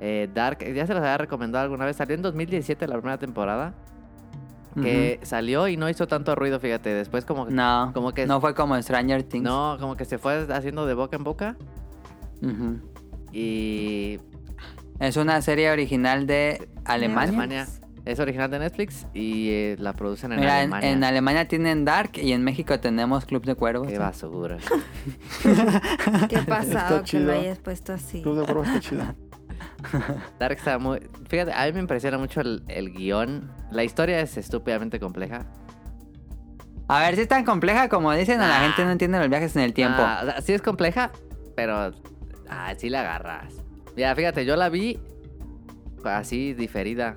S2: Eh, Dark, ya se las había recomendado alguna vez. Salió en 2017 la primera temporada. Que salió y no hizo tanto ruido, fíjate. Después como,
S1: Ujú. No.
S2: como que...
S1: No fue como Stranger Things.
S2: no, como que se fue haciendo de boca en boca.
S1: Ujú.
S2: Y
S1: Es una serie original de Alemania.
S2: Alemania es original de Netflix y eh, la producen en
S1: Mira, en-
S2: Alemania.
S1: en Alemania tienen Dark y en México tenemos Club de Cuervos. (laughs)
S2: Qué basura.
S5: Qué pasado que
S3: chido.
S5: lo hayas puesto así.
S3: Club de Cuervos está chido.
S2: Dark está muy... Fíjate, a mí me impresiona mucho el, el guión. La historia es estúpidamente compleja.
S1: A ver si es tan compleja como dicen, a la
S2: Ah.
S1: gente no entiende los viajes en el tiempo.
S2: Ah, o sea, sí es compleja, pero ah, sí la agarras. Mira, fíjate, yo la vi así diferida.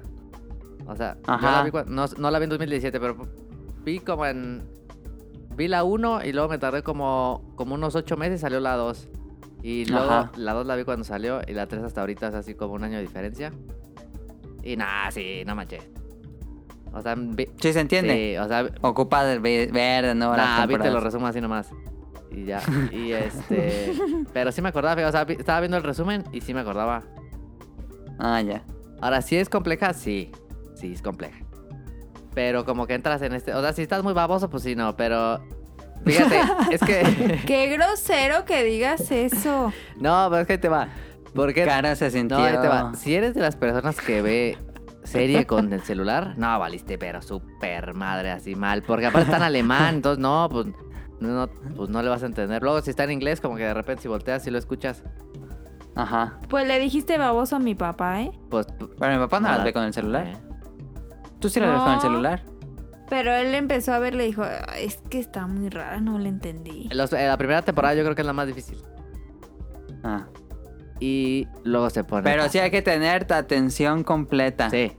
S2: O sea, yo
S1: Ajá.
S2: la vi cua- no, no la vi en 2017, pero vi como en... Vi la 1 y luego me tardé como, como unos 8 meses, salió la 2. Y luego
S1: Ajá.
S2: la 2 la vi cuando salió y la 3 hasta ahorita es así como un año de diferencia. Y nada, sí, no manches. O sea, vi-
S1: Sí, se entiende.
S2: sí, o sea,
S1: Ocupa del ve- verde, ¿no? las
S2: Nah, vi, te lo
S1: temporadas.
S2: resumo así nomás. Y ya. Y este. pero sí me acordaba, fíjate, o sea, vi- estaba viendo el resumen y sí me acordaba.
S1: Ah, ya.
S2: Ahora, ¿sí es compleja? Sí. Sí, es compleja. Pero como que entras en este. O sea, si estás muy baboso, pues sí, no. Pero. Fíjate, es que. (laughs)
S5: Qué grosero que digas eso.
S2: no, pero es que ahí te va. Porque.
S1: Cara se sintió.
S2: No, ahí te va. Si eres de las personas que ve serie con el celular, no, valiste, pero súper madre así mal. Porque aparte está en alemán, entonces no, pues no, pues no le vas a entender. Luego si está en inglés, como que de repente si volteas y lo escuchas,
S1: Ajá.
S5: Pues le dijiste baboso a mi papá, ¿eh?
S2: pues...
S1: Pero mi papá no las ve con el celular.
S2: Eh,
S1: ¿Tú sí las ves con el
S5: No.
S1: celular?
S5: Pero él empezó a ver, le dijo, "Ay, es que está muy rara, no le entendí.
S2: Los- eh, la primera temporada yo creo que es la más difícil.
S1: Ah.
S2: Y luego se pone.
S1: Pero sí hay que tener tu atención completa.
S2: Sí.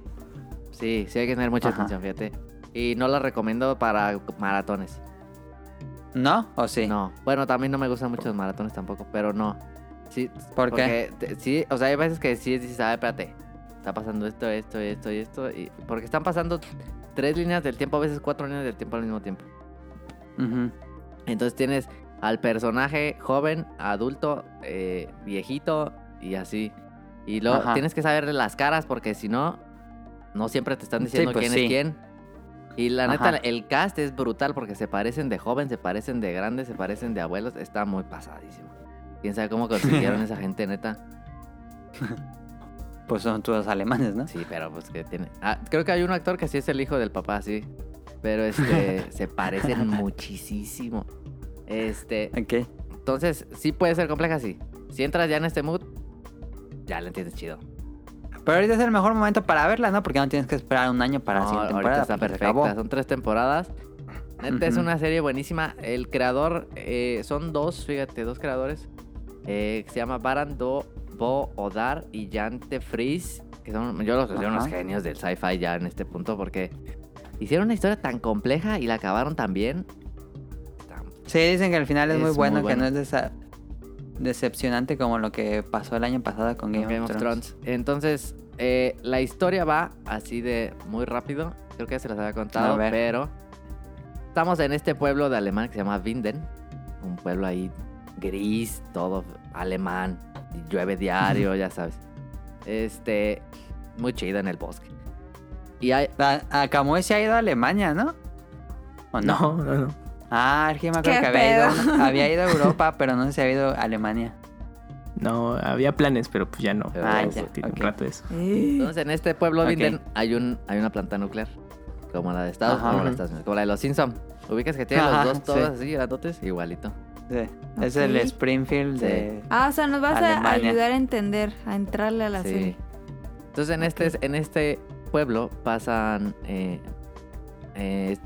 S2: Sí, sí hay que tener mucha
S1: Ajá.
S2: atención, fíjate. Y no la recomiendo para maratones.
S1: ¿No? ¿O sí?
S2: No. Bueno, también no me gustan mucho los maratones tampoco, pero no. Sí,
S1: ¿Por qué?
S2: porque te- sí, o sea, hay veces que sí dices, a ver, espérate, está pasando esto, esto, esto y esto. Y... Porque están pasando tres líneas del tiempo, a veces cuatro líneas del tiempo al mismo tiempo.
S1: Ujú.
S2: Entonces tienes al personaje joven, adulto, eh, viejito y así. Y luego
S1: Ajá.
S2: tienes que saberle las caras porque si no, no siempre te están
S1: Sí,
S2: diciendo
S1: pues
S2: quién
S1: sí.
S2: es quién. Y la
S1: Ajá.
S2: neta, el cast es brutal porque se parecen de joven, se parecen de grandes, se parecen de abuelos. Está muy pasadísimo. Quién sabe cómo
S1: (laughs)
S2: consiguieron esa gente, neta.
S1: Pues son todos alemanes, ¿no?
S2: Sí, pero pues que tiene. Ah, creo que hay un actor que sí es el hijo del papá, sí.
S1: (laughs)
S2: Pero este, se parecen muchísimo. Este,
S1: Ok.
S2: Entonces, sí puede ser compleja, sí. Si entras ya en este mood, ya la entiendes chido.
S1: Pero ahorita es el mejor momento para verla, ¿no? Porque no tienes que esperar un año para
S2: No,
S1: Ah, la siguiente
S2: ahorita
S1: temporada.
S2: está
S1: porque se
S2: perfecta.
S1: acabó.
S2: Son tres temporadas. Neta, es
S1: Ujú.
S2: una serie buenísima. El creador, eh, son dos, fíjate, dos creadores. eh, que se llama Baran Do Bo Odar y Jan Te Vries, Que son, yo los considero
S1: Ajá.
S2: unos genios del sci-fi ya en este punto porque hicieron una historia tan compleja y la acabaron tan bien. Está-
S1: Sí, dicen que el final es,
S2: Es
S1: muy
S2: muy
S1: bueno, que
S2: bueno.
S1: no es desa- decepcionante como lo que pasó el año pasado con Game,
S2: Game of Thrones. Entonces, eh, la historia va así de muy rápido. Creo que ya se las había
S1: A
S2: contado,
S1: ver.
S2: pero estamos en este pueblo de alemán que se llama Winden. Un pueblo ahí gris, todo alemán. y Llueve
S1: (laughs)
S2: diario, ya sabes. Este, muy chido en el bosque. Y hay,
S1: La- a Camus se ha ido a Alemania, ¿no? ¿O no?
S4: No, no, no.
S1: Ah, es que me acuerdo
S5: ¿Qué
S1: que había
S5: pedo?
S1: ido, a- había
S2: (laughs)
S1: ido a Europa, pero no sé si ha ido a Alemania.
S4: No, había planes, pero pues ya no.
S2: Pero
S1: Ah,
S4: Pues,
S1: ya,
S4: tiene
S1: ok.
S4: Un rato de eso.
S5: Eh.
S2: Entonces, en este pueblo
S1: Ok.
S2: Vinden hay, un, hay una planta nuclear. Como la de Estados,
S1: Ajá.
S2: como la de Estados Unidos, como la de los Simpson. Ubicas que tiene
S1: Ajá,
S2: los dos todos
S1: sí.
S2: así, grandotes, igualito.
S1: Sí, Es el
S5: Ok.
S1: Springfield
S2: ¿Ah, Sí.
S1: de...
S5: Ah, o sea, nos vas a
S1: Alemania.
S5: ayudar a entender, a entrarle a la
S2: Sí.
S5: serie.
S2: Entonces en este, en este pueblo pasan eh, eh,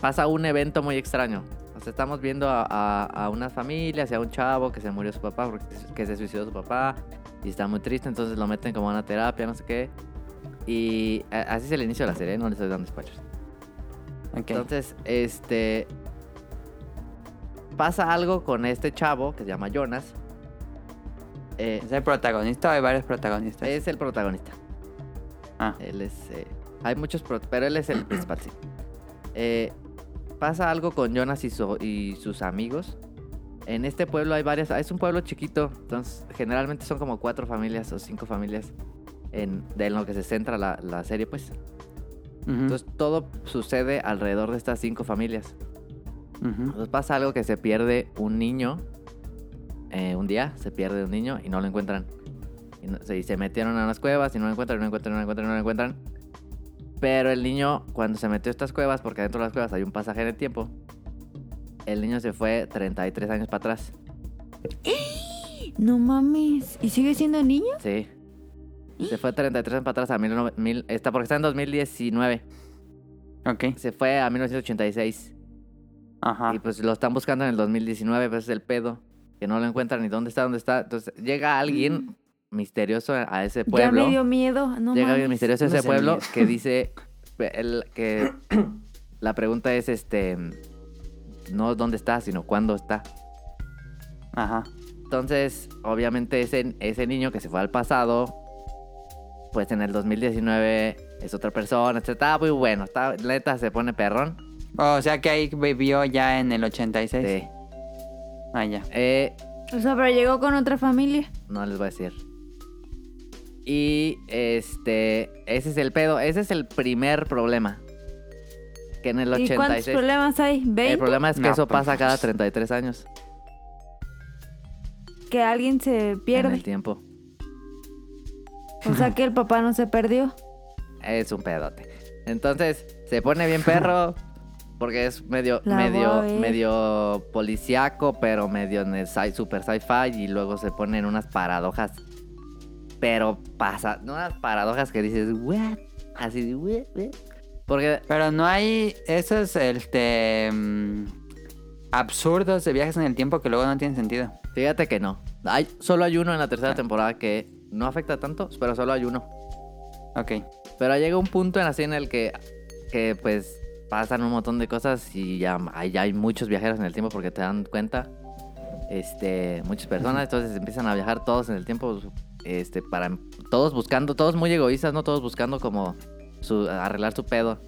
S2: pasa un evento muy extraño. O sea, estamos viendo a, a- a unas familias y a un chavo que se murió su papá, porque, se- que se suicidó su papá y está muy triste, entonces lo meten como a una terapia, no sé qué. Y eh, así es el inicio de la serie, no les estoy dando spoilers.
S1: Ok.
S2: Entonces, este. Pasa algo con este chavo que se llama Jonas. Eh,
S1: ¿Es el protagonista o hay varios protagonistas?
S2: es el protagonista.
S1: Ah.
S2: Él es. eh, hay muchos, pro- pero él es el principal, sí. Eh, pasa algo con Jonas y, su- y sus amigos. En este pueblo hay varias. Es un pueblo chiquito, entonces generalmente son como cuatro familias o cinco familias en, de en lo que se centra la, la serie, pues.
S1: Ujú,
S2: Entonces todo sucede alrededor de estas cinco familias.
S1: ujú.
S2: Entonces pasa algo que se pierde un niño. eh, un día se pierde un niño y no lo encuentran. Y, no- se- y se metieron a unas cuevas y no lo encuentran, y no lo encuentran, y no lo encuentran, y no lo encuentran. Pero el niño, cuando se metió a estas cuevas, porque dentro de las cuevas hay un pasaje en el tiempo, el niño se fue 33 años para atrás.
S5: No mames. ¿Y sigue siendo niño?
S2: Sí. Se fue 33 años para atrás a 19 mil- está porque está en 2019.
S1: Ok,
S2: Se fue a 1986.
S1: ajá.
S2: Y pues lo están buscando en el 2019, pues es el pedo. Que no lo encuentran ni dónde está, dónde está. Entonces llega alguien misterioso a ese
S5: Mm. Ya me
S2: pueblo.
S5: dio miedo. No
S2: llega
S5: mames.
S2: alguien misterioso a
S1: No
S2: ese
S1: sé,
S2: pueblo
S1: mierda.
S2: que
S5: (laughs)
S2: dice el- que (clears throat) la pregunta es este no dónde está, sino cuándo está.
S1: Ajá.
S2: Entonces, obviamente ese, ese niño que se fue al pasado, pues en el 2019 es otra persona. Está muy bueno, está neta se pone perrón.
S1: Oh, O sea que ahí vivió ya en el 86.
S2: Sí.
S1: Ah, ya.
S2: Eh,
S5: O sea, pero llegó con otra familia.
S2: No les voy a decir. Y este, ese es el pedo, ese es el primer problema. Que en el
S5: ¿Y cuántos
S2: 86.
S5: problemas hay?
S2: el
S5: ¿20?
S2: problema es que
S1: No,
S2: eso
S1: pues,
S2: pasa cada 33 años
S5: Que alguien se
S2: en
S5: pierde.
S2: el tiempo.
S5: O sea, que el papá no se perdió.
S2: Es un pedote. Entonces, se pone bien
S5: (laughs)
S2: perro porque es medio
S5: La voy a
S2: medio
S5: ver.
S2: medio policiaco, pero medio en el sci- super sci-fi y luego se ponen unas paradojas. Pero pasa, unas paradojas que dices, "What?" Así, de, "What, what?". Porque
S1: Pero no hay esos este, mm, absurdos de viajes en el tiempo que luego no tienen sentido.
S2: fíjate que no. Hay, solo hay uno en la tercera temporada que no afecta tanto, pero solo hay uno.
S1: Ok.
S2: Pero llega un punto en así en el que, que pues pasan un montón de cosas y ya, hay- ya hay muchos viajeros en el tiempo porque te dan cuenta. Este, muchas personas, entonces empiezan a viajar todos en el tiempo, este, para todos buscando, todos muy egoístas, no todos buscando como su- arreglar su pedo,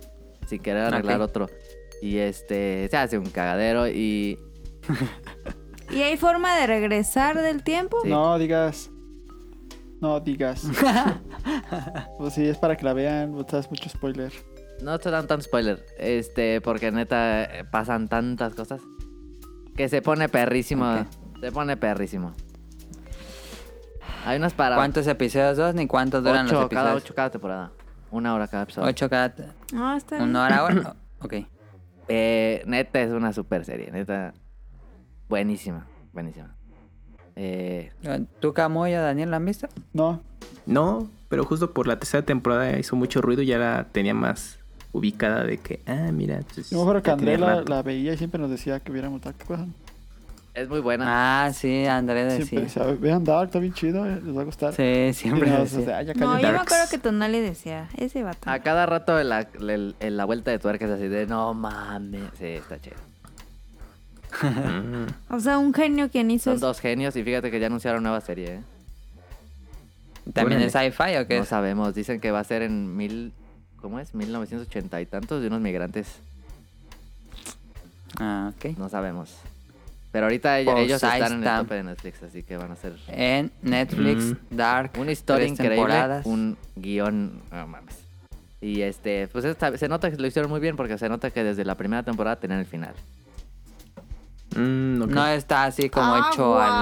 S2: sin querer arreglar
S1: Ok.
S2: otro. Y este, se hace un cagadero y
S5: ¿Y hay forma de regresar del tiempo?
S2: Sí.
S3: No digas. No digas. pues sí, es para que la vean. Pues das mucho spoiler.
S2: No te dan tan spoiler, este, porque neta eh, pasan tantas cosas que se pone perrísimo,
S1: Ok.
S2: se pone perrísimo. Hay unas para
S1: ¿Cuántos episodios dos ni cuántos duran
S2: ocho,
S1: los
S2: cada
S1: episodios?
S2: ocho cada temporada, una hora cada episodio.
S1: Ocho cada...
S5: No, está bien.
S1: Una hora ahora. Ok.
S2: Eh, neta es una super serie, neta buenísima, buenísima. Eh,
S1: ¿Tú, Camuyo, Daniel, la han visto?
S3: No,
S4: No, pero justo por la tercera temporada hizo mucho ruido, ya la tenía más ubicada de que, ah, mira, pues,
S3: yo me acuerdo que
S4: ya tenía
S3: Andrea
S4: rato.
S3: la veía y siempre nos decía que viéramos Dark. weón.
S2: es muy buena.
S1: Ah, sí, André
S3: Siempre
S2: pues,
S1: decía.
S3: decía, vean Dark, está bien chido, eh, les va a gustar.
S1: Sí,
S3: Y
S1: siempre
S3: nos
S1: decía.
S3: decía, "Ay, ya
S5: No,
S3: cállate".
S5: yo me
S4: Darks.
S5: acuerdo que Tonali decía, ese vato.
S2: A cada rato en la, en- en la vuelta de tuerca es así de no mames, sí está chido.
S4: Mm.
S5: O sea, un genio quien hizo
S2: Son
S5: eso.
S2: dos genios y fíjate que ya anunciaron nueva serie. ¿eh?
S1: ¿También es
S4: Órale.
S1: sci-fi o qué
S2: No
S1: es?
S2: sabemos, dicen que va a ser en mil... ¿Cómo es? 1980 y tantos de unos migrantes.
S1: Ah, ok.
S2: No sabemos. Pero ahorita ella-
S1: Pues
S2: ellos
S1: ahí
S2: están en el
S1: está.
S2: tope de Netflix, así que van a ser
S1: En Netflix, Dark,
S2: una historia
S1: tres
S2: increíble,
S1: temporadas.
S2: un guión... No mames. Y este, pues esta- se nota que lo hicieron muy bien porque se nota que desde la primera temporada tenían el final.
S4: Mm, ok.
S1: No está así como
S5: Ah,
S1: hecho al...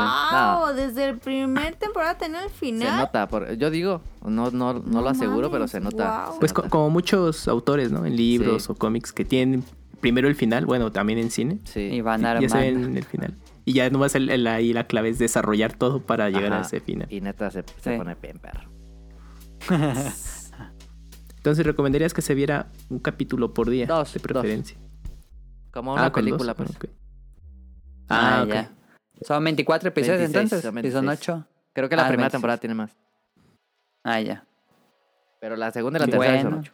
S5: guau, Desde el primer temporada tenía el
S2: Se
S5: final.
S2: nota, por- yo digo, no, no, no,
S5: No
S2: lo aseguro, pero
S5: mames,
S2: se nota.
S5: guau.
S2: se
S4: Pues co-
S2: nota.
S4: como muchos autores, ¿no? En libros
S2: Sí.
S4: o cómics que tienen primero el final, bueno, también en cine.
S1: Y
S2: Sí.
S1: van
S4: Ya
S1: armando.
S4: saben el final. Y ya nomás el, el- ahí la clave es desarrollar todo para llegar a
S2: Ajá.
S4: ese final.
S2: Y neta se, se
S1: Sí.
S2: pone bien perro.
S4: Entonces, ¿recomendarías que se viera un capítulo por día?
S2: Dos,
S4: De preferencia.
S2: Como una
S4: Ah, con
S2: película,
S4: dos,
S2: pues.
S4: ok.
S1: Ah,
S4: Ah, ok.
S1: ya. Son 24 episodios
S2: 26, son
S1: entonces. Y son
S2: 26.
S1: 8.
S2: Creo que la
S1: Ah,
S2: primera
S1: 26.
S2: temporada tiene más.
S1: Ah, ya.
S2: Pero la segunda y la tercera son
S1: Bueno.
S2: ocho.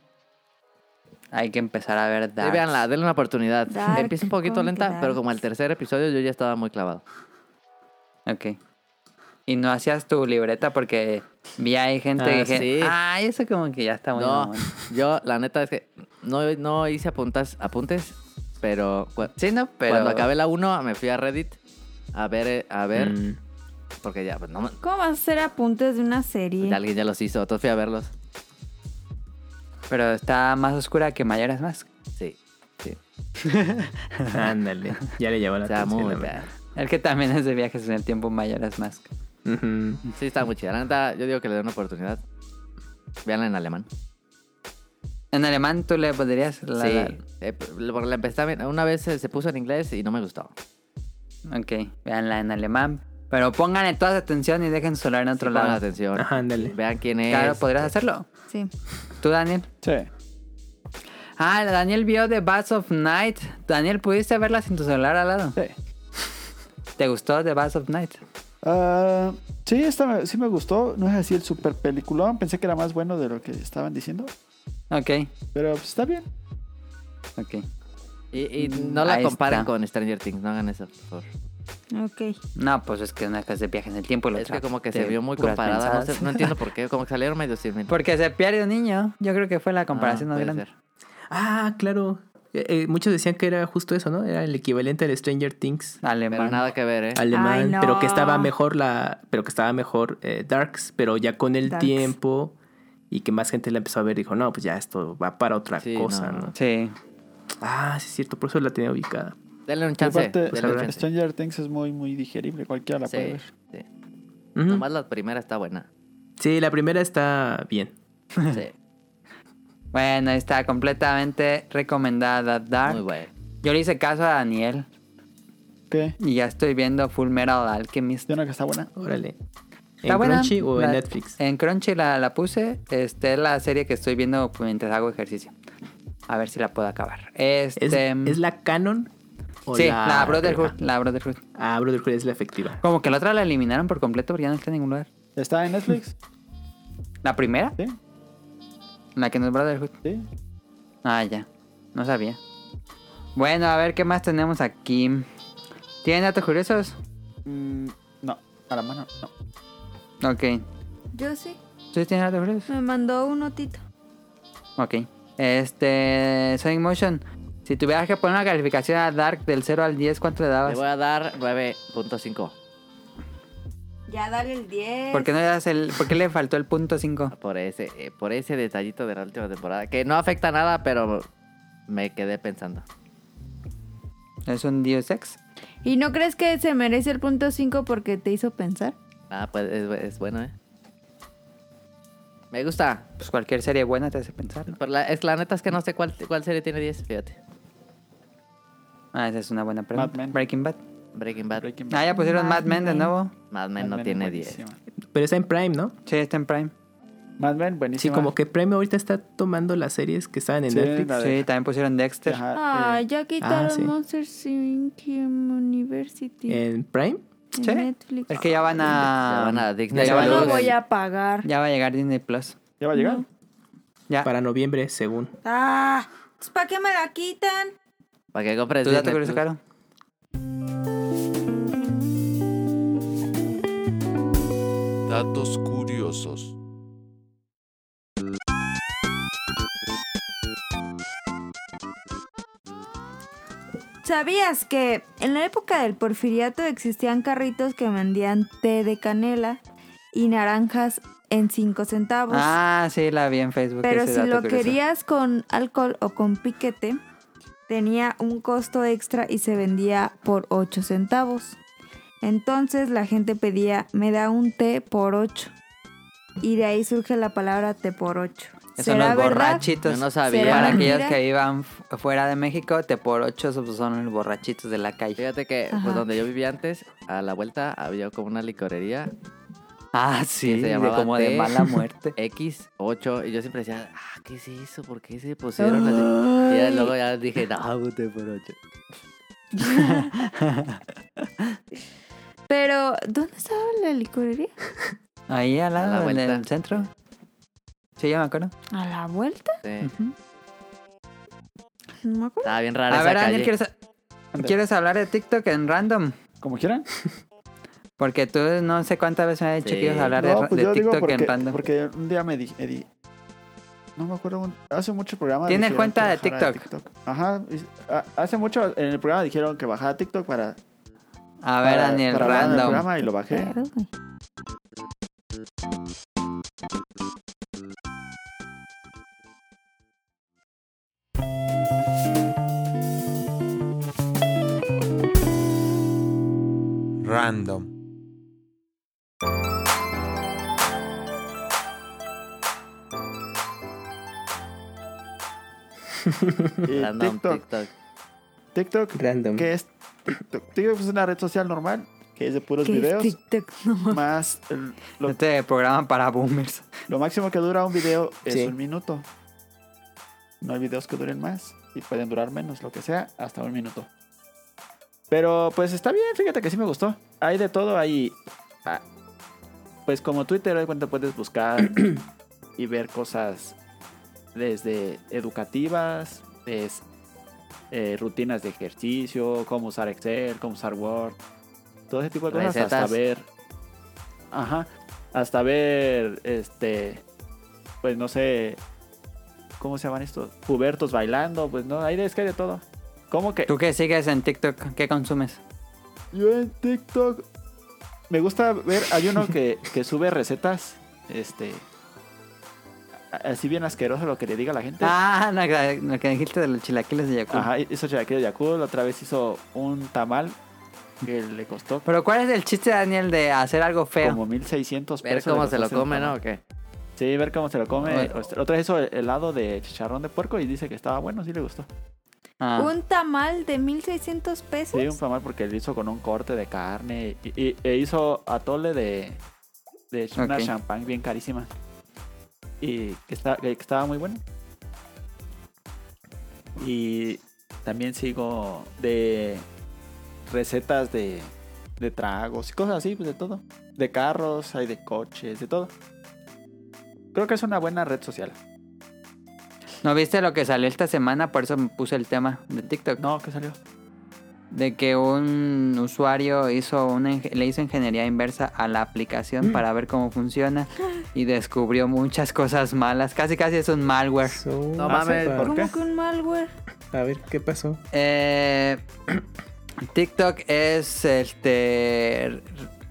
S1: Hay que empezar a ver
S2: Sí,
S1: Dark.
S2: véanla, denle una oportunidad.
S5: Dark,
S2: Empieza un poquito
S5: ¿cómo
S2: lenta,
S5: que
S2: pero
S5: Dark?
S2: como el tercer episodio yo ya estaba muy clavado.
S1: Ok. Y no hacías tu libreta porque vi ahí gente
S4: Ah,
S1: que dije,
S2: sí.
S1: ay, eso como que ya está muy
S2: No,
S1: mamón".
S2: yo la neta es que no, no hice apuntas, apuntes, pero, cu-
S1: Sí, no, pero...
S2: cuando acabé la 1 me fui a Reddit a ver, eh, a ver, (laughs)
S4: Mm.
S2: porque ya, pues no, me-
S5: ¿Cómo vas a hacer apuntes de una serie?
S2: ya alguien ya los hizo, entonces fui a verlos.
S1: Pero está más oscura que Mayoras más.
S2: Sí, sí,
S4: Ándale. Ya le
S1: Ah,
S4: llevó la
S2: o
S1: pues
S2: sea,
S4: atención.
S2: muy
S4: la
S2: bad.
S4: verdad.
S1: El que también es de viajes en el tiempo Mayoras más.
S4: Ujú.
S2: Sí, está muy chida. La neta, yo digo que le den una oportunidad. Veanla en alemán.
S1: En alemán tú le podrías la,
S2: sí, eh, porque la empecé también- una vez eh, se puso en inglés y no me gustó.
S1: la- Ok, véanla en alemán. Pero pongan toda atención y dejen su celular en otro
S2: Sí, pongan
S1: lado.
S2: atención.
S4: Ajá, ándale.
S2: Vean quién es.
S1: Claro, podrías hacerlo.
S5: Sí.
S1: Tú, Daniel.
S3: Sí.
S1: Ah, Daniel vio The Bass of Night. Daniel, ¿pudiste verla sin tu celular al lado?
S3: Sí.
S1: ¿Te gustó The Bass of Night?
S3: Ah, sí, esta me- sí me gustó. No es así el super peliculón. Pensé que era más bueno de lo que estaban diciendo.
S1: Ok,
S3: Pero pues, está bien.
S1: ok.
S2: Y, y no la
S1: Mm, Ahí
S2: comparen
S1: está.
S2: con Stranger Things, no hagan eso, por favor.
S5: Ok.
S1: No, pues es que una casa de viajes en el tiempo. y lo
S2: Es que
S1: otra
S2: como que
S1: de
S2: se vio muy
S1: puras
S2: comparada, no, sé-
S1: mensadas.
S2: no entiendo por qué, como que salieron medio similares.
S1: (laughs) Porque se pierde un niño. Yo creo que fue la
S2: Ah,
S1: comparación más
S2: puede
S1: grande.
S2: ser.
S4: Ah, claro. Eh, eh, muchos decían que era justo eso, ¿no? Era el equivalente al Stranger Things
S1: Alemán.
S2: Pero nada que ver, ¿eh?
S4: alemán,
S5: Ay, no.
S4: pero que estaba mejor la, pero que estaba mejor eh, Darks, pero ya con el
S5: Darks.
S4: tiempo y que más gente la empezó a ver dijo no pues ya esto va para otra
S2: Sí,
S4: cosa,
S2: no.
S4: no.
S1: Sí.
S4: Ah, sí es cierto, por eso la tenía ubicada.
S2: Denle un
S3: Y
S2: chance.
S3: aparte, este,
S2: denle un chance.
S3: Stranger Things es muy, muy digerible. Cualquiera la puede
S2: Sí,
S3: ver.
S2: sí.
S4: Ujú.
S2: Nomás la primera está buena.
S4: Sí, la primera está bien.
S2: Sí,
S1: Bueno, está completamente recomendada Dark.
S2: muy buena.
S1: Yo le hice caso a Daniel
S3: ¿Qué?
S1: y ya estoy viendo Full Metal Alchemist.
S3: ¿De una que está buena?
S4: Órale.
S1: Está
S4: ¿En
S1: buena.
S4: Crunchy o en
S1: La-
S4: Netflix?
S1: En Crunchy la, la puse. Este es la serie que estoy viendo mientras hago ejercicio. A ver si la puedo acabar. Este,
S4: ¿Es, es la canon? O
S1: sí, la, Brotherhood.
S4: Ah,
S1: La Brotherhood.
S4: Ah, Brotherhood es la efectiva.
S1: Como que la otra la eliminaron por completo porque ya no está en ningún lugar.
S3: ¿Está en Netflix?
S1: ¿La primera?
S3: Sí,
S1: La que no es Brotherhood.
S3: sí.
S1: Ah, ya. No sabía. Bueno, a ver qué más tenemos aquí. ¿Tienen datos curiosos?
S3: Mm, no, a la mano no.
S1: Ok.
S5: Yo sí.
S1: ¿Ustedes tienen datos curiosos?
S5: Me mandó uno, Tito.
S1: Ok. Este. Sonic Motion. Si tuvieras que poner una calificación a Dark del 0 al 10, ¿cuánto le
S2: Le
S1: dabas?
S2: voy a dar 9.5
S5: Ya dale el 10.
S1: ¿Por qué, no le das el, ¿Por qué le faltó el punto 5?
S2: por ese, eh, por ese detallito de la última temporada. Que no afecta nada, pero me quedé pensando.
S1: ¿Es un Deus Ex?
S5: ¿Y no crees que se merece el punto 5 porque te hizo pensar?
S2: Ah, pues es, bu- es bueno, ¿eh? Me gusta.
S1: Pues cualquier serie buena te hace pensar. ¿no?
S2: Pero la, es, la neta es que no sé cuál, cuál serie tiene 10, fíjate.
S1: Ah, esa es una buena pregunta.
S3: Mad Men.
S1: Breaking Bad.
S2: Breaking Bad.
S3: Breaking Bad.
S1: Ah, ya pusieron Mad,
S5: Mad
S1: Men de
S5: Men.
S1: nuevo.
S2: Mad Men no
S3: Mad Men es
S2: tiene 10.
S3: buenísima.
S4: Pero está en Prime, ¿no?
S1: Sí, está en Prime.
S3: Mad Men,
S4: Sí,
S3: buenísimo.
S4: como que Prime ahorita está tomando las series que estaban en
S3: Sí,
S4: Netflix.
S3: la-
S1: Sí, también pusieron Dexter.
S5: Ah,
S1: eh,
S3: eh,
S5: ya quitaron
S4: sí.
S5: Monsters Inc. University
S4: ¿En Prime?
S5: en
S1: Eh, sí.
S5: Netflix.
S1: Es que ya van a.
S2: Ya van a Ah, Disney
S1: Ah, ya
S5: Yo
S1: va
S5: lo
S1: Plus.
S5: voy a pagar.
S1: Ya va a llegar Disney Plus.
S3: ¿Ya va a llegar?
S1: Ya.
S4: Para noviembre, según.
S5: Ah, ¿para qué me la quitan?
S2: Para que compres
S1: ¿Tú ya te
S2: Disney
S1: curioso,
S2: Plus.
S1: Caro?
S7: Datos curiosos.
S5: ¿Sabías que en la época del porfiriato existían carritos que vendían té de canela y naranjas en 5 centavos?
S1: Ah, sí, la vi en Facebook.
S5: Pues, pero
S1: ese
S5: si
S1: dato
S5: lo
S1: curioso.
S5: querías con alcohol o con piquete, tenía un costo extra y se vendía por 8 centavos. Entonces la gente pedía, me da un té por 8. Y de ahí surge la palabra té por 8.
S1: Que Son los
S2: Yo
S1: borrachitos.
S2: no sabía.
S5: ¿Será
S1: Para
S5: mentira?
S1: aquellos que vivan fu- fuera de México, te por ocho son los borrachitos de la calle.
S2: Fíjate que pues,
S5: Ajá.
S2: donde yo vivía antes, a la vuelta había como una licorería
S1: Ah, sí,
S2: Que se
S1: de
S2: llamaba
S1: como de (laughs)
S2: té.
S1: mala muerte.
S2: X8 y yo siempre decía, ah, ¿qué es eso? ¿Por qué se pusieron así? Y ya luego ya dije, no, voté por 8.
S5: Pero, ¿dónde estaba la licorería?
S1: Ahí al
S2: A la
S1: lado, en
S2: vuelta.
S1: el centro. Sí, ya me acuerdo.
S5: ¿A la vuelta? No me acuerdo.
S2: Estaba bien rara
S1: A
S2: esa
S1: ver,
S2: calle.
S1: Ángel, ¿quieres, ¿quieres hablar de TikTok en random?
S3: Como quieran.
S1: Porque tú no sé cuántas veces me has dicho
S2: Sí.
S1: que ibas a hablar de,
S3: No,
S1: ra-
S3: pues
S1: de
S3: yo digo
S1: TikTok
S3: porque,
S1: en random.
S3: porque un día me dije, di, no me acuerdo, un- hace mucho programa.
S1: ¿Tienes
S3: dijeron
S1: cuenta
S3: que
S1: de
S3: bajara
S1: TikTok?
S3: Ajá, es- a- hace mucho en el programa dijeron que bajara TikTok para...
S1: A ver,
S3: para-
S1: Daniel,
S3: para hablar en el
S1: random.
S3: programa y
S1: (laughs)
S3: lo bajé.
S5: Pero, güey.
S7: Random.
S3: Y
S2: Random
S3: TikTok,
S2: TikTok.
S3: TikTok,
S4: Random.
S3: que es TikTok? TikTok es una red social normal que es de puros
S5: ¿Qué es
S3: videos.
S5: TikTok? No mames.
S3: Más el- lo,
S1: Este programa para boomers.
S3: lo máximo que dura un video es
S4: Sí.
S3: un minuto. No hay videos que duren más y pueden durar menos, lo que sea, hasta un minuto. Pero pues está bien, fíjate que sí me gustó. Hay de todo ahí. Ah, Pues como Twitter, de cuenta puedes buscar y ver cosas desde educativas, es eh, rutinas de ejercicio, cómo usar Excel, cómo usar Word, todo ese tipo de cosas
S2: Recetas.
S3: hasta ver. Ajá. Hasta ver este pues no sé ¿cómo se llaman estos? Pubertos bailando, pues no, ahí es que hay de todo. ¿Cómo que
S1: ¿Tú qué sigues en TikTok? ¿Qué consumes?
S3: yo en TikTok me gusta ver, hay
S2: (laughs)
S3: uno que, que sube recetas, este a- así bien asqueroso lo que le diga la gente.
S1: Ah, lo que, lo que dijiste de los chilaquiles de Yakult.
S3: Ajá, hizo Chilaquil de Yakul, otra vez hizo un tamal que le costó
S1: Pero ¿cuál es el chiste, Daniel, de hacer algo feo?
S3: como 1600 pesos.
S2: Ver
S3: le
S2: cómo
S3: costó
S2: se lo
S3: hacer
S2: come,
S3: el
S2: ¿no?
S3: tamal.
S2: ¿O qué?
S3: Sí, ver cómo se lo come.
S1: Bueno.
S3: Otra vez hizo helado de chicharrón de puerco y dice que estaba bueno, sí le gustó.
S1: Ah,
S5: ¿Un tamal de 1600 pesos?
S3: Sí, un tamal porque lo hizo con un corte de carne y, y- e hizo atole de, de una
S1: Ok.
S3: champán bien carísima. Y que, está- que estaba muy bueno. Y también sigo de recetas de, de tragos y cosas así, pues de todo. De carros, hay de coches, de todo. Creo que es una buena red social.
S1: ¿No viste lo que salió esta semana? Por eso me puse el tema de TikTok.
S3: No, ¿qué salió?
S1: De que un usuario hizo una, ing- le hizo ingeniería inversa a la aplicación
S3: Mm.
S1: para ver cómo funciona y descubrió muchas cosas malas. Casi, casi es un malware.
S2: No mames, ¿por
S5: ¿Cómo
S3: qué?
S5: que un malware?
S4: Ah, A ver, ¿qué pasó?
S1: Eh, (clears throat) TikTok es este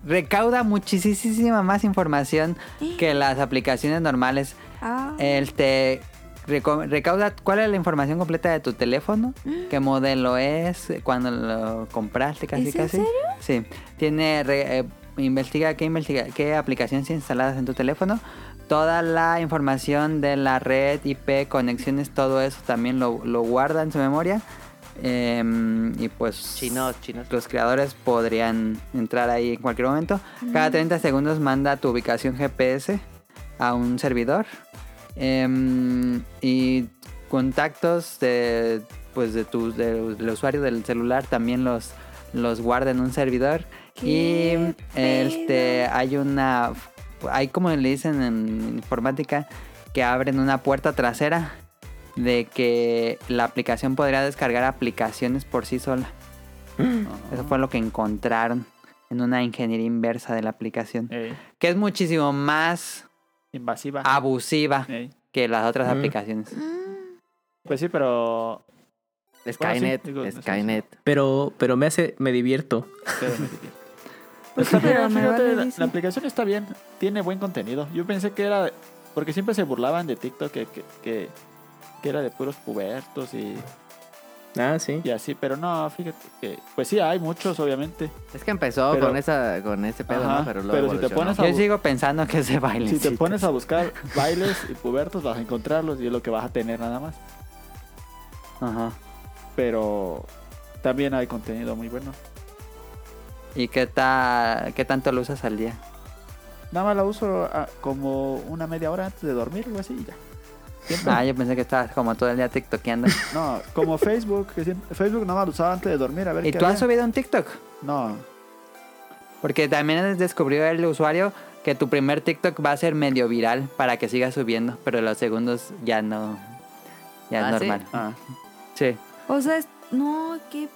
S1: recauda muchísima más información que las aplicaciones normales.
S5: Ah,
S1: Este reco- recauda cuál es la información completa de tu teléfono,
S5: Mm.
S1: qué modelo es, cuando lo compraste, casi
S5: ¿Es en
S1: casi. Sí, tiene re- eh, investiga qué investiga qué aplicaciones tienes instaladas en tu teléfono. Toda la información de la red, IP, conexiones, todo eso también lo, lo guarda en su memoria. Em, y pues
S2: Chinos, chinos.
S1: los creadores podrían entrar ahí en cualquier momento. Cada 30 segundos manda tu ubicación GPS a un servidor. Em, y contactos de, pues de tu, de- del usuario del celular también los, los guarda en un servidor. Y
S5: ¡Qué
S1: este
S5: pedo!
S1: hay una hay como le dicen en informática que abren una puerta trasera de que la aplicación podría descargar aplicaciones por sí sola. Eso fue lo que encontraron en una ingeniería inversa de la aplicación.
S3: Ey,
S1: Que es muchísimo más
S3: invasiva.
S1: Ah. abusiva
S3: Ey.
S1: que las otras
S4: Mm.
S1: aplicaciones.
S3: Pues sí, pero.
S2: Skynet,
S3: digo, no sé.
S2: Skynet.
S4: Pero, pero me hace, me divierto.
S3: pero me divierte. Pues está
S5: Pero
S3: bien,
S5: me
S3: fíjate,
S5: vale
S3: la,
S5: Disney.
S3: la aplicación está bien, tiene buen contenido. Yo pensé que era. Porque siempre se burlaban de TikTok que, que, que- que era de puros pubertos y,
S4: Ah, sí.
S3: y así, pero no, fíjate que. Pues sí, hay muchos, obviamente.
S2: Es que empezó
S3: Pero-
S2: con esa con ese pedo,
S3: Ajá,
S2: ¿no? Pero luego
S3: pero si te
S2: evolucionó.
S3: pones a
S1: Yo
S3: bu-
S1: sigo pensando que se baile.
S3: Si te pones a buscar bailes y pubertos, vas a encontrarlos y es lo que vas a tener nada más.
S1: Ajá.
S3: Pero también hay contenido muy bueno.
S1: ¿Y qué, ta- qué tanto lo usas al día?
S3: Nada más la uso ah, como una media hora antes de dormir, algo así y ya. Siempre.
S1: Ah, yo pensé que estabas como todo el día tiktokeando.
S3: No, como (laughs) Facebook, que siempre- Facebook nada más lo usaba antes de dormir, a ver
S1: ¿Y
S3: qué
S1: tú has
S3: había.
S1: subido un TikTok?
S3: No,
S1: Porque también descubrió el usuario que tu primer TikTok va a ser medio viral para que sigas subiendo, pero los segundos ya no. Ya
S2: ¿Ah,
S1: es
S2: sí?
S1: normal.
S3: ah,
S1: Sí.
S5: o sea, es- no, qué,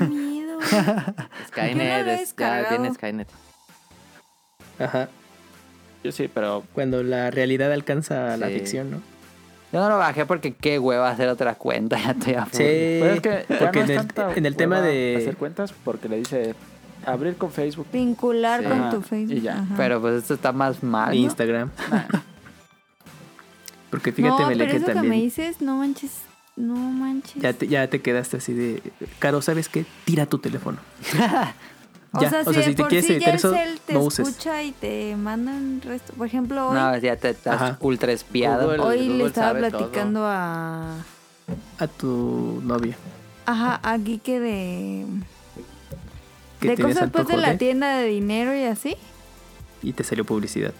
S5: qué miedo. Yo no
S2: Skynet,
S5: lo he
S2: es- ya
S5: descargado.
S2: viene Skynet.
S4: Ajá.
S3: yo sí, pero
S4: Cuando la realidad alcanza la
S2: Sí.
S4: ficción, ¿no?
S1: Yo no lo bajé porque qué hueva hacer otra cuenta, (laughs) ya estoy a full.
S4: Sí.
S3: Pues es que ya
S4: porque
S3: no es
S4: en el,
S3: tanta
S4: en el tema
S3: hueva
S4: de.
S3: hacer cuentas porque le dice abrir con Facebook.
S5: Vincular
S2: Sí.
S5: con
S3: Ajá,
S5: tu Facebook.
S3: y ya.
S5: ajá.
S1: Pero pues esto está más
S3: Ah,
S1: mal. ¿no?
S3: (laughs)
S4: Instagram. Porque fíjate,
S5: no,
S4: Mele,
S5: pero
S4: que
S5: eso que me
S4: también.
S5: dices, no manches, no manches.
S4: Ya te, ya te quedaste así de. Caro, ¿sabes qué? Tira tu teléfono.
S5: (laughs) o
S4: ya,
S5: sea,
S4: o sea,
S5: si, de
S4: si te
S5: por
S4: quieres
S5: sí
S4: evitar
S5: ya
S4: eso,
S5: el cel te
S4: no uses.
S5: escucha y te manda un resto. Por ejemplo, hoy,
S1: No, ya te estás
S4: Ajá.
S1: ultra espiado.
S2: Google.
S5: hoy le
S2: Google
S5: estaba
S2: sabe todo.
S5: platicando a...
S4: A tu novia.
S5: Ajá, a Quique de...
S4: Que
S5: de
S4: tenías
S5: cosas pues de
S4: antojo
S5: la tienda de dinero y así.
S4: ¿eh? Y te salió publicidad.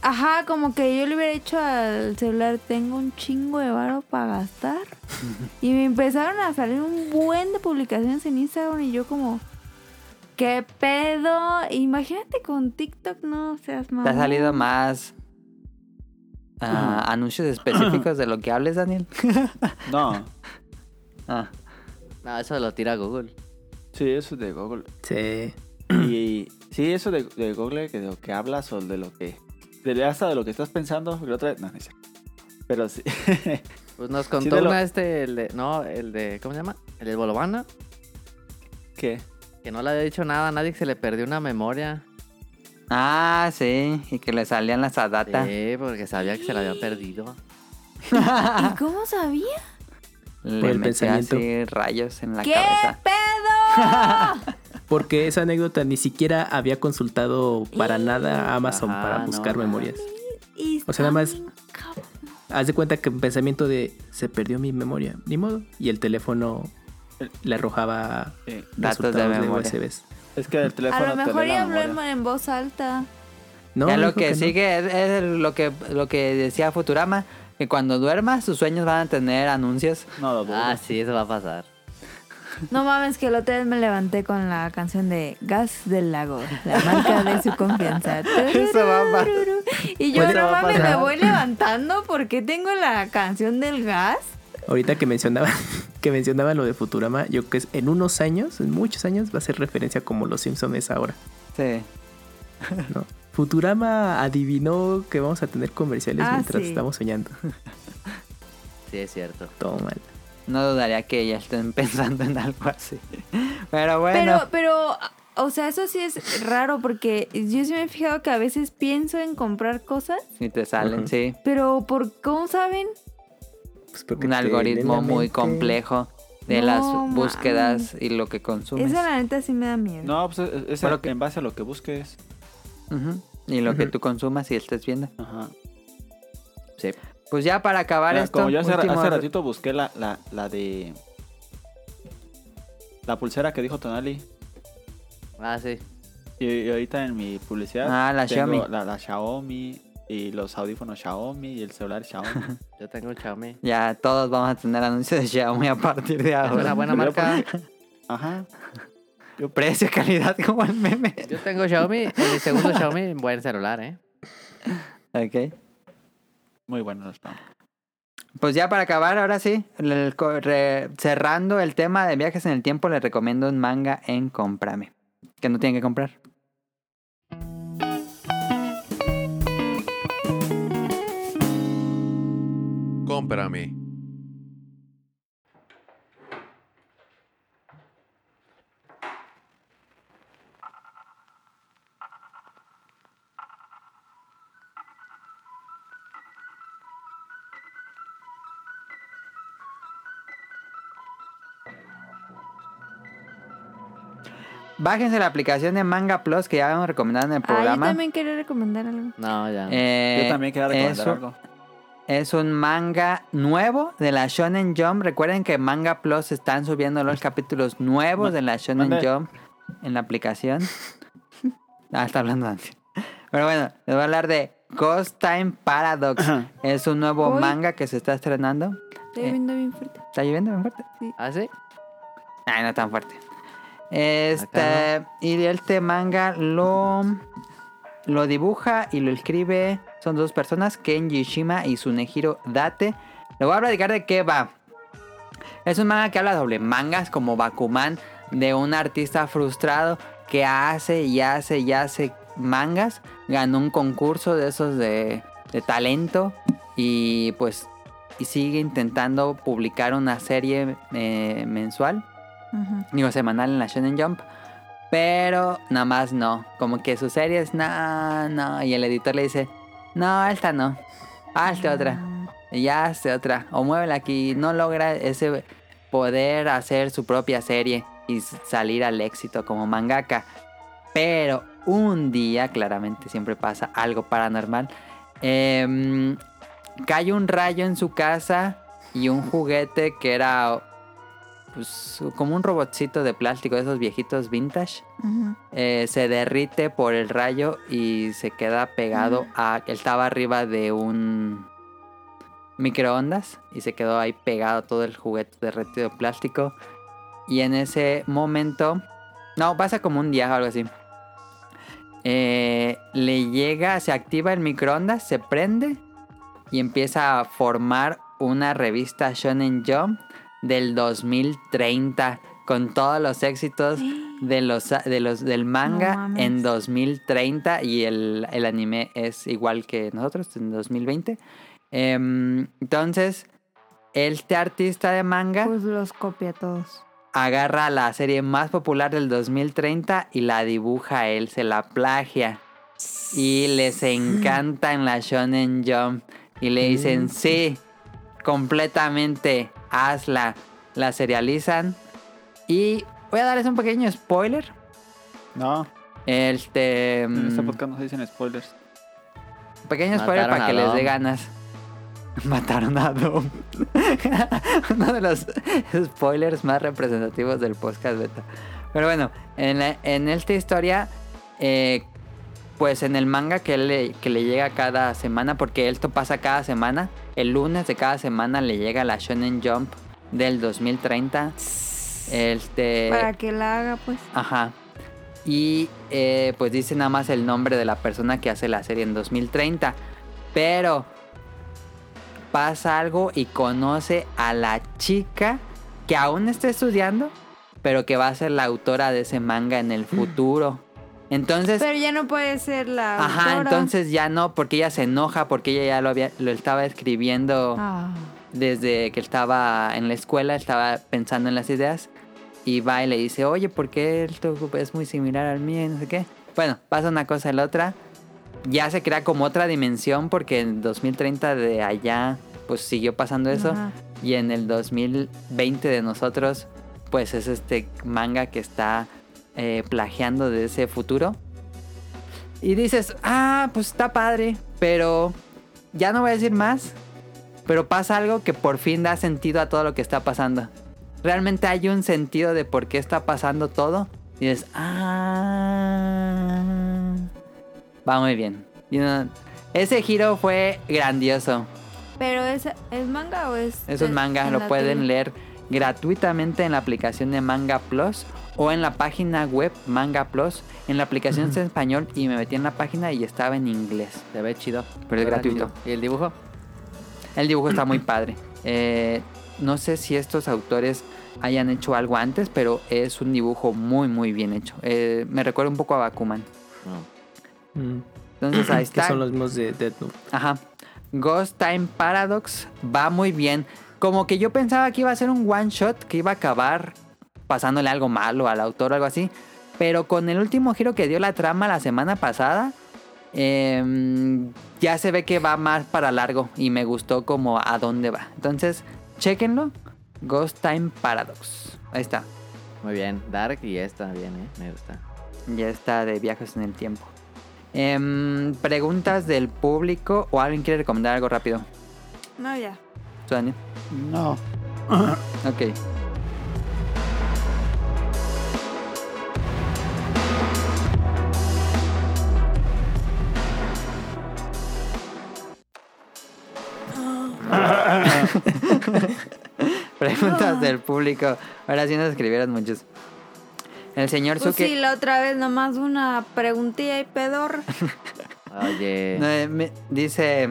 S5: Ajá, como que yo le hubiera hecho al celular, tengo un chingo de varo para gastar. y me empezaron a salir un buen de publicaciones en Instagram y yo como, ¿qué pedo? Imagínate con TikTok, no seas
S1: Te
S5: mamá.
S1: ha salido más ah, anuncios específicos de lo que hables, Daniel.
S3: No,
S1: Ah,
S2: No, eso lo tira Google.
S3: sí, eso de (clears throat) Google.
S4: Sí.
S3: Y sí, eso de, de Google, que de lo que hablas o de lo que... De, hasta de lo que estás pensando, porque la otra vez- No, no sé. Pero sí. (laughs)
S2: Pues nos
S3: Sí,
S2: contó
S3: de lo-
S2: una este, el de, no, el de, ¿cómo se llama? El de Bolobana,
S3: ¿Qué?
S2: que no le había dicho nada a nadie, que se le perdió una memoria.
S1: Ah, sí. Y que le salían las adatas.
S2: Sí, porque sabía que se la había perdido.
S1: (laughs)
S5: ¿Y cómo sabía?
S1: Le
S4: Por el
S1: metí
S4: pensamiento.
S1: Pues así rayos en la
S5: ¿Qué
S1: cabeza. (laughs)
S5: pedo?
S4: Porque esa anécdota ni siquiera había consultado
S1: Eh,
S4: para nada a Amazon
S2: Ajá,
S4: para buscar
S2: no, no.
S4: memorias.
S5: Y
S4: O sea, nada más-
S5: está bien cabrón.
S4: Haz de cuenta que un pensamiento de se perdió mi memoria, ni modo. Y el teléfono le arrojaba
S3: Sí.
S1: Eh, Datos de
S4: resultados de,
S1: memoria.
S4: USBs.
S3: Es que el teléfono
S5: A lo
S3: te
S5: mejor
S3: lee la
S5: ya habló en,
S3: memoria.
S5: en voz alta.
S4: No,
S1: ya lo
S4: dijo
S1: que,
S4: no.
S1: sigue es, es el- lo que lo que decía Futurama, que cuando duermas sus sueños van a tener anuncios.
S3: No lo dudo.
S2: Ah, sí, eso va a pasar.
S5: No mames, que el otro día me levanté con la canción de Gas del Lago, la marca de
S1: (laughs)
S5: su confianza.
S1: Eso va a pasar.
S5: Y yo,
S4: Pues,
S5: no
S4: va a
S5: mames, me
S4: pasar.
S5: voy levantando porque tengo la canción del gas.
S4: Ahorita que mencionaba, (laughs) que mencionaba lo de Futurama, yo creo que en unos años, en muchos años, va a ser referencia como Los Simpsons es ahora.
S1: Sí.
S4: ¿no? Futurama adivinó que vamos a tener comerciales
S5: Ah,
S4: mientras
S5: sí.
S4: estamos soñando. (laughs)
S2: Sí, es cierto.
S4: Todo mal.
S1: No dudaría que ya estén (laughs) pensando en algo así. Pero bueno.
S5: Pero, pero, o sea, eso sí es raro porque yo sí me he fijado que a veces pienso en comprar cosas,
S1: Y te salen,
S4: Ujú.
S1: sí.
S5: pero ¿por cómo saben?
S4: Pues porque
S1: Un
S4: te leen la
S1: algoritmo muy
S4: mente.
S1: complejo de
S5: No
S1: las búsquedas y lo que consumes.
S5: Eso la neta sí me da miedo.
S3: No, pues es, es
S1: Pero que-
S3: en base a lo que busques.
S1: Ujú. Y lo que
S4: Ujú.
S1: tú consumas y estés viendo.
S3: Ajá.
S2: Sí.
S1: Pues ya para acabar
S3: Mira,
S1: esto.
S3: como yo hace,
S1: último-
S3: hace ratito busqué la, la, la de. La pulsera que dijo Tonali.
S2: Ah, sí.
S3: Y, y ahorita en mi publicidad.
S1: Ah, la
S3: tengo
S1: Xiaomi.
S3: La, la Xiaomi. Y los audífonos Xiaomi. Y el
S1: (laughs)
S3: celular Xiaomi.
S2: Yo tengo un Xiaomi.
S1: Ya todos vamos a tener anuncios (laughs) de Xiaomi a partir de
S2: Es una
S1: ahora.
S2: buena marca.
S3: Ajá.
S1: Precio, calidad, (laughs) como el meme.
S2: Yo tengo Xiaomi. El segundo Xiaomi, buen celular, ¿eh?
S1: Ok.
S3: Muy bueno. los nombres.
S1: Pues ya para acabar, ahora sí, el- el co- re- cerrando el tema de viajes en el tiempo, les recomiendo un manga en Comprame. Que no tienen que comprar.
S7: Cómprame.
S1: Bájense la aplicación de Manga Plus que ya habíamos recomendado en el
S5: Ah, yo
S1: programa.
S5: también quería recomendar algo.
S2: No, ya. no.
S1: Eh,
S3: Yo también quería recomendar
S1: eso-
S3: algo.
S1: Es un manga nuevo de la Shonen Jump. Recuerden que en Manga Plus están subiendo los capítulos nuevos de la Shonen
S3: mande.
S1: Jump en la aplicación. Ah, está hablando antes. Pero bueno, les voy a hablar de Ghost Time Paradox. es un nuevo
S5: Uy.
S1: manga que se está estrenando.
S5: Estoy
S1: Eh.
S5: viendo bien fuerte.
S1: ¿Está lloviendo bien fuerte?
S2: ¿Ah, sí?
S1: Ay, no tan fuerte. Este. Y este manga lo. Lo dibuja y lo escribe. Son dos personas, Kenji Ishima y Sunehiro Date. Le voy a platicar de qué va. Es un manga que habla sobre mangas como Bakuman, de un artista frustrado que hace y hace y hace mangas. Ganó un concurso de esos de, de talento y pues y sigue intentando publicar una serie eh, mensual
S5: Ajá.
S1: digo, semanal en la Shonen Jump. Pero nada más no. Como que sus series, no, no. Y el editor le dice, no, esta no. Hazte otra. Y ya hazte otra. O muévela aquí. No logra ese poder hacer su propia serie y s- salir al éxito como mangaka. Pero un día, claramente siempre pasa algo paranormal. em, cae un rayo en su casa y un juguete que era pues, como un robotcito de plástico, esos viejitos vintage,
S5: Ajá.
S1: eh, se derrite por el rayo y se queda pegado a... Él estaba arriba de un microondas y se quedó ahí pegado todo el juguete derretido de plástico. Y en ese momento... No, pasa como un día o algo así. Eh, le llega, se activa el microondas, se prende y empieza a formar una revista Shonen Jump del 2030 con todos los éxitos de los, de los del
S5: No
S1: manga
S5: mames.
S1: en 2030 y el, el anime es igual que nosotros en 2020. Em, entonces, este artista de manga
S5: Pues los copia todos.
S1: agarra la serie más popular del 2030 y la dibuja él, se la plagia. Y les encanta en la Shonen Jump. Y le
S5: Mm.
S1: dicen, sí, completamente, hazla. La serializan. Y voy a darles un pequeño spoiler.
S3: No,
S1: Este...
S3: en este
S1: mm,
S3: podcast no se dicen spoilers.
S1: Pequeño spoiler
S2: Mataron
S1: para
S2: a
S1: que les
S2: Dom.
S1: dé ganas. (laughs) Mataron a Dom. (laughs) Uno de los spoilers más representativos del podcast beta. Pero bueno, en, la- en esta historia, eh, pues en el manga que le, que le llega cada semana, porque esto pasa cada semana, el lunes de cada semana le llega la Shonen Jump del 2030. Este.
S5: Para que la haga, pues.
S1: Ajá. Y eh, pues dice nada más el nombre de la persona que hace la serie en 2030. Pero pasa algo y conoce a la chica que aún está estudiando, pero que va a ser la autora de ese manga en el futuro. Entonces,
S5: Pero ya no puede ser la.
S1: ajá,
S5: autora.
S1: entonces ya no, porque ella se enoja, porque ella ya lo, había, lo estaba escribiendo
S5: Ah.
S1: desde que estaba en la escuela, estaba pensando en las ideas y va y le dice, oye, ¿por qué esto es muy similar al mío? Y no sé qué. Bueno, pasa una cosa a la otra. Ya se crea como otra dimensión porque en 2030 de allá pues siguió pasando eso.
S5: Ajá.
S1: Y en el 2020 de nosotros pues es este manga que está eh, plagiando de ese futuro. Y dices, ah, pues está padre, pero ya no voy a decir más. Pero pasa algo que por fin da sentido a todo lo que está pasando. Realmente hay un sentido de por qué está pasando todo. Y dices, ah, va muy bien. Y no- ese giro fue grandioso.
S5: Pero es, es manga o es.
S1: Esos
S5: es-
S1: mangas
S5: en
S1: lo
S5: la
S1: pueden
S5: tele?
S1: leer gratuitamente en la aplicación de Manga Plus o en la página web Manga Plus. En la aplicación está en español y me metí en la página y estaba en inglés.
S2: Se ve chido.
S1: Pero es
S2: Se ve
S1: gratuito.
S2: chido. ¿Y el dibujo?
S1: El dibujo está
S5: (clears throat)
S1: muy padre. Eh, no sé si estos autores hayan hecho algo antes, pero es un dibujo muy, muy bien hecho. Eh, me recuerda un poco a Bakuman.
S4: Mm.
S1: Entonces
S5: (clears throat)
S1: ahí
S4: Que
S1: está.
S4: son los mismos de Death Note.
S1: Ajá. Ghost Time Paradox va muy bien. Como que yo pensaba que iba a ser un one shot que iba a acabar pasándole algo malo al autor o algo así. Pero con el último giro que dio la trama la semana pasada, eh, ya se ve que va más para largo y me gustó como a dónde va. Entonces, chequenlo. Ghost Time Paradox. Ahí está.
S2: Muy bien. Dark y esta, bien, ¿eh? Me gusta.
S1: Ya está de viajes en el tiempo. Em, preguntas del público o alguien quiere recomendar algo rápido.
S5: No, ya.
S1: ¿Tú, Daniel?
S3: No.
S1: Ok. (laughs) Preguntas del público. Ahora sí nos escribieron muchos. El señor
S5: Pues
S1: Suki.
S5: sí, la otra vez nomás una preguntilla y
S1: (laughs)
S5: pedor.
S2: Oye.
S1: No, eh, me- dice,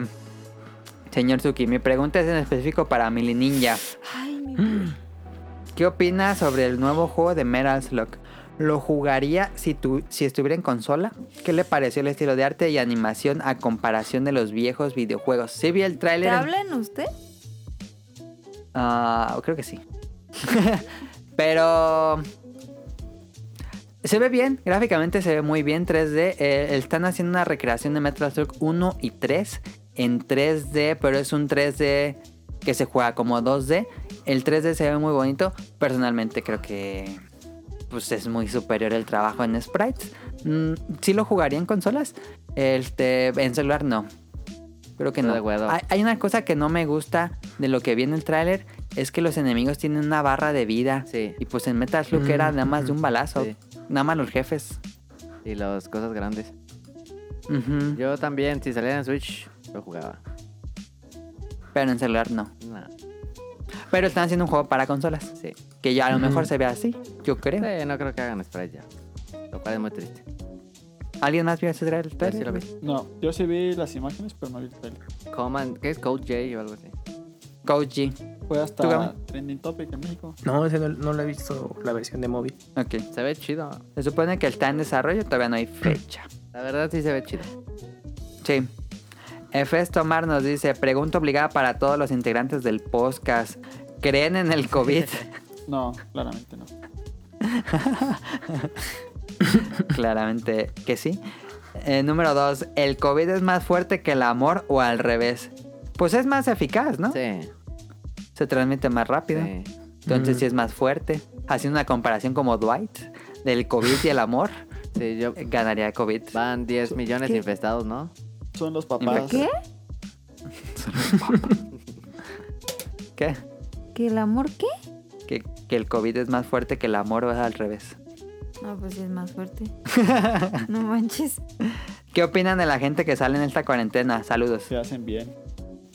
S1: señor Suki, mi pregunta es en específico para Mili Ninja.
S5: Ay, mi vida.
S1: (gasps) ¿Qué opinas sobre el nuevo juego de Metal Slug? ¿Lo jugaría si, tu- si estuviera en consola? ¿Qué le pareció el estilo de arte y animación a comparación de los viejos videojuegos? Sí vi el
S5: ¿Te
S1: tráiler. en-
S5: hablan usted?
S1: Ah, creo que sí. (laughs) Pero... Se ve bien, gráficamente se ve muy bien 3D. Eh, están haciendo una recreación de Metal Slug 1 y 3 en 3D, pero es un 3D que se juega como 2D. El 3D se ve muy bonito. Personalmente creo que pues es muy superior el trabajo en sprites. Mm, sí lo jugaría en consolas. Este, en celular no. Creo que
S2: Estoy
S1: no. Ah,
S2: de acuerdo.
S1: Hay, hay una cosa que no me gusta de lo que vi en el tráiler. Es que los enemigos tienen una barra de vida.
S2: Sí. Mm,
S1: Y pues en Metal Slug era nada más de un balazo.
S2: Sí.
S1: Nada más los jefes.
S2: Y las cosas grandes.
S1: Ujú.
S2: Yo también, si saliera en Switch, lo jugaba.
S1: Pero en celular no.
S2: No,
S1: Pero están haciendo un juego para consolas.
S2: sí.
S1: Que ya a lo
S4: Ujú.
S1: mejor se ve así, yo creo.
S2: Sí, no creo que hagan sprite ya. Lo cual es muy triste.
S1: ¿Alguien más vio ese trailer?
S2: Pero sí lo vi.
S3: No, yo sí vi las imágenes, pero no vi el trailer.
S2: Command, ¿qué es Code J o algo así?
S1: Coach G.
S3: Fue
S1: ¿Tú,
S3: hasta
S1: Gaby?
S3: trending topic en México.
S4: No, ese no, no lo he visto la versión de móvil.
S1: Ok.
S2: Se ve chido.
S1: Se supone que está en desarrollo, todavía no hay fecha.
S2: La verdad sí se ve chido.
S1: Sí. Efesto Mar nos dice, pregunta obligada para todos los integrantes del podcast. ¿Creen en el
S2: (laughs)
S1: COVID?
S3: No, claramente no.
S1: Claramente que sí. Eh, número dos, ¿el COVID es más fuerte que el amor o al revés? Pues es más eficaz, ¿no?
S2: Sí.
S1: Se transmite más rápido.
S2: sí.
S1: Entonces
S4: Mm.
S1: sí es más fuerte. Haciendo una comparación como Dwight, del COVID y el amor,
S2: Sí, yo.
S1: eh, ganaría el COVID.
S2: Van 10 millones
S5: ¿Qué?
S2: infestados, ¿no?
S3: Son los papás.
S5: ¿Qué?
S1: ¿Qué?
S5: ¿Que el amor qué?
S1: Que, que el COVID es más fuerte que el amor o es al revés.
S5: (laughs) No, pues sí es más fuerte. no manches.
S1: ¿Qué opinan de la gente que sale en esta cuarentena? Saludos.
S3: Se hacen bien.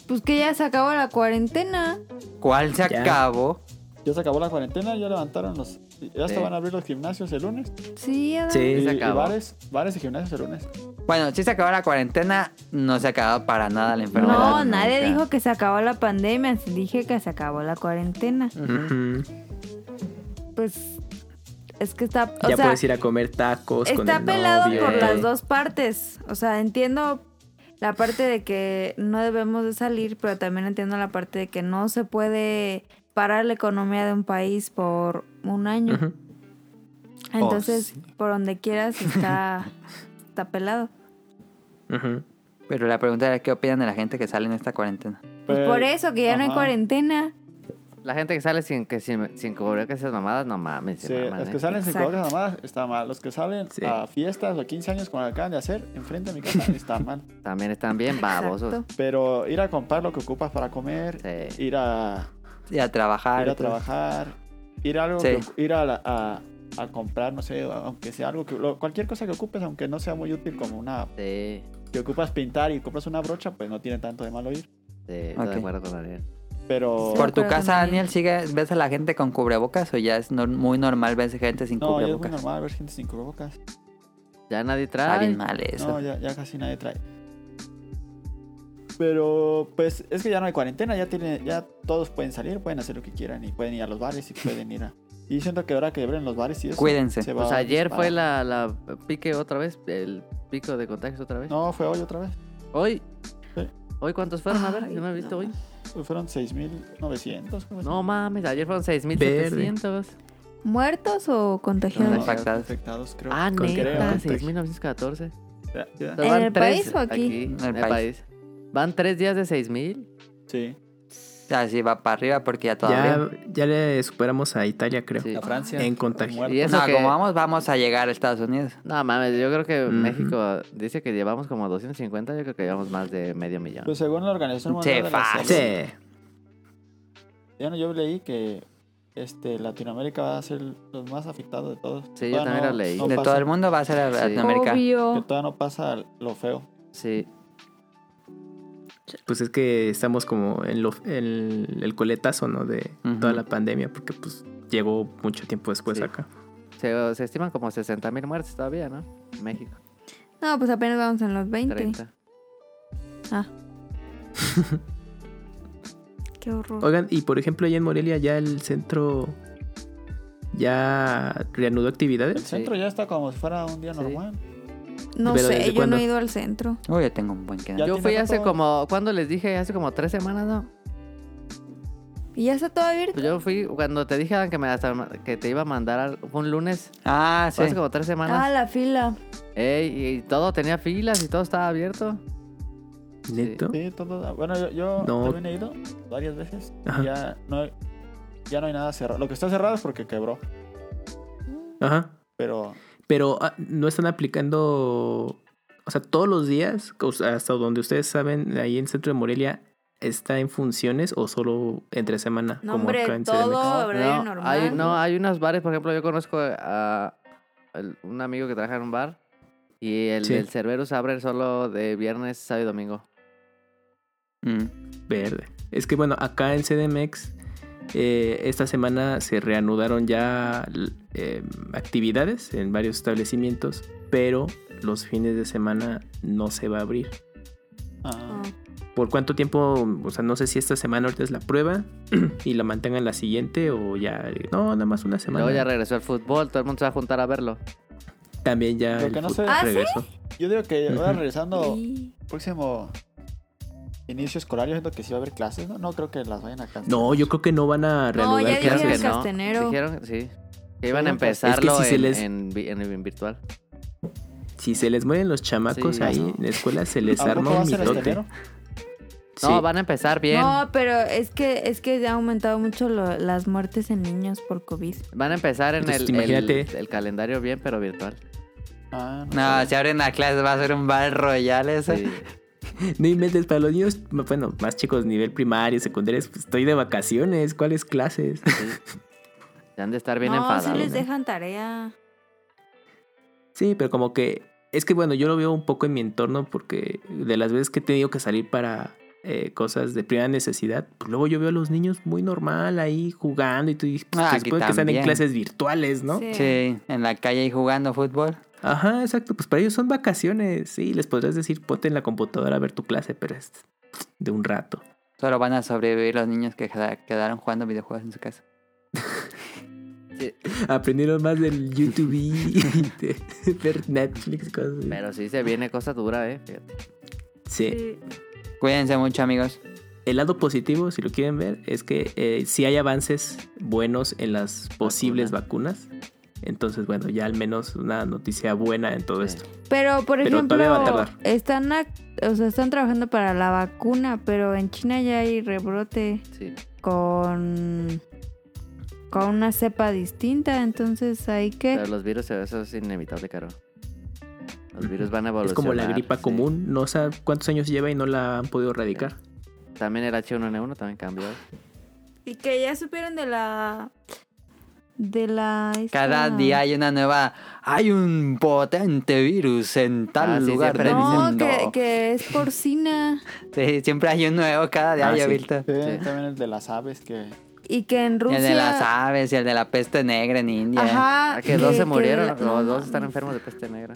S5: Pues que ya se acabó la cuarentena.
S1: ¿Cuál se
S4: Ya.
S1: acabó?
S3: Ya se acabó la cuarentena, ya levantaron los. Ya se
S2: Sí.
S3: van a abrir los gimnasios el lunes.
S5: Sí, Adán.
S4: Sí.
S3: Y,
S2: se
S3: y
S2: acabó.
S3: bares, bares y gimnasios el lunes.
S1: Bueno, si se acabó la cuarentena, no se acabó para nada la
S5: No,
S1: enfermedad.
S5: nadie
S1: nunca.
S5: dijo que se acabó la pandemia. Dije que se acabó la cuarentena.
S4: Ujú.
S5: Pues es que está. O
S4: ya
S5: sea,
S4: puedes ir a comer tacos Pues con
S5: Está
S4: el
S5: pelado
S4: novio.
S5: por
S4: y
S5: las
S4: todo.
S5: dos partes. O sea, entiendo la parte de que no debemos de salir, pero también entiendo la parte de que no se puede parar la economía de un país por un año.
S4: Ujú.
S5: Entonces, por donde
S4: (laughs)
S5: quieras está, está pelado.
S4: Ujú.
S1: Pero la pregunta era, ¿qué opinan de la gente que sale en esta cuarentena?
S5: Pues
S3: Pero-
S5: por eso que ya no hay
S3: ajá.
S5: cuarentena.
S2: La gente que sale sin, que sin, sin cubrebocas, esas mamadas, no mames. se
S3: Sí,
S2: maman,
S3: los
S2: ¿eh?
S3: que salen sin
S5: Exacto.
S3: cubrebocas nomás está mal. Los que salen
S4: Sí.
S3: a fiestas o 15 años como lo acaban de hacer, enfrente de mi casa, está mal.
S2: También están bien babosos.
S5: Exacto.
S3: Pero ir a comprar lo que ocupas para comer,
S2: Sí.
S3: ir a,
S1: Y a trabajar.
S3: ir a
S1: y todo.
S3: trabajar, ir a algo
S1: Sí.
S3: que- ir a, la- a- a comprar, no sé, aunque sea algo que lo- cualquier cosa que ocupes, aunque no sea muy útil como una
S2: Sí,
S3: que ocupas pintar y compras una brocha, pues no tiene tanto de malo ir.
S2: sí, estoy
S1: Ok.
S2: de acuerdo con Ariel.
S3: Pero
S5: Sí.
S1: ¿Por tu
S5: creo
S1: casa,
S5: también.
S1: Daniel, sigue, ves a la gente con cubrebocas o ya es nor- muy normal ver gente sin
S3: no, ya es muy
S1: cubrebocas?
S3: normal ver gente sin cubrebocas.
S2: Ya nadie
S1: Está
S2: trae.
S1: bien mal eso.
S3: No, ya, ya casi nadie trae. Pero pues es que ya no hay cuarentena, ya tiene, ya todos pueden salir, pueden hacer lo que quieran y pueden ir a los bares y pueden ir a. Y siento que ahora que abren los bares y eso.
S1: Cuídense.
S3: se va
S2: Pues
S3: a
S2: ayer fue
S3: disparar.
S2: la, la pique otra vez, el pico de contagios otra vez.
S3: No, fue hoy otra vez.
S2: Hoy.
S3: Sí.
S2: ¿Hoy cuántos fueron? A ver,
S5: Ay,
S2: yo no he visto
S5: no.
S2: hoy.
S3: Pues Fueron 6.900. ¿cómo es?
S2: No mames, ayer fueron 6.700.
S5: ¿Muertos o
S1: No,
S5: contagiados?
S1: infectados.
S3: infectados, creo.
S2: Ah,
S4: Con
S2: neta,
S4: creo.
S2: 6.914.
S3: Ya, ya.
S2: Entonces
S5: ¿En
S2: van
S5: el
S2: tres
S5: país o aquí?
S2: En
S1: En
S2: el
S1: el
S2: país. Van tres días de 6.000.
S3: Sí.
S1: Así va para arriba porque ya todavía...
S4: Ya, ya le superamos a Italia, creo.
S2: Sí.
S3: A Francia.
S4: En contagio.
S3: muertos.
S2: Y eso
S1: no,
S2: que-
S1: como vamos, vamos a llegar a Estados Unidos.
S2: No mames, yo creo que
S4: Ujú.
S2: México dice que llevamos como 250, yo creo que llevamos más de medio millón.
S3: Pues según la Organización Mundial
S1: Sí,
S3: de la
S1: fácil.
S3: Salud,
S4: Sí.
S3: ya no, yo leí que este, Latinoamérica va a ser los más afectados de todos.
S2: Sí, yo
S3: Todavía
S2: también
S3: no-
S2: lo leí.
S3: no
S1: de
S3: pasa-
S1: todo el mundo va a ser a
S2: Sí.
S1: Latinoamérica.
S3: Que
S5: Obvio.
S3: todavía no pasa lo feo.
S2: sí.
S4: Pues es que estamos como en lo, el, el coletazo, ¿no? De
S1: Ujú.
S4: toda la pandemia, porque pues llegó mucho tiempo después
S2: Sí.
S4: acá.
S2: Se, se estiman como 60 mil muertes todavía, ¿no? En México.
S5: No, pues apenas vamos en los Ah. 20.
S2: 30.
S4: (laughs)
S5: Qué horror.
S4: Oigan, y por ejemplo, allá en Morelia ya el centro ya reanudó
S3: El
S4: actividades.
S3: centro ya está como si fuera un día
S2: Sí.
S3: normal.
S5: No
S4: ¿Pero
S5: sé,
S4: desde
S5: yo
S4: cuándo?
S5: no he ido al centro.
S1: Uy, yo tengo un buen que...
S3: Ya
S2: Yo
S3: tiene
S2: fui hace
S3: rato.
S2: como, ¿cuándo les dije? Hace como tres semanas, ¿no?
S5: ¿Y ya está todo abierto?
S2: Pues yo fui cuando te dije Adán, que, me, hasta- que te iba a mandar al- fue un lunes,
S1: Ah,
S2: fue
S1: sí.
S2: hace como tres
S5: Ah,
S2: semanas.
S5: la fila.
S2: Ey, y, y todo tenía filas y todo estaba abierto.
S4: Neto.
S3: Sí, todo. Bueno, yo, yo
S4: No.
S3: también he ido varias veces. y
S4: Ajá.
S3: Ya no, hay- ya no hay nada cerrado. Lo que está cerrado es porque quebró.
S4: Ajá.
S3: Pero
S4: Pero ah, no están aplicando. O sea, todos los días, o sea, hasta donde ustedes saben, ahí en el centro de Morelia, ¿está en funciones o solo entre semana?
S5: No,
S4: como
S5: hombre,
S4: acá en
S5: todo
S4: CDMX?
S5: horario
S2: no,
S5: normal.
S2: hay, no, ah, hay unos bares, por ejemplo, yo conozco a el- un amigo que trabaja en un bar y el
S4: Sí.
S2: del Cerberus abre solo de viernes, sábado y domingo.
S1: Mm.
S4: Verde. Es que bueno, acá en CDMX eh, esta semana se reanudaron ya l- eh, actividades en varios establecimientos, pero los fines de semana no se va a abrir.
S3: ah,
S5: Ah.
S4: ¿Por cuánto tiempo? O sea, no sé si esta semana ahorita es la prueba (clears throat) y la mantengan la siguiente o ya... No, nada más una
S2: Y Luego
S4: semana.
S2: ya regresó el fútbol, todo el mundo se va a juntar a verlo.
S4: También ya...
S3: Lo
S4: el
S3: que no
S4: fut-
S3: sé-
S5: ¿Ah, sí?
S4: regresó.
S3: yo digo que ahora
S4: Ujú.
S3: regresando
S5: Y-
S3: próximo inicio escolar, yo siento que sí va a haber clases, ¿no? No creo que las vayan a cancelar.
S4: No, yo creo que no van a
S5: No,
S4: reanudar
S5: ya
S2: Creo
S5: dijeron
S2: que
S5: el
S4: clases.
S2: no.
S5: castenero.
S2: Dijeron, sí. Que iban a
S3: Dijeron que- es
S4: que
S2: empezarlo
S4: si se
S2: en-
S4: les-
S2: en vi- en- en virtual.
S4: Si se les mueren los chamacos
S2: Sí,
S4: ahí
S3: no.
S4: en la escuela, se les
S3: ¿A poco
S4: arma
S3: va a
S4: un
S3: ser hasta
S4: mitote.
S3: enero?
S4: Sí.
S2: No, van a empezar bien.
S5: No, pero es que es que ha aumentado mucho lo- las muertes en niños por COVID.
S2: Van a empezar en
S4: Entonces,
S2: el, el-
S4: imagínate.
S2: el calendario bien, pero virtual.
S3: Ah, no.
S1: No,
S3: sé.
S1: si abren la clase va a ser un bar royal ese.
S2: Sí.
S4: (laughs) No inventes, para los niños, bueno, más chicos, nivel primario, secundario, pues, estoy de vacaciones, ¿cuáles clases?
S2: Se Han de estar bien
S5: no,
S2: enfadados.
S5: sí les
S2: ¿no?
S5: dejan tarea.
S4: Sí, pero como que Es que bueno, yo lo veo un poco en mi entorno porque de las veces que he tenido que salir para eh, cosas de primera necesidad, pues luego yo veo a los niños muy normal ahí jugando y tú dices, pues,
S1: Ah,
S4: se
S1: aquí
S4: supone que están en
S1: también.
S4: clases virtuales, ¿no?
S5: Sí.
S1: Sí, en la calle y jugando fútbol.
S4: Ajá, exacto. Pues para ellos son vacaciones. Sí, les podrás decir, ponte en la computadora a ver tu clase, pero es de un rato.
S1: Solo van a sobrevivir los niños que queda- quedaron jugando videojuegos en su casa.
S4: Aprendieron más del YouTube y (laughs) de ver Netflix, cosas así.
S2: Pero sí se viene cosa dura, ¿eh? Fíjate.
S4: Sí.
S5: Sí.
S1: Cuídense mucho, amigos.
S4: El lado positivo, si lo quieren ver, es que eh, sí hay avances buenos en las posibles vacunas. Entonces, bueno, ya al menos una noticia buena en todo
S2: Sí.
S4: esto.
S5: Pero, por
S4: Pero
S5: ejemplo,
S4: todavía va a tardar.
S5: están, ac- o sea, están trabajando para la vacuna, pero en China ya hay rebrote
S2: Sí.
S5: con, con una cepa distinta, entonces hay que...
S2: Pero los virus, eh, eso es inevitable, caro. Los virus van a evolucionar.
S4: Es como la gripa
S2: sí.
S4: común, no sé cuántos años lleva y no la han podido erradicar.
S2: También el H1N1 también cambió.
S5: Y que ya supieron de la... De la... esta-
S1: Cada día hay una nueva. Hay un potente virus en tal
S2: Ah, sí,
S1: lugar
S2: siempre
S1: del
S2: dicen.
S5: No,
S1: mundo.
S5: que, que es porcina.
S1: Sí, siempre hay un nuevo cada día,
S4: Ah,
S1: yo he
S4: sí.
S1: visto.
S3: Sí,
S2: Sí.
S3: También el de las aves que...
S5: Y que en
S1: Y
S5: Rusia...
S1: el de las aves y el de la peste negra en India.
S5: Ajá.
S2: Ah, que dos se murieron,
S5: la-
S2: los
S5: no,
S2: dos están
S5: mames.
S2: enfermos de peste negra.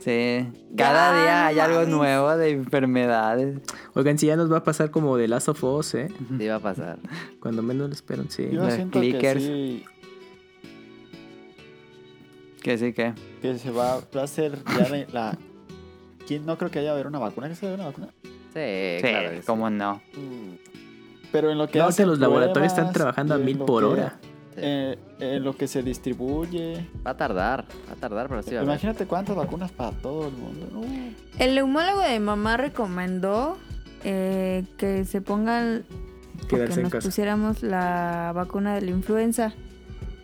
S1: Sí. Cada
S5: Ya,
S1: día
S5: no
S1: hay algo
S5: mames.
S1: nuevo de enfermedades.
S4: Oigan, si ya nos va a pasar como de Last of Us, ¿eh?
S2: Sí, iba a pasar.
S4: Cuando menos lo esperan, sí.
S3: Yo
S1: Los
S3: siento
S1: clickers.
S3: que sí,
S1: Que sí que.
S3: que se va, va a hacer ya de la... ¿Quién? No creo que haya haber una vacuna, que se haya una vacuna.
S2: Sí,
S1: Sí,
S2: claro. que sí.
S1: cómo no.
S3: Pero en lo que
S4: No, que
S3: hacen
S4: los laboratorios están
S3: pruebas
S4: trabajando a
S3: y en
S4: mil
S3: lo
S4: por
S3: que-
S4: hora.
S2: Sí.
S3: eh, en lo que se distribuye.
S2: Va a tardar, va a tardar, pero sí va a haber.
S3: Imagínate cuántas vacunas para todo el mundo. ¿no?
S5: El neumólogo de mamá recomendó eh, que se pongan o
S4: Quedarse
S5: que
S4: en
S5: nos
S4: casa.
S5: pusiéramos la vacuna de la influenza.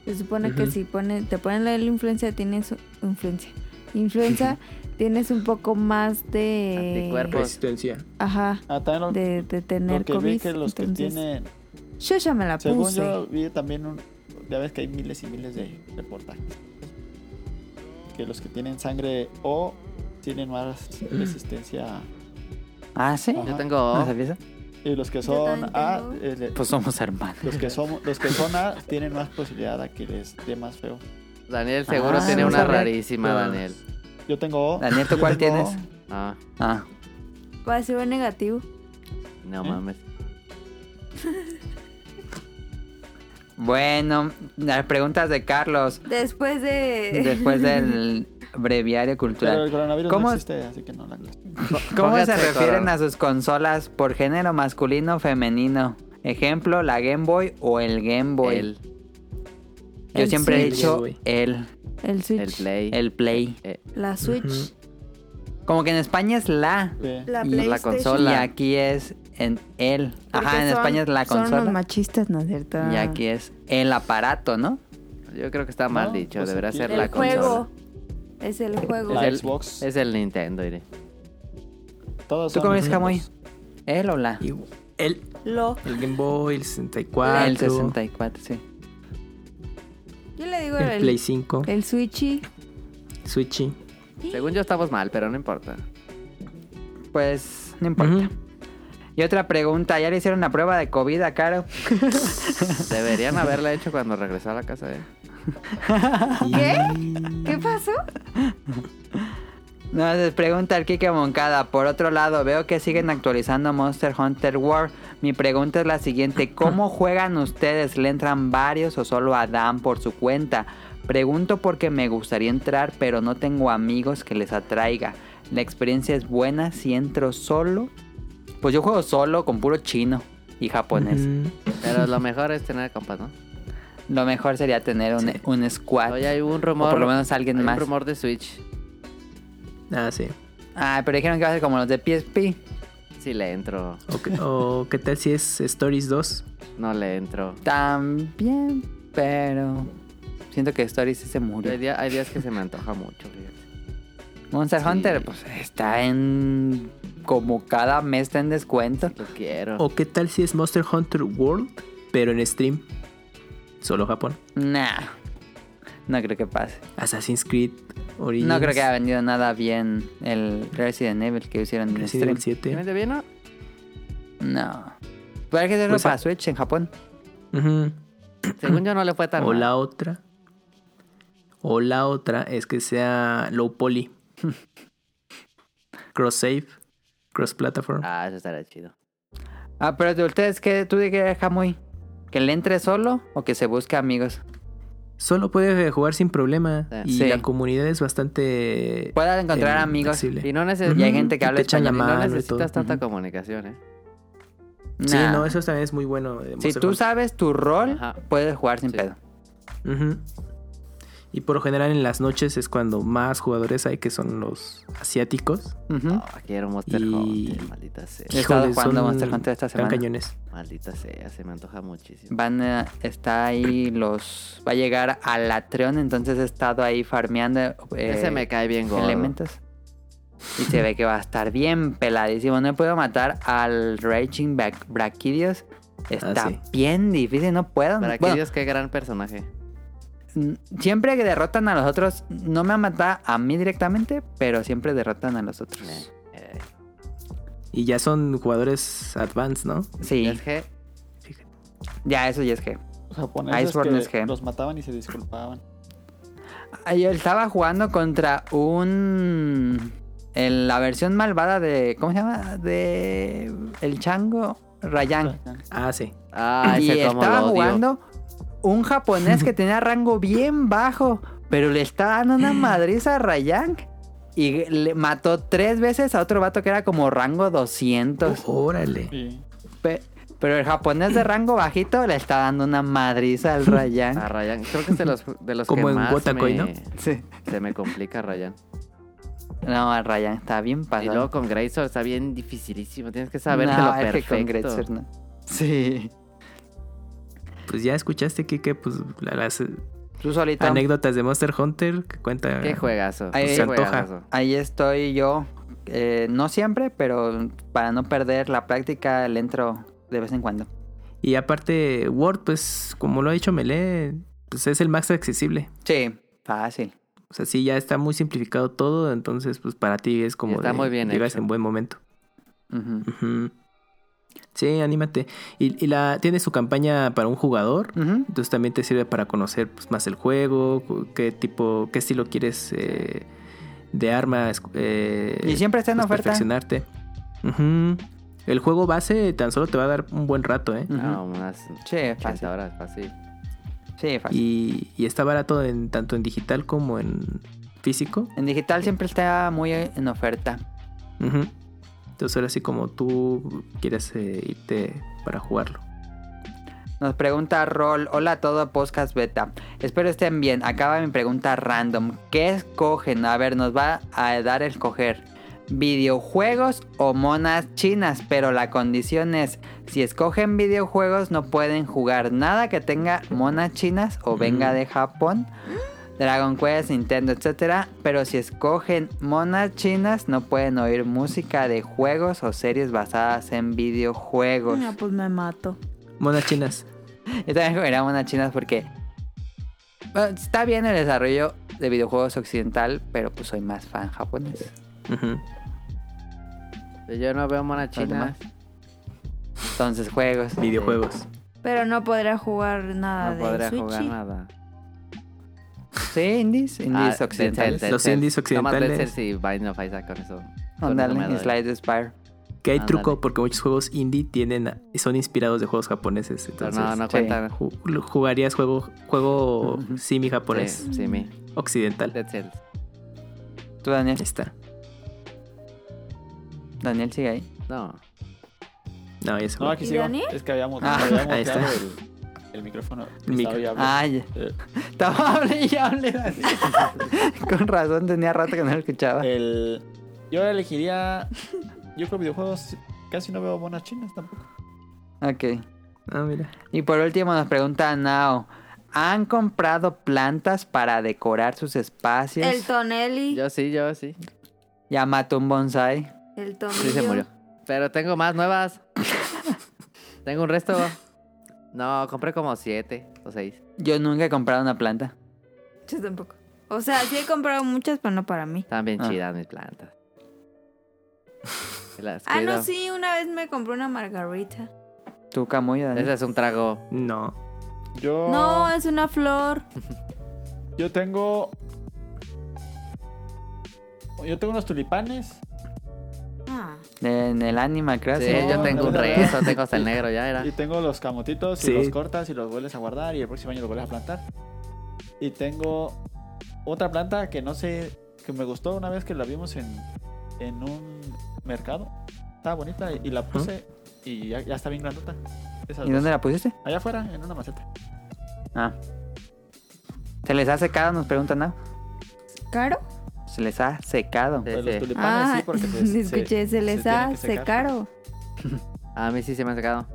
S5: Se supone que
S4: Ujú.
S5: si pone, te ponen la de la influenza, tienes influencia. Influenza, tienes un poco más de.
S2: Anticuerpos.
S4: Resistencia.
S5: Ajá,
S3: Ah, también lo,
S5: de, de
S3: lo
S5: tener
S3: que
S5: COVID.
S3: vi que los que
S5: entonces,
S3: tienen.
S5: Yo ya me la
S3: Según
S5: puse.
S3: yo vi también un. Ya ves que hay miles y miles de reportajes. Que los que tienen sangre O tienen más resistencia.
S1: Ah, sí.
S3: Ajá.
S2: Yo tengo
S1: ¿No sabías eso?
S3: Y los que
S5: Yo
S3: son
S5: también
S3: A.
S5: tengo.
S3: eh, le-
S1: Pues somos hermanos.
S3: los que, somos, los que son A tienen más posibilidad a que les dé más feo.
S2: Daniel seguro
S1: Ah,
S2: tiene
S1: no
S2: una
S1: sabía.
S2: rarísima,
S4: Ah.
S2: Daniel.
S3: Yo tengo O.
S1: Daniel, ¿tú
S3: yo (laughs)
S1: cuál
S3: tengo O.
S1: tienes?
S2: Ah,
S1: Ah,
S5: Va a ser negativo.
S2: no
S3: ¿Eh?
S2: mames.
S1: bueno, las preguntas de Carlos
S5: Después
S1: (laughs)
S5: de.
S1: después del breviario
S3: Pero el
S1: cultural.
S3: coronavirus
S1: ¿Cómo?
S3: no existe, así que no la
S1: ¿Cómo se
S2: Póngase,
S1: refieren
S2: cabrón.
S1: a sus consolas por género masculino o femenino? Ejemplo, la Game Boy o el Game Boy.
S2: El,
S1: Yo
S5: El
S1: siempre he
S5: Switch.
S1: dicho
S4: El Game
S1: el,
S5: (laughs) El Switch.
S2: el Play.
S1: el Play.
S2: Eh,
S5: La Switch.
S1: Como que en España es la.
S3: Sí.
S5: La
S1: Y
S5: PlayStation.
S2: la consola.
S1: Y aquí es en el.
S5: Porque
S1: Ajá, en
S5: son-
S1: España es la
S5: Son unos
S1: consola.
S5: machistas, ¿no es cierto?
S1: Y aquí es el aparato, ¿no?
S2: yo creo que está mal
S3: No,
S2: dicho,
S3: pues
S2: debería
S3: aquí-
S2: ser
S5: El
S2: la consola.
S5: juego. Es el juego.
S3: La
S2: el-
S3: Xbox.
S2: Es el Nintendo, diré.
S3: Todos
S1: ¿Tú
S3: son
S1: cómo dices,
S3: distintos.
S1: Jamoy? ¿El o la?
S4: Y el,
S5: Lo.
S4: el Game Boy, el 64.
S1: El 64, sí.
S5: Yo le digo el,
S4: El Play 5.
S5: el Switchy.
S4: Switchy.
S2: Según yo estamos mal, pero no importa.
S1: Pues no importa.
S4: Ujú.
S1: Y otra pregunta, ¿ya le hicieron la prueba de COVID a Caro?
S2: Deberían haberla hecho cuando regresó a la casa, ¿eh?
S5: ¿Qué? ¿Qué pasó?
S1: No, les pregunta el Kike Moncada. Por otro lado, veo que siguen actualizando Monster Hunter World. Mi pregunta es la siguiente:
S2: (laughs)
S1: ¿Cómo juegan ustedes? ¿Le entran varios o solo a Dan por su cuenta? Pregunto porque me gustaría entrar, pero no tengo amigos que les atraiga. ¿La experiencia es buena si entro solo? Pues yo juego solo con puro chino y japonés.
S4: Ujú.
S2: Pero lo mejor es tener compas, ¿no?
S1: Lo mejor sería tener un, un squad.
S2: Oye, hay un
S1: Ah, o
S2: rumor.
S1: por lo menos alguien
S2: hay
S1: más.
S2: un rumor de Switch.
S4: Ah, sí.
S1: Ah, pero dijeron que va a ser como los de PSP.
S2: Sí le entro.
S4: O, qué- o qué tal si es Stories 2.
S2: No le entro.
S1: También, pero siento que Story sí se murió.
S2: Hay, día- hay días que se me antoja mucho, fíjate.
S1: Monster
S2: Sí.
S1: Hunter, pues está en. Como cada mes está en descuento.
S2: Lo quiero.
S4: O qué tal si es Monster Hunter World, pero en stream. Solo Japón.
S1: Nah. No creo que pase.
S4: Assassin's Creed Origins.
S1: No creo que haya vendido nada bien el Resident Evil que hicieron en
S4: Resident
S1: stream.
S4: Evil
S2: ¿Quién
S4: 7.
S2: es de Viena?
S1: No. Pero hay que hacerlo
S4: Pues,
S1: para
S4: ah.
S1: Switch en Japón.
S4: Ujú.
S2: (clears throat) Según yo no le fue tan
S4: O
S2: mal.
S4: la otra. O la otra es que sea low
S1: (laughs)
S4: poly. cross save. Cross platform.
S2: Ah, eso estaría chido.
S1: Ah, pero de ustedes, ¿qué tú dirías, Jamuy? ¿Que le entre solo o que se busque amigos?
S4: Solo puedes jugar sin problema.
S2: Sí.
S4: Y
S1: Ah, Sí. Pues,
S4: la comunidad es bastante.
S1: Puedan encontrar
S4: eh,
S1: amigos.
S4: accesible.
S2: Y no, neces-
S1: Y hay gente que
S4: Y
S1: habla
S4: te echan
S1: español.
S4: la
S2: y no
S4: mano y
S2: necesitas
S4: todo.
S2: tanta
S4: Ujú.
S2: comunicación, ¿eh?
S4: Sí,
S1: Nah.
S4: no, eso también es muy bueno. de
S1: Si
S4: Monster
S1: tú
S4: Hunter.
S1: sabes tu rol,
S2: Ajá.
S1: puedes jugar sin
S2: Sí.
S1: pedo.
S4: Ujú. Y por lo general en las noches es cuando más jugadores hay, que son los asiáticos.
S1: Ujú.
S2: Ah, quiero Monster
S4: Y-
S2: Hunter, maldita sea.
S1: He estado
S4: Híjole,
S1: jugando
S4: son
S1: Monster Hunter esta
S4: Están
S1: semana.
S4: cañones.
S2: Maldita sea, se me antoja muchísimo.
S1: Van a, está ahí los... Va a llegar a Latreon, entonces he estado ahí farmeando eh,
S2: Ese me cae bien gordo.
S1: elementos. Y se ve que va a estar bien peladísimo. No he podido matar al Raging Bra- Brachidios. Está
S4: Ah, sí.
S1: bien difícil, no puedo.
S2: Para
S1: Bueno,
S2: que Dios, qué gran personaje.
S1: Mm, Siempre que derrotan a los otros, no me han matado a mí directamente, pero siempre derrotan a los
S2: Eh,
S1: otros.
S2: eh,
S4: Y ya son jugadores advanced, ¿no?
S1: Sí,
S2: Es que
S1: ya eso ya es que.
S3: Los japoneses
S1: Iceborne es
S3: que
S1: G.
S3: los mataban y se disculpaban.
S1: Ah, Yo estaba jugando contra un. el- la versión malvada de. ¿Cómo se llama? De. El chango Rayan.
S4: Ah, sí.
S2: Ah,
S1: y
S2: ese como
S1: estaba
S2: lo odio.
S1: jugando un japonés que tenía rango bien bajo, pero le estaba dando una madriza a Rayan. Y le mató tres veces a otro vato que era como rango 200.
S4: Oh, Órale.
S3: Sí.
S1: Pe- Pero el japonés de rango bajito le está dando una madriza al
S2: A
S4: (laughs)
S1: Ryan.
S2: Ryan. Creo que es de los, de los
S4: Como
S2: que
S4: en
S2: más
S4: Wotakoi,
S2: me-
S1: Sí.
S2: se me complica Ryan.
S1: No, al Ryan está bien
S2: Y luego
S1: pasado.
S2: con Graysor está bien dificilísimo. Tienes que saber
S1: No,
S2: lo
S1: es que
S2: perfecto.
S1: con Gretzer no. Sí.
S4: Pues ya escuchaste, Kike, pues la- las eh,
S1: Tú solito.
S4: anécdotas de Monster Hunter que cuenta.
S2: Qué juegazo.
S1: Ahí-
S2: qué
S1: Se
S4: antoja.
S2: juegazo.
S1: Ahí estoy yo. eh, no siempre, pero para no perder la práctica, le entro de vez en cuando.
S4: Y aparte, Word, pues como lo ha dicho Melee, pues es el más accesible.
S1: Sí, fácil.
S4: O sea, sí, ya está muy simplificado todo, entonces pues para ti es como...
S2: está
S4: de,
S2: muy bien
S4: Llegas
S2: hecho.
S4: en buen momento.
S1: Ujú.
S4: Ujú. Sí, anímate. Y, y la tiene su campaña para un jugador.
S1: Ujú.
S4: Entonces también te sirve para conocer pues, más el juego, cu- qué tipo, qué estilo quieres eh, de armas. eh,
S1: Y siempre está en
S4: pues,
S1: oferta.
S4: Perfeccionarte. Ujú. El juego base tan solo te va a dar un buen rato, ¿eh?
S1: Ujú.
S2: No, pues unas
S1: Sí,
S2: 80
S1: fácil.
S2: horas fácil.
S1: Sí, fácil.
S4: Y, y está barato en, tanto en digital como en físico.
S1: En digital siempre está muy en oferta.
S4: Ujú. Entonces ahora sí como tú quieres eh, irte para jugarlo.
S1: Nos pregunta Rol, hola a todo podcast beta. Espero estén bien. Acaba mi pregunta random. ¿Qué escogen? A ver, nos va a dar el coger. ¿Videojuegos o monas chinas? Pero la condición es, si escogen videojuegos no pueden jugar nada que tenga monas chinas o venga de Japón. Dragon Quest, Nintendo, etc. Pero si escogen monas chinas no pueden oír música de juegos o series basadas en videojuegos.
S5: No, pues me mato.
S4: Monas chinas.
S1: Yo también comería monas chinas porque bueno, está bien el desarrollo de videojuegos occidental, pero pues soy más fan japonés.
S4: Ujú.
S2: Yo no veo mona china.
S1: demás? Entonces juegos.
S4: Videojuegos.
S5: Pero no podrá jugar nada
S2: No
S5: de
S2: podría
S5: Switch.
S2: jugar nada.
S1: Sí, indies, indies
S2: Ah,
S1: occidentales.
S2: Denzel,
S4: Los
S2: Denzel.
S4: indies occidentales.
S2: Tomás Denzel y Binding of Isaac con eso. Con eso me
S1: Ándale,
S2: doy.
S1: Slide Spire.
S4: Que hay
S2: Ándale.
S4: truco porque muchos juegos indie tienen son inspirados de juegos japoneses.
S2: Pero
S4: Entonces,
S2: no, no
S1: sí.
S2: cuenta.
S4: ju- jugarías juego juego simi japonés
S2: Sí, sí, mi.
S4: occidental. Ahí
S2: Dead Cells.
S1: Tú, Daniel.
S4: está.
S1: Daniel sigue ahí.
S2: No.
S4: No, ya se
S3: No,
S4: fue.
S3: aquí
S5: ¿Y
S3: sigo.
S5: Daniel?
S3: Es que habíamos,
S1: Ah,
S3: habíamos
S4: ahí está.
S3: el, el micrófono.
S4: El micro.
S3: Estaba ya-
S1: Ay, (laughs)
S3: Eh,
S1: estaba hable y hable. Daniel. (laughs) Con razón, tenía rato que no lo escuchaba.
S3: Eh. el- yo elegiría. Yo creo videojuegos. Casi no veo monas chinas tampoco.
S1: Ok.
S4: Ah, mira.
S1: Y por último nos pregunta Nao. ¿Han comprado plantas para decorar sus espacios?
S5: El Tonelli.
S2: Yo sí, yo sí.
S1: Ya mató un bonsai.
S5: El Tonelli.
S2: Sí se murió. Pero tengo
S1: (laughs)
S2: más nuevas. tengo un resto. No, compré como siete o seis.
S1: Yo nunca he comprado una planta.
S5: Yo tampoco. O sea, sí he comprado muchas, pero no para mí.
S2: Están bien
S1: Ah.
S2: chidas mis plantas. Las
S5: (laughs) Ah, no,
S2: cuido.
S5: sí, una vez me compré una margarita.
S1: Tu camuya, Dani.
S2: Ese es un trago.
S4: No.
S3: Yo,
S5: No, es una flor.
S3: yo tengo. Yo tengo unos tulipanes.
S5: Ah.
S1: En el Animal
S2: Sí,
S1: Crossing.
S2: yo tengo
S3: no,
S2: un
S3: no, no.
S2: rezo, tengo
S1: (laughs)
S2: hasta el negro, ya era.
S3: Y tengo los camotitos
S4: Sí.
S3: y los cortas y los vuelves a guardar y el próximo año los vuelves a plantar. Y tengo otra planta que no sé, que me gustó una vez que la vimos en, en un mercado. Estaba bonita y, y la puse y ya, ya está bien grandota. Esas
S1: ¿Y
S3: dos.
S1: dónde la pusiste?
S3: Allá afuera, en una maceta.
S1: Ah. ¿Se les ha secado? Nos preguntan, ¿no?
S5: ¿Caro?
S1: Se les ha secado.
S2: Sí,
S3: Pues los
S2: sí.
S3: tulipanes
S5: Ah,
S3: sí,
S5: (laughs)
S3: porque se- se-
S5: escuché, se les
S3: tienen que
S5: hace
S3: secar.
S5: caro.
S2: A mí sí se me ha sacado.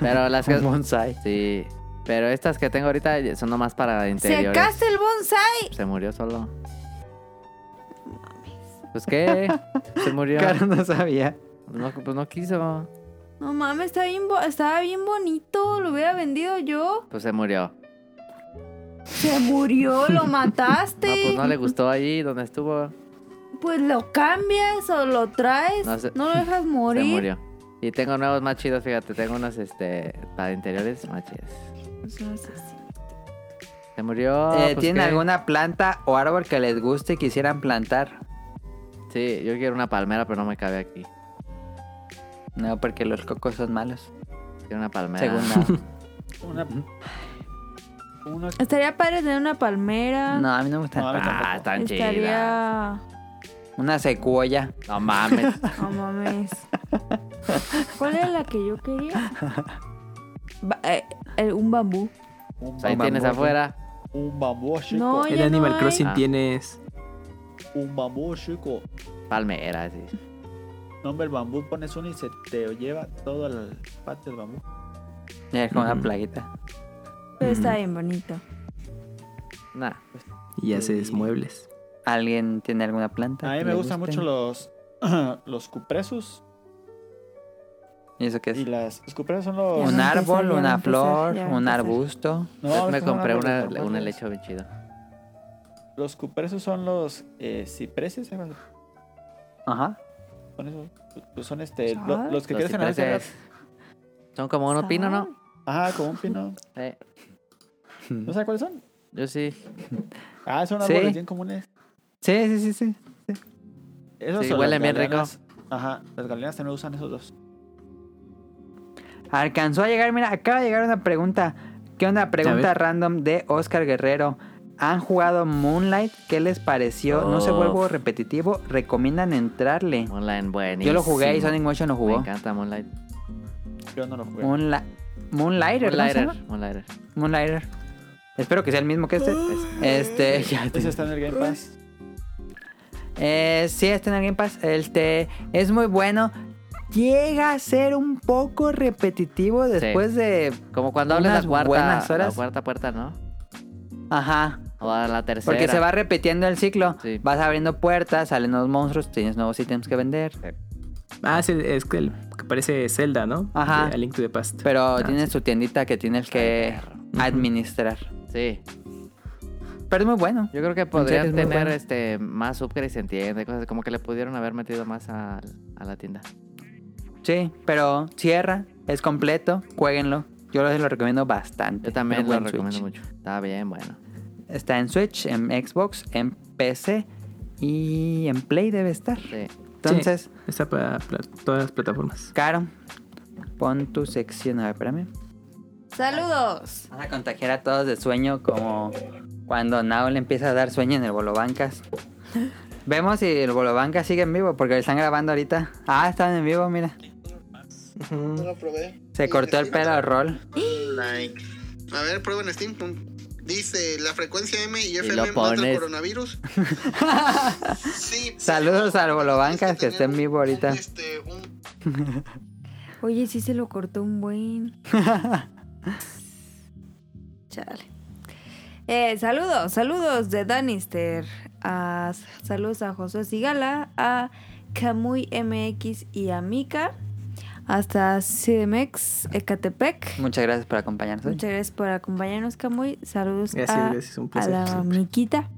S2: Pero las
S1: (laughs) Un
S2: que...
S1: bonsai.
S2: Sí. Pero estas que tengo ahorita son nomás para interiores.
S5: ¿Secaste el bonsai?
S2: Se murió solo. Pues qué,
S1: (laughs)
S2: se murió.
S1: Claro, no sabía.
S2: No, pues no quiso.
S5: No mames, está bien bo- estaba bien bonito. Lo hubiera vendido yo.
S2: Pues se murió.
S5: Se murió, lo mataste.
S2: No, pues no le gustó allí donde estuvo.
S5: Pues lo cambias o lo traes. No,
S2: No sé.
S5: lo dejas morir.
S2: Se murió. Y tengo nuevos más chidos, fíjate, tengo unos este para interiores más chidos.
S5: O sea, sí, sí.
S2: Se murió.
S1: Eh,
S2: pues,
S1: ¿Tienen
S2: ¿qué?
S1: alguna planta o árbol que les guste y quisieran plantar?
S2: Sí, yo quiero una palmera, pero no me cabe aquí.
S1: No, porque los cocos son malos.
S2: Quiero una palmera. (laughs)
S1: Según
S3: Una, una
S5: Estaría padre tener una palmera.
S1: Nada. No, a mí no me gustan.
S3: No, a mí
S2: Ah,
S3: tampoco.
S2: están chidas.
S5: Estaría.
S1: Una secuoya.
S2: No mames.
S5: No mames. ¿Cuál era la que yo quería? Ba- eh, eh, un bambú.
S3: un,
S2: Pues ahí
S3: bambú-
S2: tienes afuera.
S3: un bambú chico.
S5: No,
S4: El
S5: ya
S4: Animal
S5: hay.
S4: Crossing
S2: Ah.
S4: tienes.
S3: Un bambú chico.
S2: Palmera, sí.
S3: No, hombre, el bambú pones uno y se te lleva todo el patio del bambú.
S1: Es como una
S4: Ujú.
S1: plaguita.
S5: Pero está bien bonito.
S2: Nah.
S4: Y haces muebles.
S1: ¿Alguien tiene alguna planta?
S3: A mí
S1: que
S3: me
S1: le
S3: gustan
S1: guste?
S3: mucho los, (clears throat) los cupresos.
S1: ¿Y eso qué es?
S3: Y las los cupresos son
S5: Ya
S3: los.
S1: Un
S5: va a empezar,
S1: árbol,
S5: ya va a
S1: una
S5: empezar,
S1: flor,
S5: ya va a
S1: un
S5: empezar.
S1: arbusto.
S3: No,
S2: me
S3: es como
S2: compré
S3: árbol
S2: una,
S3: de
S2: un
S3: árboles.
S2: helecho bien chido.
S3: Los cupresos son los eh, cipreses. ¿eh?
S1: Ajá.
S3: Son, esos, pues son este,
S5: Ah.
S3: lo- los que
S2: Los
S3: crecen a veces.
S2: cipreses Son como unos pinos, ¿no?
S3: Ajá, como
S2: (laughs)
S3: un pino.
S2: Eh,
S3: ¿No sabes cuáles son?
S2: yo sí.
S3: Ah, son
S1: Sí.
S3: árboles bien comunes.
S1: Sí, sí, sí, sí.
S3: Esos
S2: Sí,
S3: son
S2: huelen bien rico.
S3: Ajá, las galeanas también usan esos dos.
S1: Alcanzó a llegar, mira, acaba de llegar una pregunta. ¿Qué onda? Pregunta
S4: ver.
S1: random de Oscar Guerrero. ¿Han jugado Moonlight? ¿Qué les pareció? ¿No se
S2: Uf.
S1: vuelvo repetitivo? ¿Recomiendan entrarle?
S2: Moonlight, buenísimo.
S1: Yo lo jugué y Sonic Motion lo
S2: Me
S1: jugó.
S2: encanta Moonlight.
S3: Yo no los jugué.
S1: Moonla- Moonlighter, ¿cómo se
S2: Moonlighter.
S1: llama?
S2: Moonlighter.
S1: Moonlighter. Espero que sea el mismo que este. Este, ya te-
S3: Ese está en el Game Pass.
S1: Eh, sí, está en el Game Pass. Este es muy bueno. Llega a ser un poco repetitivo después de.
S2: Como cuando hables
S1: Unas
S2: la cuarta,
S1: buenas horas.
S2: la cuarta puerta, ¿no?
S1: Ajá.
S2: O a la tercera.
S1: Porque se va repitiendo el ciclo.
S2: Sí.
S1: Vas abriendo puertas, salen nuevos monstruos, tienes nuevos ítems que vender.
S4: Ah, es, el, es que el que parece Zelda, ¿no?
S1: Ajá.
S4: De A Link to the Past.
S1: Pero
S4: Ah,
S1: tienes tu tiendita que tienes que (laughs) administrar.
S2: Sí.
S1: Pero es muy bueno.
S2: Yo creo que
S1: es
S2: podrían
S1: muy
S2: tener
S1: bueno.
S2: este más upgrades, se entiende, cosas como que le pudieron haber metido más a, a la tienda.
S1: Sí, pero cierra, es completo, jueguenlo. Yo les lo recomiendo bastante.
S2: Yo también
S1: Pero
S2: lo
S1: en Switch.
S2: recomiendo mucho. Está bien, bueno.
S1: Está en Switch, en Xbox, en PC y en Play debe estar.
S2: Sí.
S1: Entonces,
S4: Está para, pla- todas las plataformas.
S1: Caro, pon tu sección. A ver, espérame.
S5: Saludos.
S1: Vas a contagiar a todos de sueño como cuando Nao le empieza a dar sueño en el Bolobancas. Vemos si el Bolobancas sigue en vivo porque lo están grabando ahorita. Ah, están en vivo, mira.
S8: No lo probé.
S1: Se cortó el pelo al rol. (laughs)
S8: Like. A ver, prueben Steam. pum. Dice la frecuencia M y
S2: lo
S8: FM mata
S2: pones.
S1: (laughs)
S8: el coronavirus. sí.
S1: Saludos al Bolobancas que está en vivo ahorita.
S8: Un, este, un-
S5: Oye, sí se lo cortó un buen. Chale. Eh, saludos, saludos de Danister. A- saludos a Josué Sigala, a Kamui MX y a Mika. hasta CDMX, Ecatepec.
S1: Muchas gracias por acompañarnos hoy.
S5: Muchas gracias por acompañarnos, Camuy. Saludos
S4: Gracias,
S5: a,
S4: gracias, un
S5: Ah, a
S4: placer.
S5: la
S2: (laughs)
S4: siempre.
S5: miquita.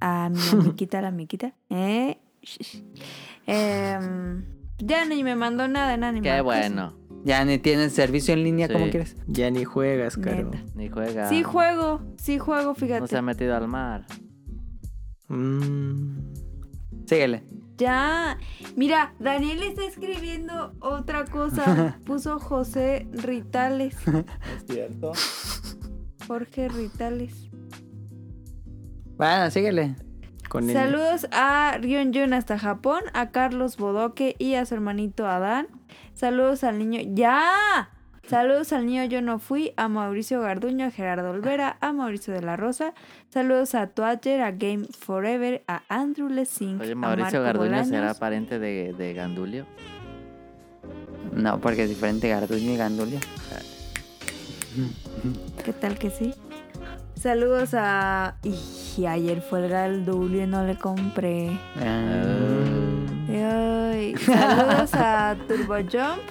S5: A mi amiquita, a la miquita. Eh, em, ya ni me mandó nada en Animal
S2: Qué
S5: Crossing.
S2: bueno.
S1: Ya ni tienes servicio en línea como
S2: Sí.
S1: quieres.
S4: Ya ni juegas, Caro.
S5: Neta.
S2: Ni juega.
S5: Sí juego, sí juego,
S2: No se
S5: fíjate.
S2: ha metido al mar.
S4: Mm,
S1: Síguele.
S5: Ya. Mira, Daniel está escribiendo otra
S2: (laughs)
S5: cosa. Puso José Ritales,
S3: Es cierto.
S5: Jorge Ritales.
S1: Bueno, síguele.
S4: con él.
S5: Saludos a Rion Jun hasta Japón, a Carlos Bodoque y a su hermanito Adán. Saludos al niño. ¡Ya! Saludos al niño Yo No Fui, a Mauricio Garduño, a Gerardo Olvera, a Mauricio de la Rosa. Saludos a Twitter, a Game Forever, a Andrew Lessing.
S2: Oye,
S5: a
S2: Mauricio
S5: Marco
S2: Garduño
S5: Bolaños.
S2: será pariente de, de Gandulio.
S1: No, porque es diferente Garduño y Gandulia.
S5: ¿Qué tal que sí? Saludos a. Y ayer fue el Galdulio y no le compré.
S8: Ah.
S5: Ay, saludos a Turbo Jump.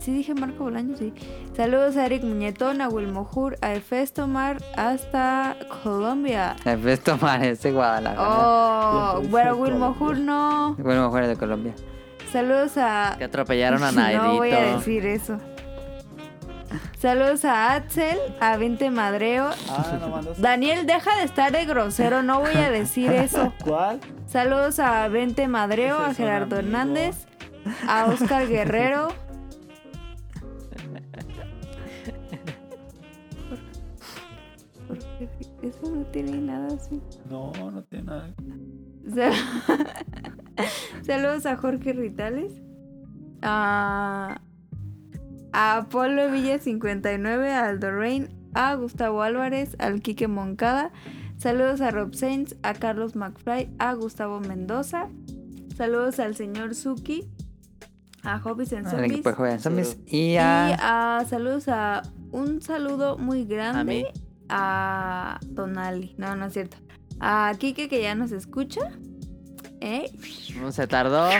S5: Sí dije Marco Bolaño, sí. Saludos a Eric Muñetón, a Wilmojur, a Efestomar, hasta Colombia.
S1: El Festo Mar es de Ah. Guadalajara.
S5: Oh, bueno, Wilmojur no.
S1: Bueno, mujeres de Colombia.
S5: Saludos a
S2: Que atropellaron a Nairito.
S5: (laughs) no voy a decir eso. Saludos a Axel, a Vente Madreo.
S3: Ah, no
S4: (laughs)
S3: mandas.
S5: Daniel, deja de estar de grosero, no voy a decir eso.
S3: ¿Cuál?
S5: Saludos a Vente Madreo,
S3: Ese
S5: a
S3: es
S5: Gerardo
S3: un amigo.
S5: Hernández, a Oscar
S3: (laughs)
S5: Guerrero. Eso no tiene nada así.
S3: No, no tiene nada.
S5: Sal- (laughs) Saludos a Jorge Ritales. A, a Polo Villa 59, a Aldo Rain, a Gustavo Álvarez, al Quique Moncada. Saludos a Rob Sainz, a Carlos McFly, a Gustavo Mendoza. Saludos al señor Suki, a Hobbies en
S1: El (laughs)
S5: Zombies.
S1: equipo de jóvenes zombies.
S5: Y
S1: Y a.
S5: a saludos a un saludo muy grande
S2: A mí.
S5: a Tonali. No, no es cierto. A Kike que ya nos escucha. ¿Eh? (laughs)
S2: No se tardó.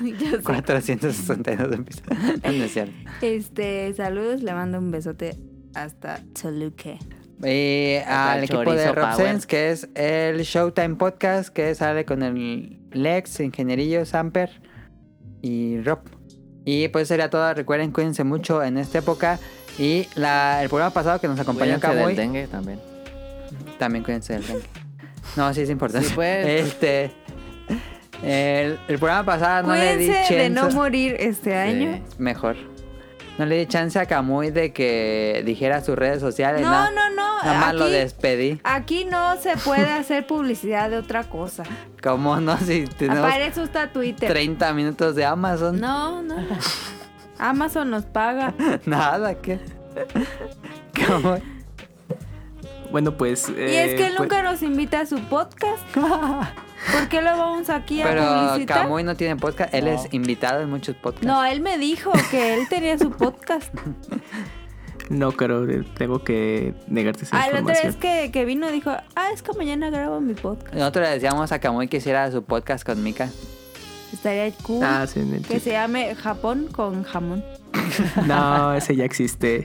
S5: Ya sé.
S1: 462 episodios.
S5: (laughs)
S1: No es cierto.
S5: Este, saludos, le mando un besote hasta Toluque.
S1: Y al
S2: el
S1: equipo
S2: chorizo
S1: de
S2: power.
S1: RobSense, que es el Showtime Podcast, que sale con el Lex, Ingenierillo, Samper y Rob. Y pues sería todo. Recuerden, cuídense mucho en esta época. Y la- el programa pasado que nos acompañó
S2: Cuídense del
S1: Camuy,
S2: dengue también.
S1: también cuídense del dengue. No,
S2: (laughs)
S1: sí es importante.
S2: Sí, pues.
S1: Este. El, el programa pasado no le di
S5: Cuídense
S1: chance.
S5: de no morir este año.
S1: Mejor. No le di chance a Camuy de que dijera sus redes sociales.
S5: No,
S1: nada-
S5: no, no.
S1: Nada más lo
S5: Aquí,
S1: despedí.
S5: aquí no se puede hacer publicidad de otra cosa.
S1: ¿Cómo no? (laughs) Si tenemos
S5: Para eso está Twitter.
S1: 30 minutos de Amazon.
S5: No, no. no. Amazon nos paga.
S1: (laughs) Nada, ¿qué? (laughs) ¿Cómo?
S4: Bueno, pues.
S5: Y es que
S4: eh,
S5: él
S4: pues-
S5: nunca nos invita a su podcast.
S4: (laughs)
S5: ¿Por qué lo vamos aquí a
S1: Pero
S5: publicitar?
S1: Camuy no tiene podcast. Él
S3: No.
S1: es invitado en muchos podcasts.
S5: No, él me dijo que él tenía
S4: (laughs)
S5: su podcast.
S4: No, Caro, eh, tengo que negarte esa
S5: Ah, la otra
S4: información.
S5: vez que, que vino dijo, ah, es que mañana grabo mi podcast.
S1: Nosotros le decíamos a Camuy que hiciera su podcast con Mika.
S5: Estaría cool
S4: Ah, sí, en el
S5: que se llame Japón con jamón.
S4: No, ese ya
S5: (laughs)
S4: existe.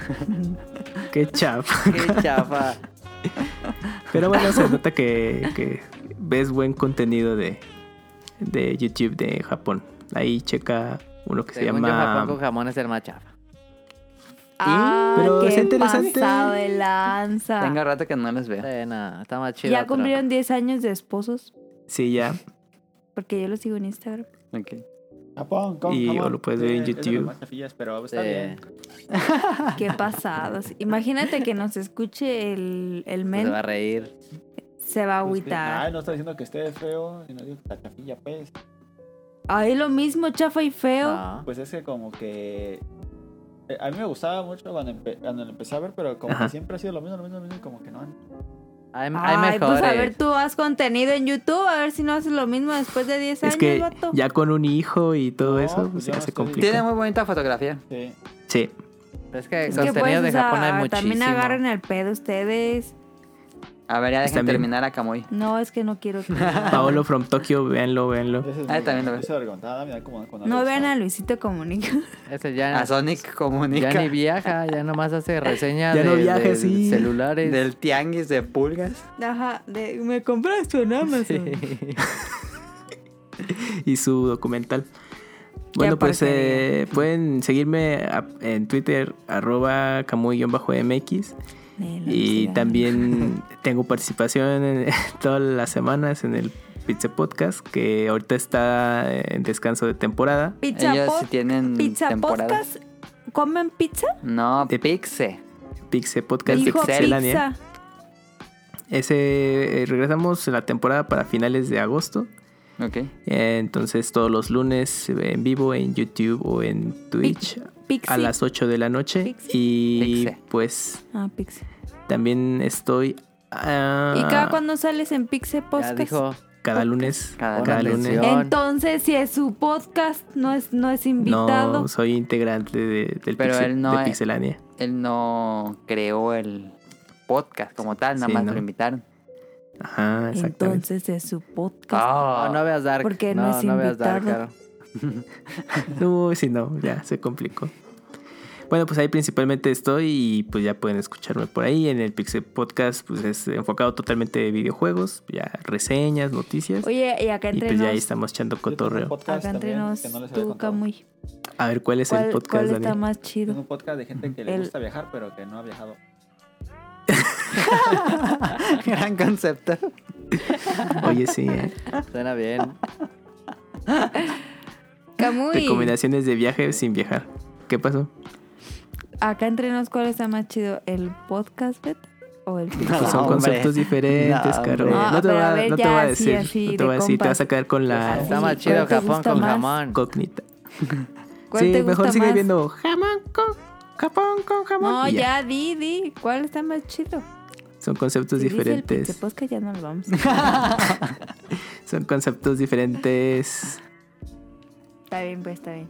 S4: Qué
S1: (laughs)
S4: chafa.
S2: Qué chafa.
S4: Pero bueno, se nota que, que ves buen contenido de, de YouTube de Japón. Ahí checa uno que
S2: Según
S4: se
S2: yo, Japón con
S4: llama.
S2: jamón es el más chafa.
S5: Ah,
S4: Pero
S5: qué
S4: es interesante.
S5: pasado de lanza.
S1: Tengo rato que no los veo.
S2: Sí, no, está más chido.
S5: Ah. ya
S2: otro.
S5: cumplieron 10 años de esposos,
S4: Sí, ya.
S5: porque yo lo sigo en Instagram.
S1: Ok.
S3: Japón,
S4: Y o lo puedes ver en
S3: es de Eh, las
S4: YouTube.
S3: más chafillas, pero
S2: Sí.
S3: está bien.
S5: Qué
S4: (laughs)
S5: pasados. Imagínate que nos escuche el, el
S2: Se va
S5: men,
S2: a reír.
S5: se va a agüitar.
S3: Este, Ay, no está diciendo que esté feo, sino digo que está chafilla, pues.
S5: Ay, lo mismo, chafa y feo.
S2: No.
S3: Pues es que como que... eh, A mí me gustaba mucho cuando, empe- cuando lo empecé a ver, pero como
S4: Ajá.
S3: que siempre ha sido lo mismo, lo mismo, lo mismo, y como que no. han-
S2: Hay, hay
S5: Ay,
S2: mejores.
S5: pues a ver, tú has contenido en YouTube, a ver si no haces lo mismo después de 10
S4: Es
S5: años,
S4: que
S5: vato.
S4: ya con un hijo y todo
S3: No,
S4: eso,
S3: pues
S4: pues
S3: ya
S4: ya
S3: no
S4: se
S3: estoy-
S1: Tiene
S4: complica.
S1: muy bonita fotografía.
S3: Sí.
S4: Sí.
S2: Es que
S5: Es que
S2: contenido
S5: pues,
S2: de
S5: o sea,
S2: Japón hay muchísimo.
S5: también agarren el pedo ustedes.
S1: A ver, ya
S4: Está
S1: dejen
S4: bien.
S1: terminar a Camuy.
S5: No, es que no quiero
S2: (laughs)
S5: que...
S4: Paolo from Tokyo, véanlo, véanlo.
S3: Ese es
S1: Ah,
S3: muy
S1: también lo
S3: bueno.
S1: ves.
S3: Ese vergonzada, mira cómo- cuando
S5: No
S3: hablas.
S5: vean a Luisito Comunica. (laughs)
S2: Ese ya,
S1: A Sonic
S2: ya
S1: comunica
S2: ni viaja, ya nomás hace reseñas
S4: Ya
S2: de,
S4: no viaja,
S2: de
S4: sí.
S2: celulares.
S1: del tianguis de pulgas.
S5: Ajá, de, me compraste en Amazon.
S4: (laughs) y su documental. Bueno, pues
S5: porquería.
S4: eh, pueden seguirme a- en Twitter, arroba camuy-mx.
S5: Me lo
S4: Y
S5: hicieron.
S4: también tengo participación en- (laughs) todas las semanas en el Pizza Podcast, que ahorita está en descanso de temporada.
S5: Pizza,
S1: Ellos sí
S5: pod-
S1: tienen
S5: pizza
S1: temporada.
S5: podcast. ¿Comen pizza?
S1: No,
S4: De-
S1: Pixe.
S4: Pizza Podcast
S5: Dijo
S4: Pixelania.
S5: pizza.
S4: Ese, eh, regresamos la temporada para finales de agosto.
S1: Ok.
S4: Eh, Entonces todos los lunes eh, en vivo en YouTube o en Twitch
S5: Pixie.
S4: a las 8 de la noche.
S5: Pixi.
S4: Y
S1: Pixe.
S4: pues
S5: Ah, pizza.
S4: también estoy ah,
S5: ¿Y cada cuando sales en Pixel
S2: ya
S5: Podcast?
S2: dijo,
S4: cada lunes.
S1: Cada
S4: Cada
S2: lunes.
S4: lunes.
S5: Entonces, si es su podcast, no es, no es invitado.
S4: No, soy integrante de, del
S1: Pero
S4: Pixel-
S1: él no
S4: de
S1: es-
S4: Pixelania.
S1: Él no creó el podcast como tal, nada
S4: Sí,
S1: más
S4: ¿no?
S1: lo invitaron.
S4: Ajá, exactamente.
S5: Entonces es su podcast.
S1: Ah,
S2: no, no veas Dark.
S5: Porque no
S2: no,
S5: es
S2: no veas Dark,
S5: invitado.
S2: claro.
S4: No, si no, ya se complicó. Bueno, pues ahí principalmente estoy y pues ya pueden escucharme por ahí. En el Pixel Podcast pues es enfocado totalmente a videojuegos, ya reseñas, noticias.
S5: Oye, y acá
S4: y
S5: entre
S4: pues ya ahí
S5: nos,
S4: estamos echando
S3: Yo tengo un
S4: cotorreo.
S3: podcast
S5: acá entre
S3: también
S5: nos,
S3: que no les había
S5: tú,
S3: contado.
S5: Camuy.
S4: A ver, ¿cuál es
S5: ¿Cuál,
S4: el
S5: cuál
S4: podcast,
S5: está
S4: Daniel?
S5: más
S3: Tengo
S5: chido?
S3: un podcast de gente que le
S5: El-
S3: gusta viajar, pero que no ha viajado.
S1: (laughs) gran concepto.
S4: Oye, sí,
S5: (laughs)
S4: eh.
S1: (laughs)
S2: Suena bien.
S5: Camuy,
S4: recomendaciones de viaje sin viajar. ¿Qué pasó?
S5: acá entre nos, ¿cuál está más chido? ¿El podcast, Bet? ¿O el Pixel?
S4: Pues son
S1: hombre.
S4: conceptos diferentes,
S1: No, hombre.
S4: Caro. No, te
S5: Ah, pero
S4: va,
S5: a ver,
S4: no te
S5: ya,
S4: va a
S5: así,
S4: decir.
S5: así,
S4: no te
S5: de
S4: va a decir. Te
S5: compas.
S4: vas a quedar con la
S2: Está más
S5: Ah, Sí,
S2: chido
S5: ¿cuál te
S2: Japón
S5: gusta
S2: con
S5: más?
S2: jamón.
S4: incógnita.
S5: ¿Cuál
S4: Sí,
S5: te
S4: mejor
S5: gusta
S4: sigue
S5: más?
S4: viendo jamón con Japón con jamón.
S5: No,
S4: Y
S5: ya, di, di. ¿Cuál está más chido?
S4: Son conceptos
S5: Si dice el
S4: diferentes.
S5: Pixel Podcast, ya no lo vamos.
S4: (laughs) Son conceptos diferentes.
S5: está bien, pues, está bien.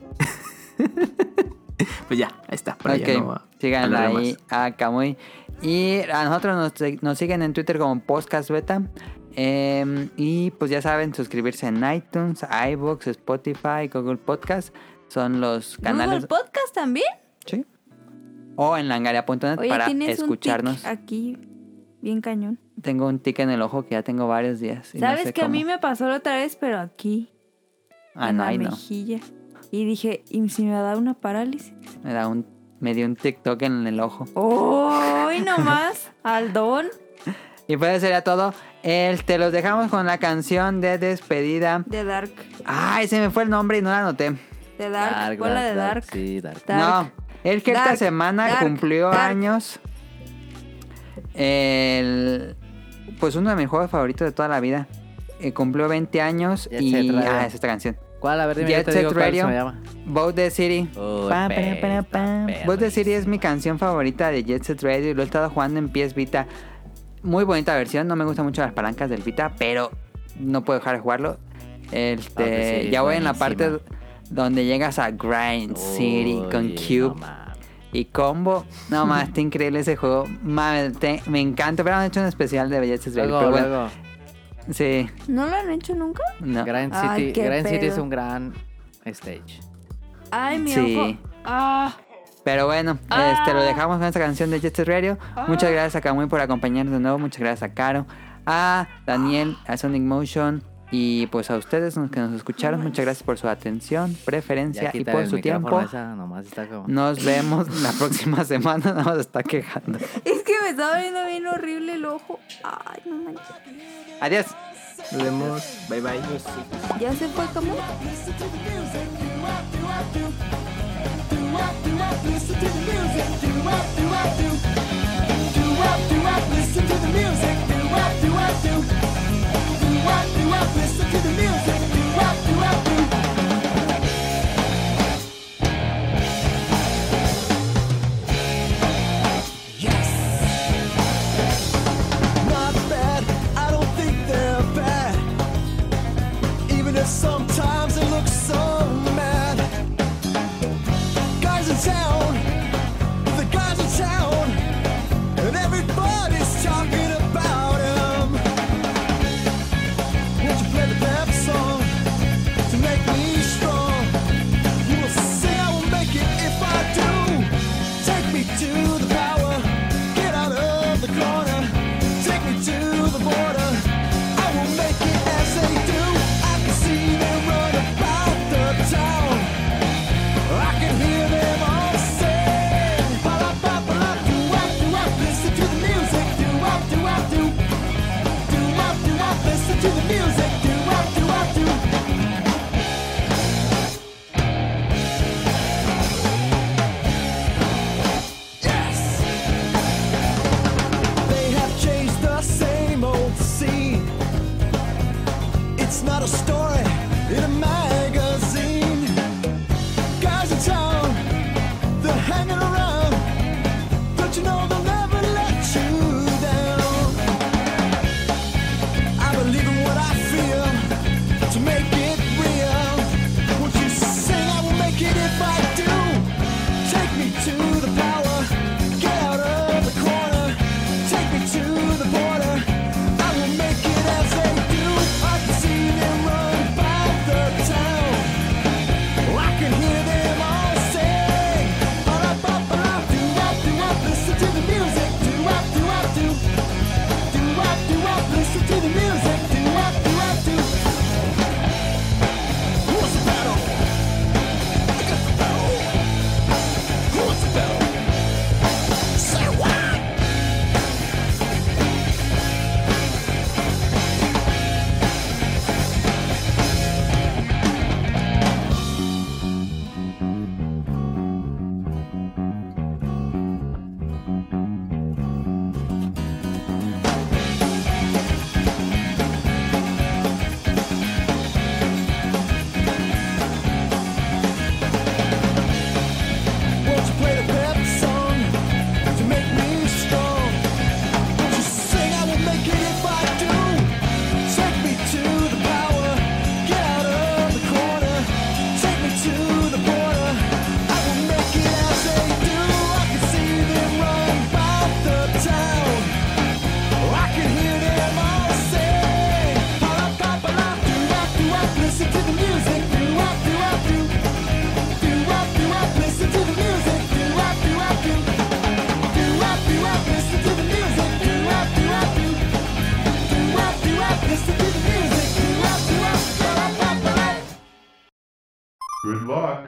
S4: Pues ya, ahí está. Para ya no
S1: Ok,
S4: va-
S1: síganla
S4: hablar
S1: ahí
S4: más.
S1: a Camuy. Y a nosotros nos, nos siguen en Twitter como Podcast Beta. Eh, y pues ya saben, suscribirse en iTunes, iVoox, Spotify, Google Podcast. Son los canales.
S5: ¿Google Podcast también?
S1: Sí. O en langaria.net
S5: Oye,
S1: para
S5: tienes un
S1: escucharnos.
S5: tic Ah. aquí bien cañón.
S1: Tengo un tic en el ojo que ya tengo varios días. y no
S5: ¿Sabes
S1: sé
S5: que a
S1: cómo.
S5: mí me pasó la otra vez, pero aquí,
S1: Ah,
S5: en
S1: no,
S5: la
S1: ahí no.
S5: mejilla? Y dije, ¿y si me da una parálisis?
S1: Me, da un, me dio un TikTok en el ojo.
S5: ¡Uy, nomás! ¡Al don!
S1: Y pues eso sería todo. El, te los dejamos con la canción de despedida.
S5: De Dark.
S1: Ay, se me fue el nombre y no la anoté.
S5: De Dark. ¿Cuál la de Dark?
S2: Sí, Dark.
S5: Dark.
S1: No, es que esta
S5: Dark,
S1: semana
S5: Dark,
S1: cumplió
S5: Dark.
S1: años. El, pues uno de mis juegos favoritos de toda la vida. Eh, cumplió 20 años
S2: Jet
S1: y.
S2: Set Radio.
S1: Ah, es esta canción.
S2: ¿Cuál? A ver, dime,
S1: Jet
S2: yo te
S1: Set
S2: digo cuál
S1: Radio.
S2: se me llama.
S1: Vote the City.
S2: Uy,
S1: Pa, pa, pa,
S2: perra,
S1: pa.
S2: perra.
S1: Vote the City es mi canción favorita de Jet Set Radio y lo he estado jugando en PS Vita. Muy bonita versión, no me gustan mucho las palancas del Vita, pero no puedo dejar de jugarlo. Este,
S2: Vote the City es
S1: ya voy en la
S2: buenísima.
S1: parte donde llegas a Grind City con
S2: Uy,
S1: Cube
S2: no mames.
S1: y Combo. No más,
S2: (laughs)
S1: está increíble ese juego. Mames, te- me encanta, pero han hecho un especial de Jet Set Radio.
S2: Luego,
S1: Pero bueno,
S2: luego.
S1: sí,
S5: ¿No lo han hecho nunca?
S1: no.
S2: Grand City,
S5: Ay, qué
S2: Grand City
S5: pedo.
S2: es un gran stage.
S5: ¡Ay, mi
S1: Sí.
S5: ojo! ¡Ah!
S1: Pero bueno,
S5: Ah.
S1: este, lo dejamos con esta canción de Jet Set Radio.
S5: Ah.
S1: Muchas gracias a Kamui por acompañarnos de nuevo. Muchas gracias a Caro, a Daniel, a Sonic Motion y pues a ustedes los que nos escucharon. Muchas gracias por su atención, preferencia y
S2: quita
S1: por
S2: el
S1: su
S2: micrófono,
S1: tiempo.
S2: esa nomás está como-
S1: Nos vemos la próxima (laughs) semana. Nada más está quejando.
S5: Es que me está doliendo bien horrible el ojo. ¡Ay, no manches!
S1: Adiós.
S4: Nos vemos. Bye bye.
S5: ¿Ya se fue como?
S9: Listen to the music, do what do I do. Do what do I listen to the music, do what do I do. Do what do I listen to the music, do what do I do. Do what do I listen to the music, do what do I do. Yes!
S10: not bad. I don't think they're bad. Even if sometimes it looks so mad. Guys in town,
S11: are.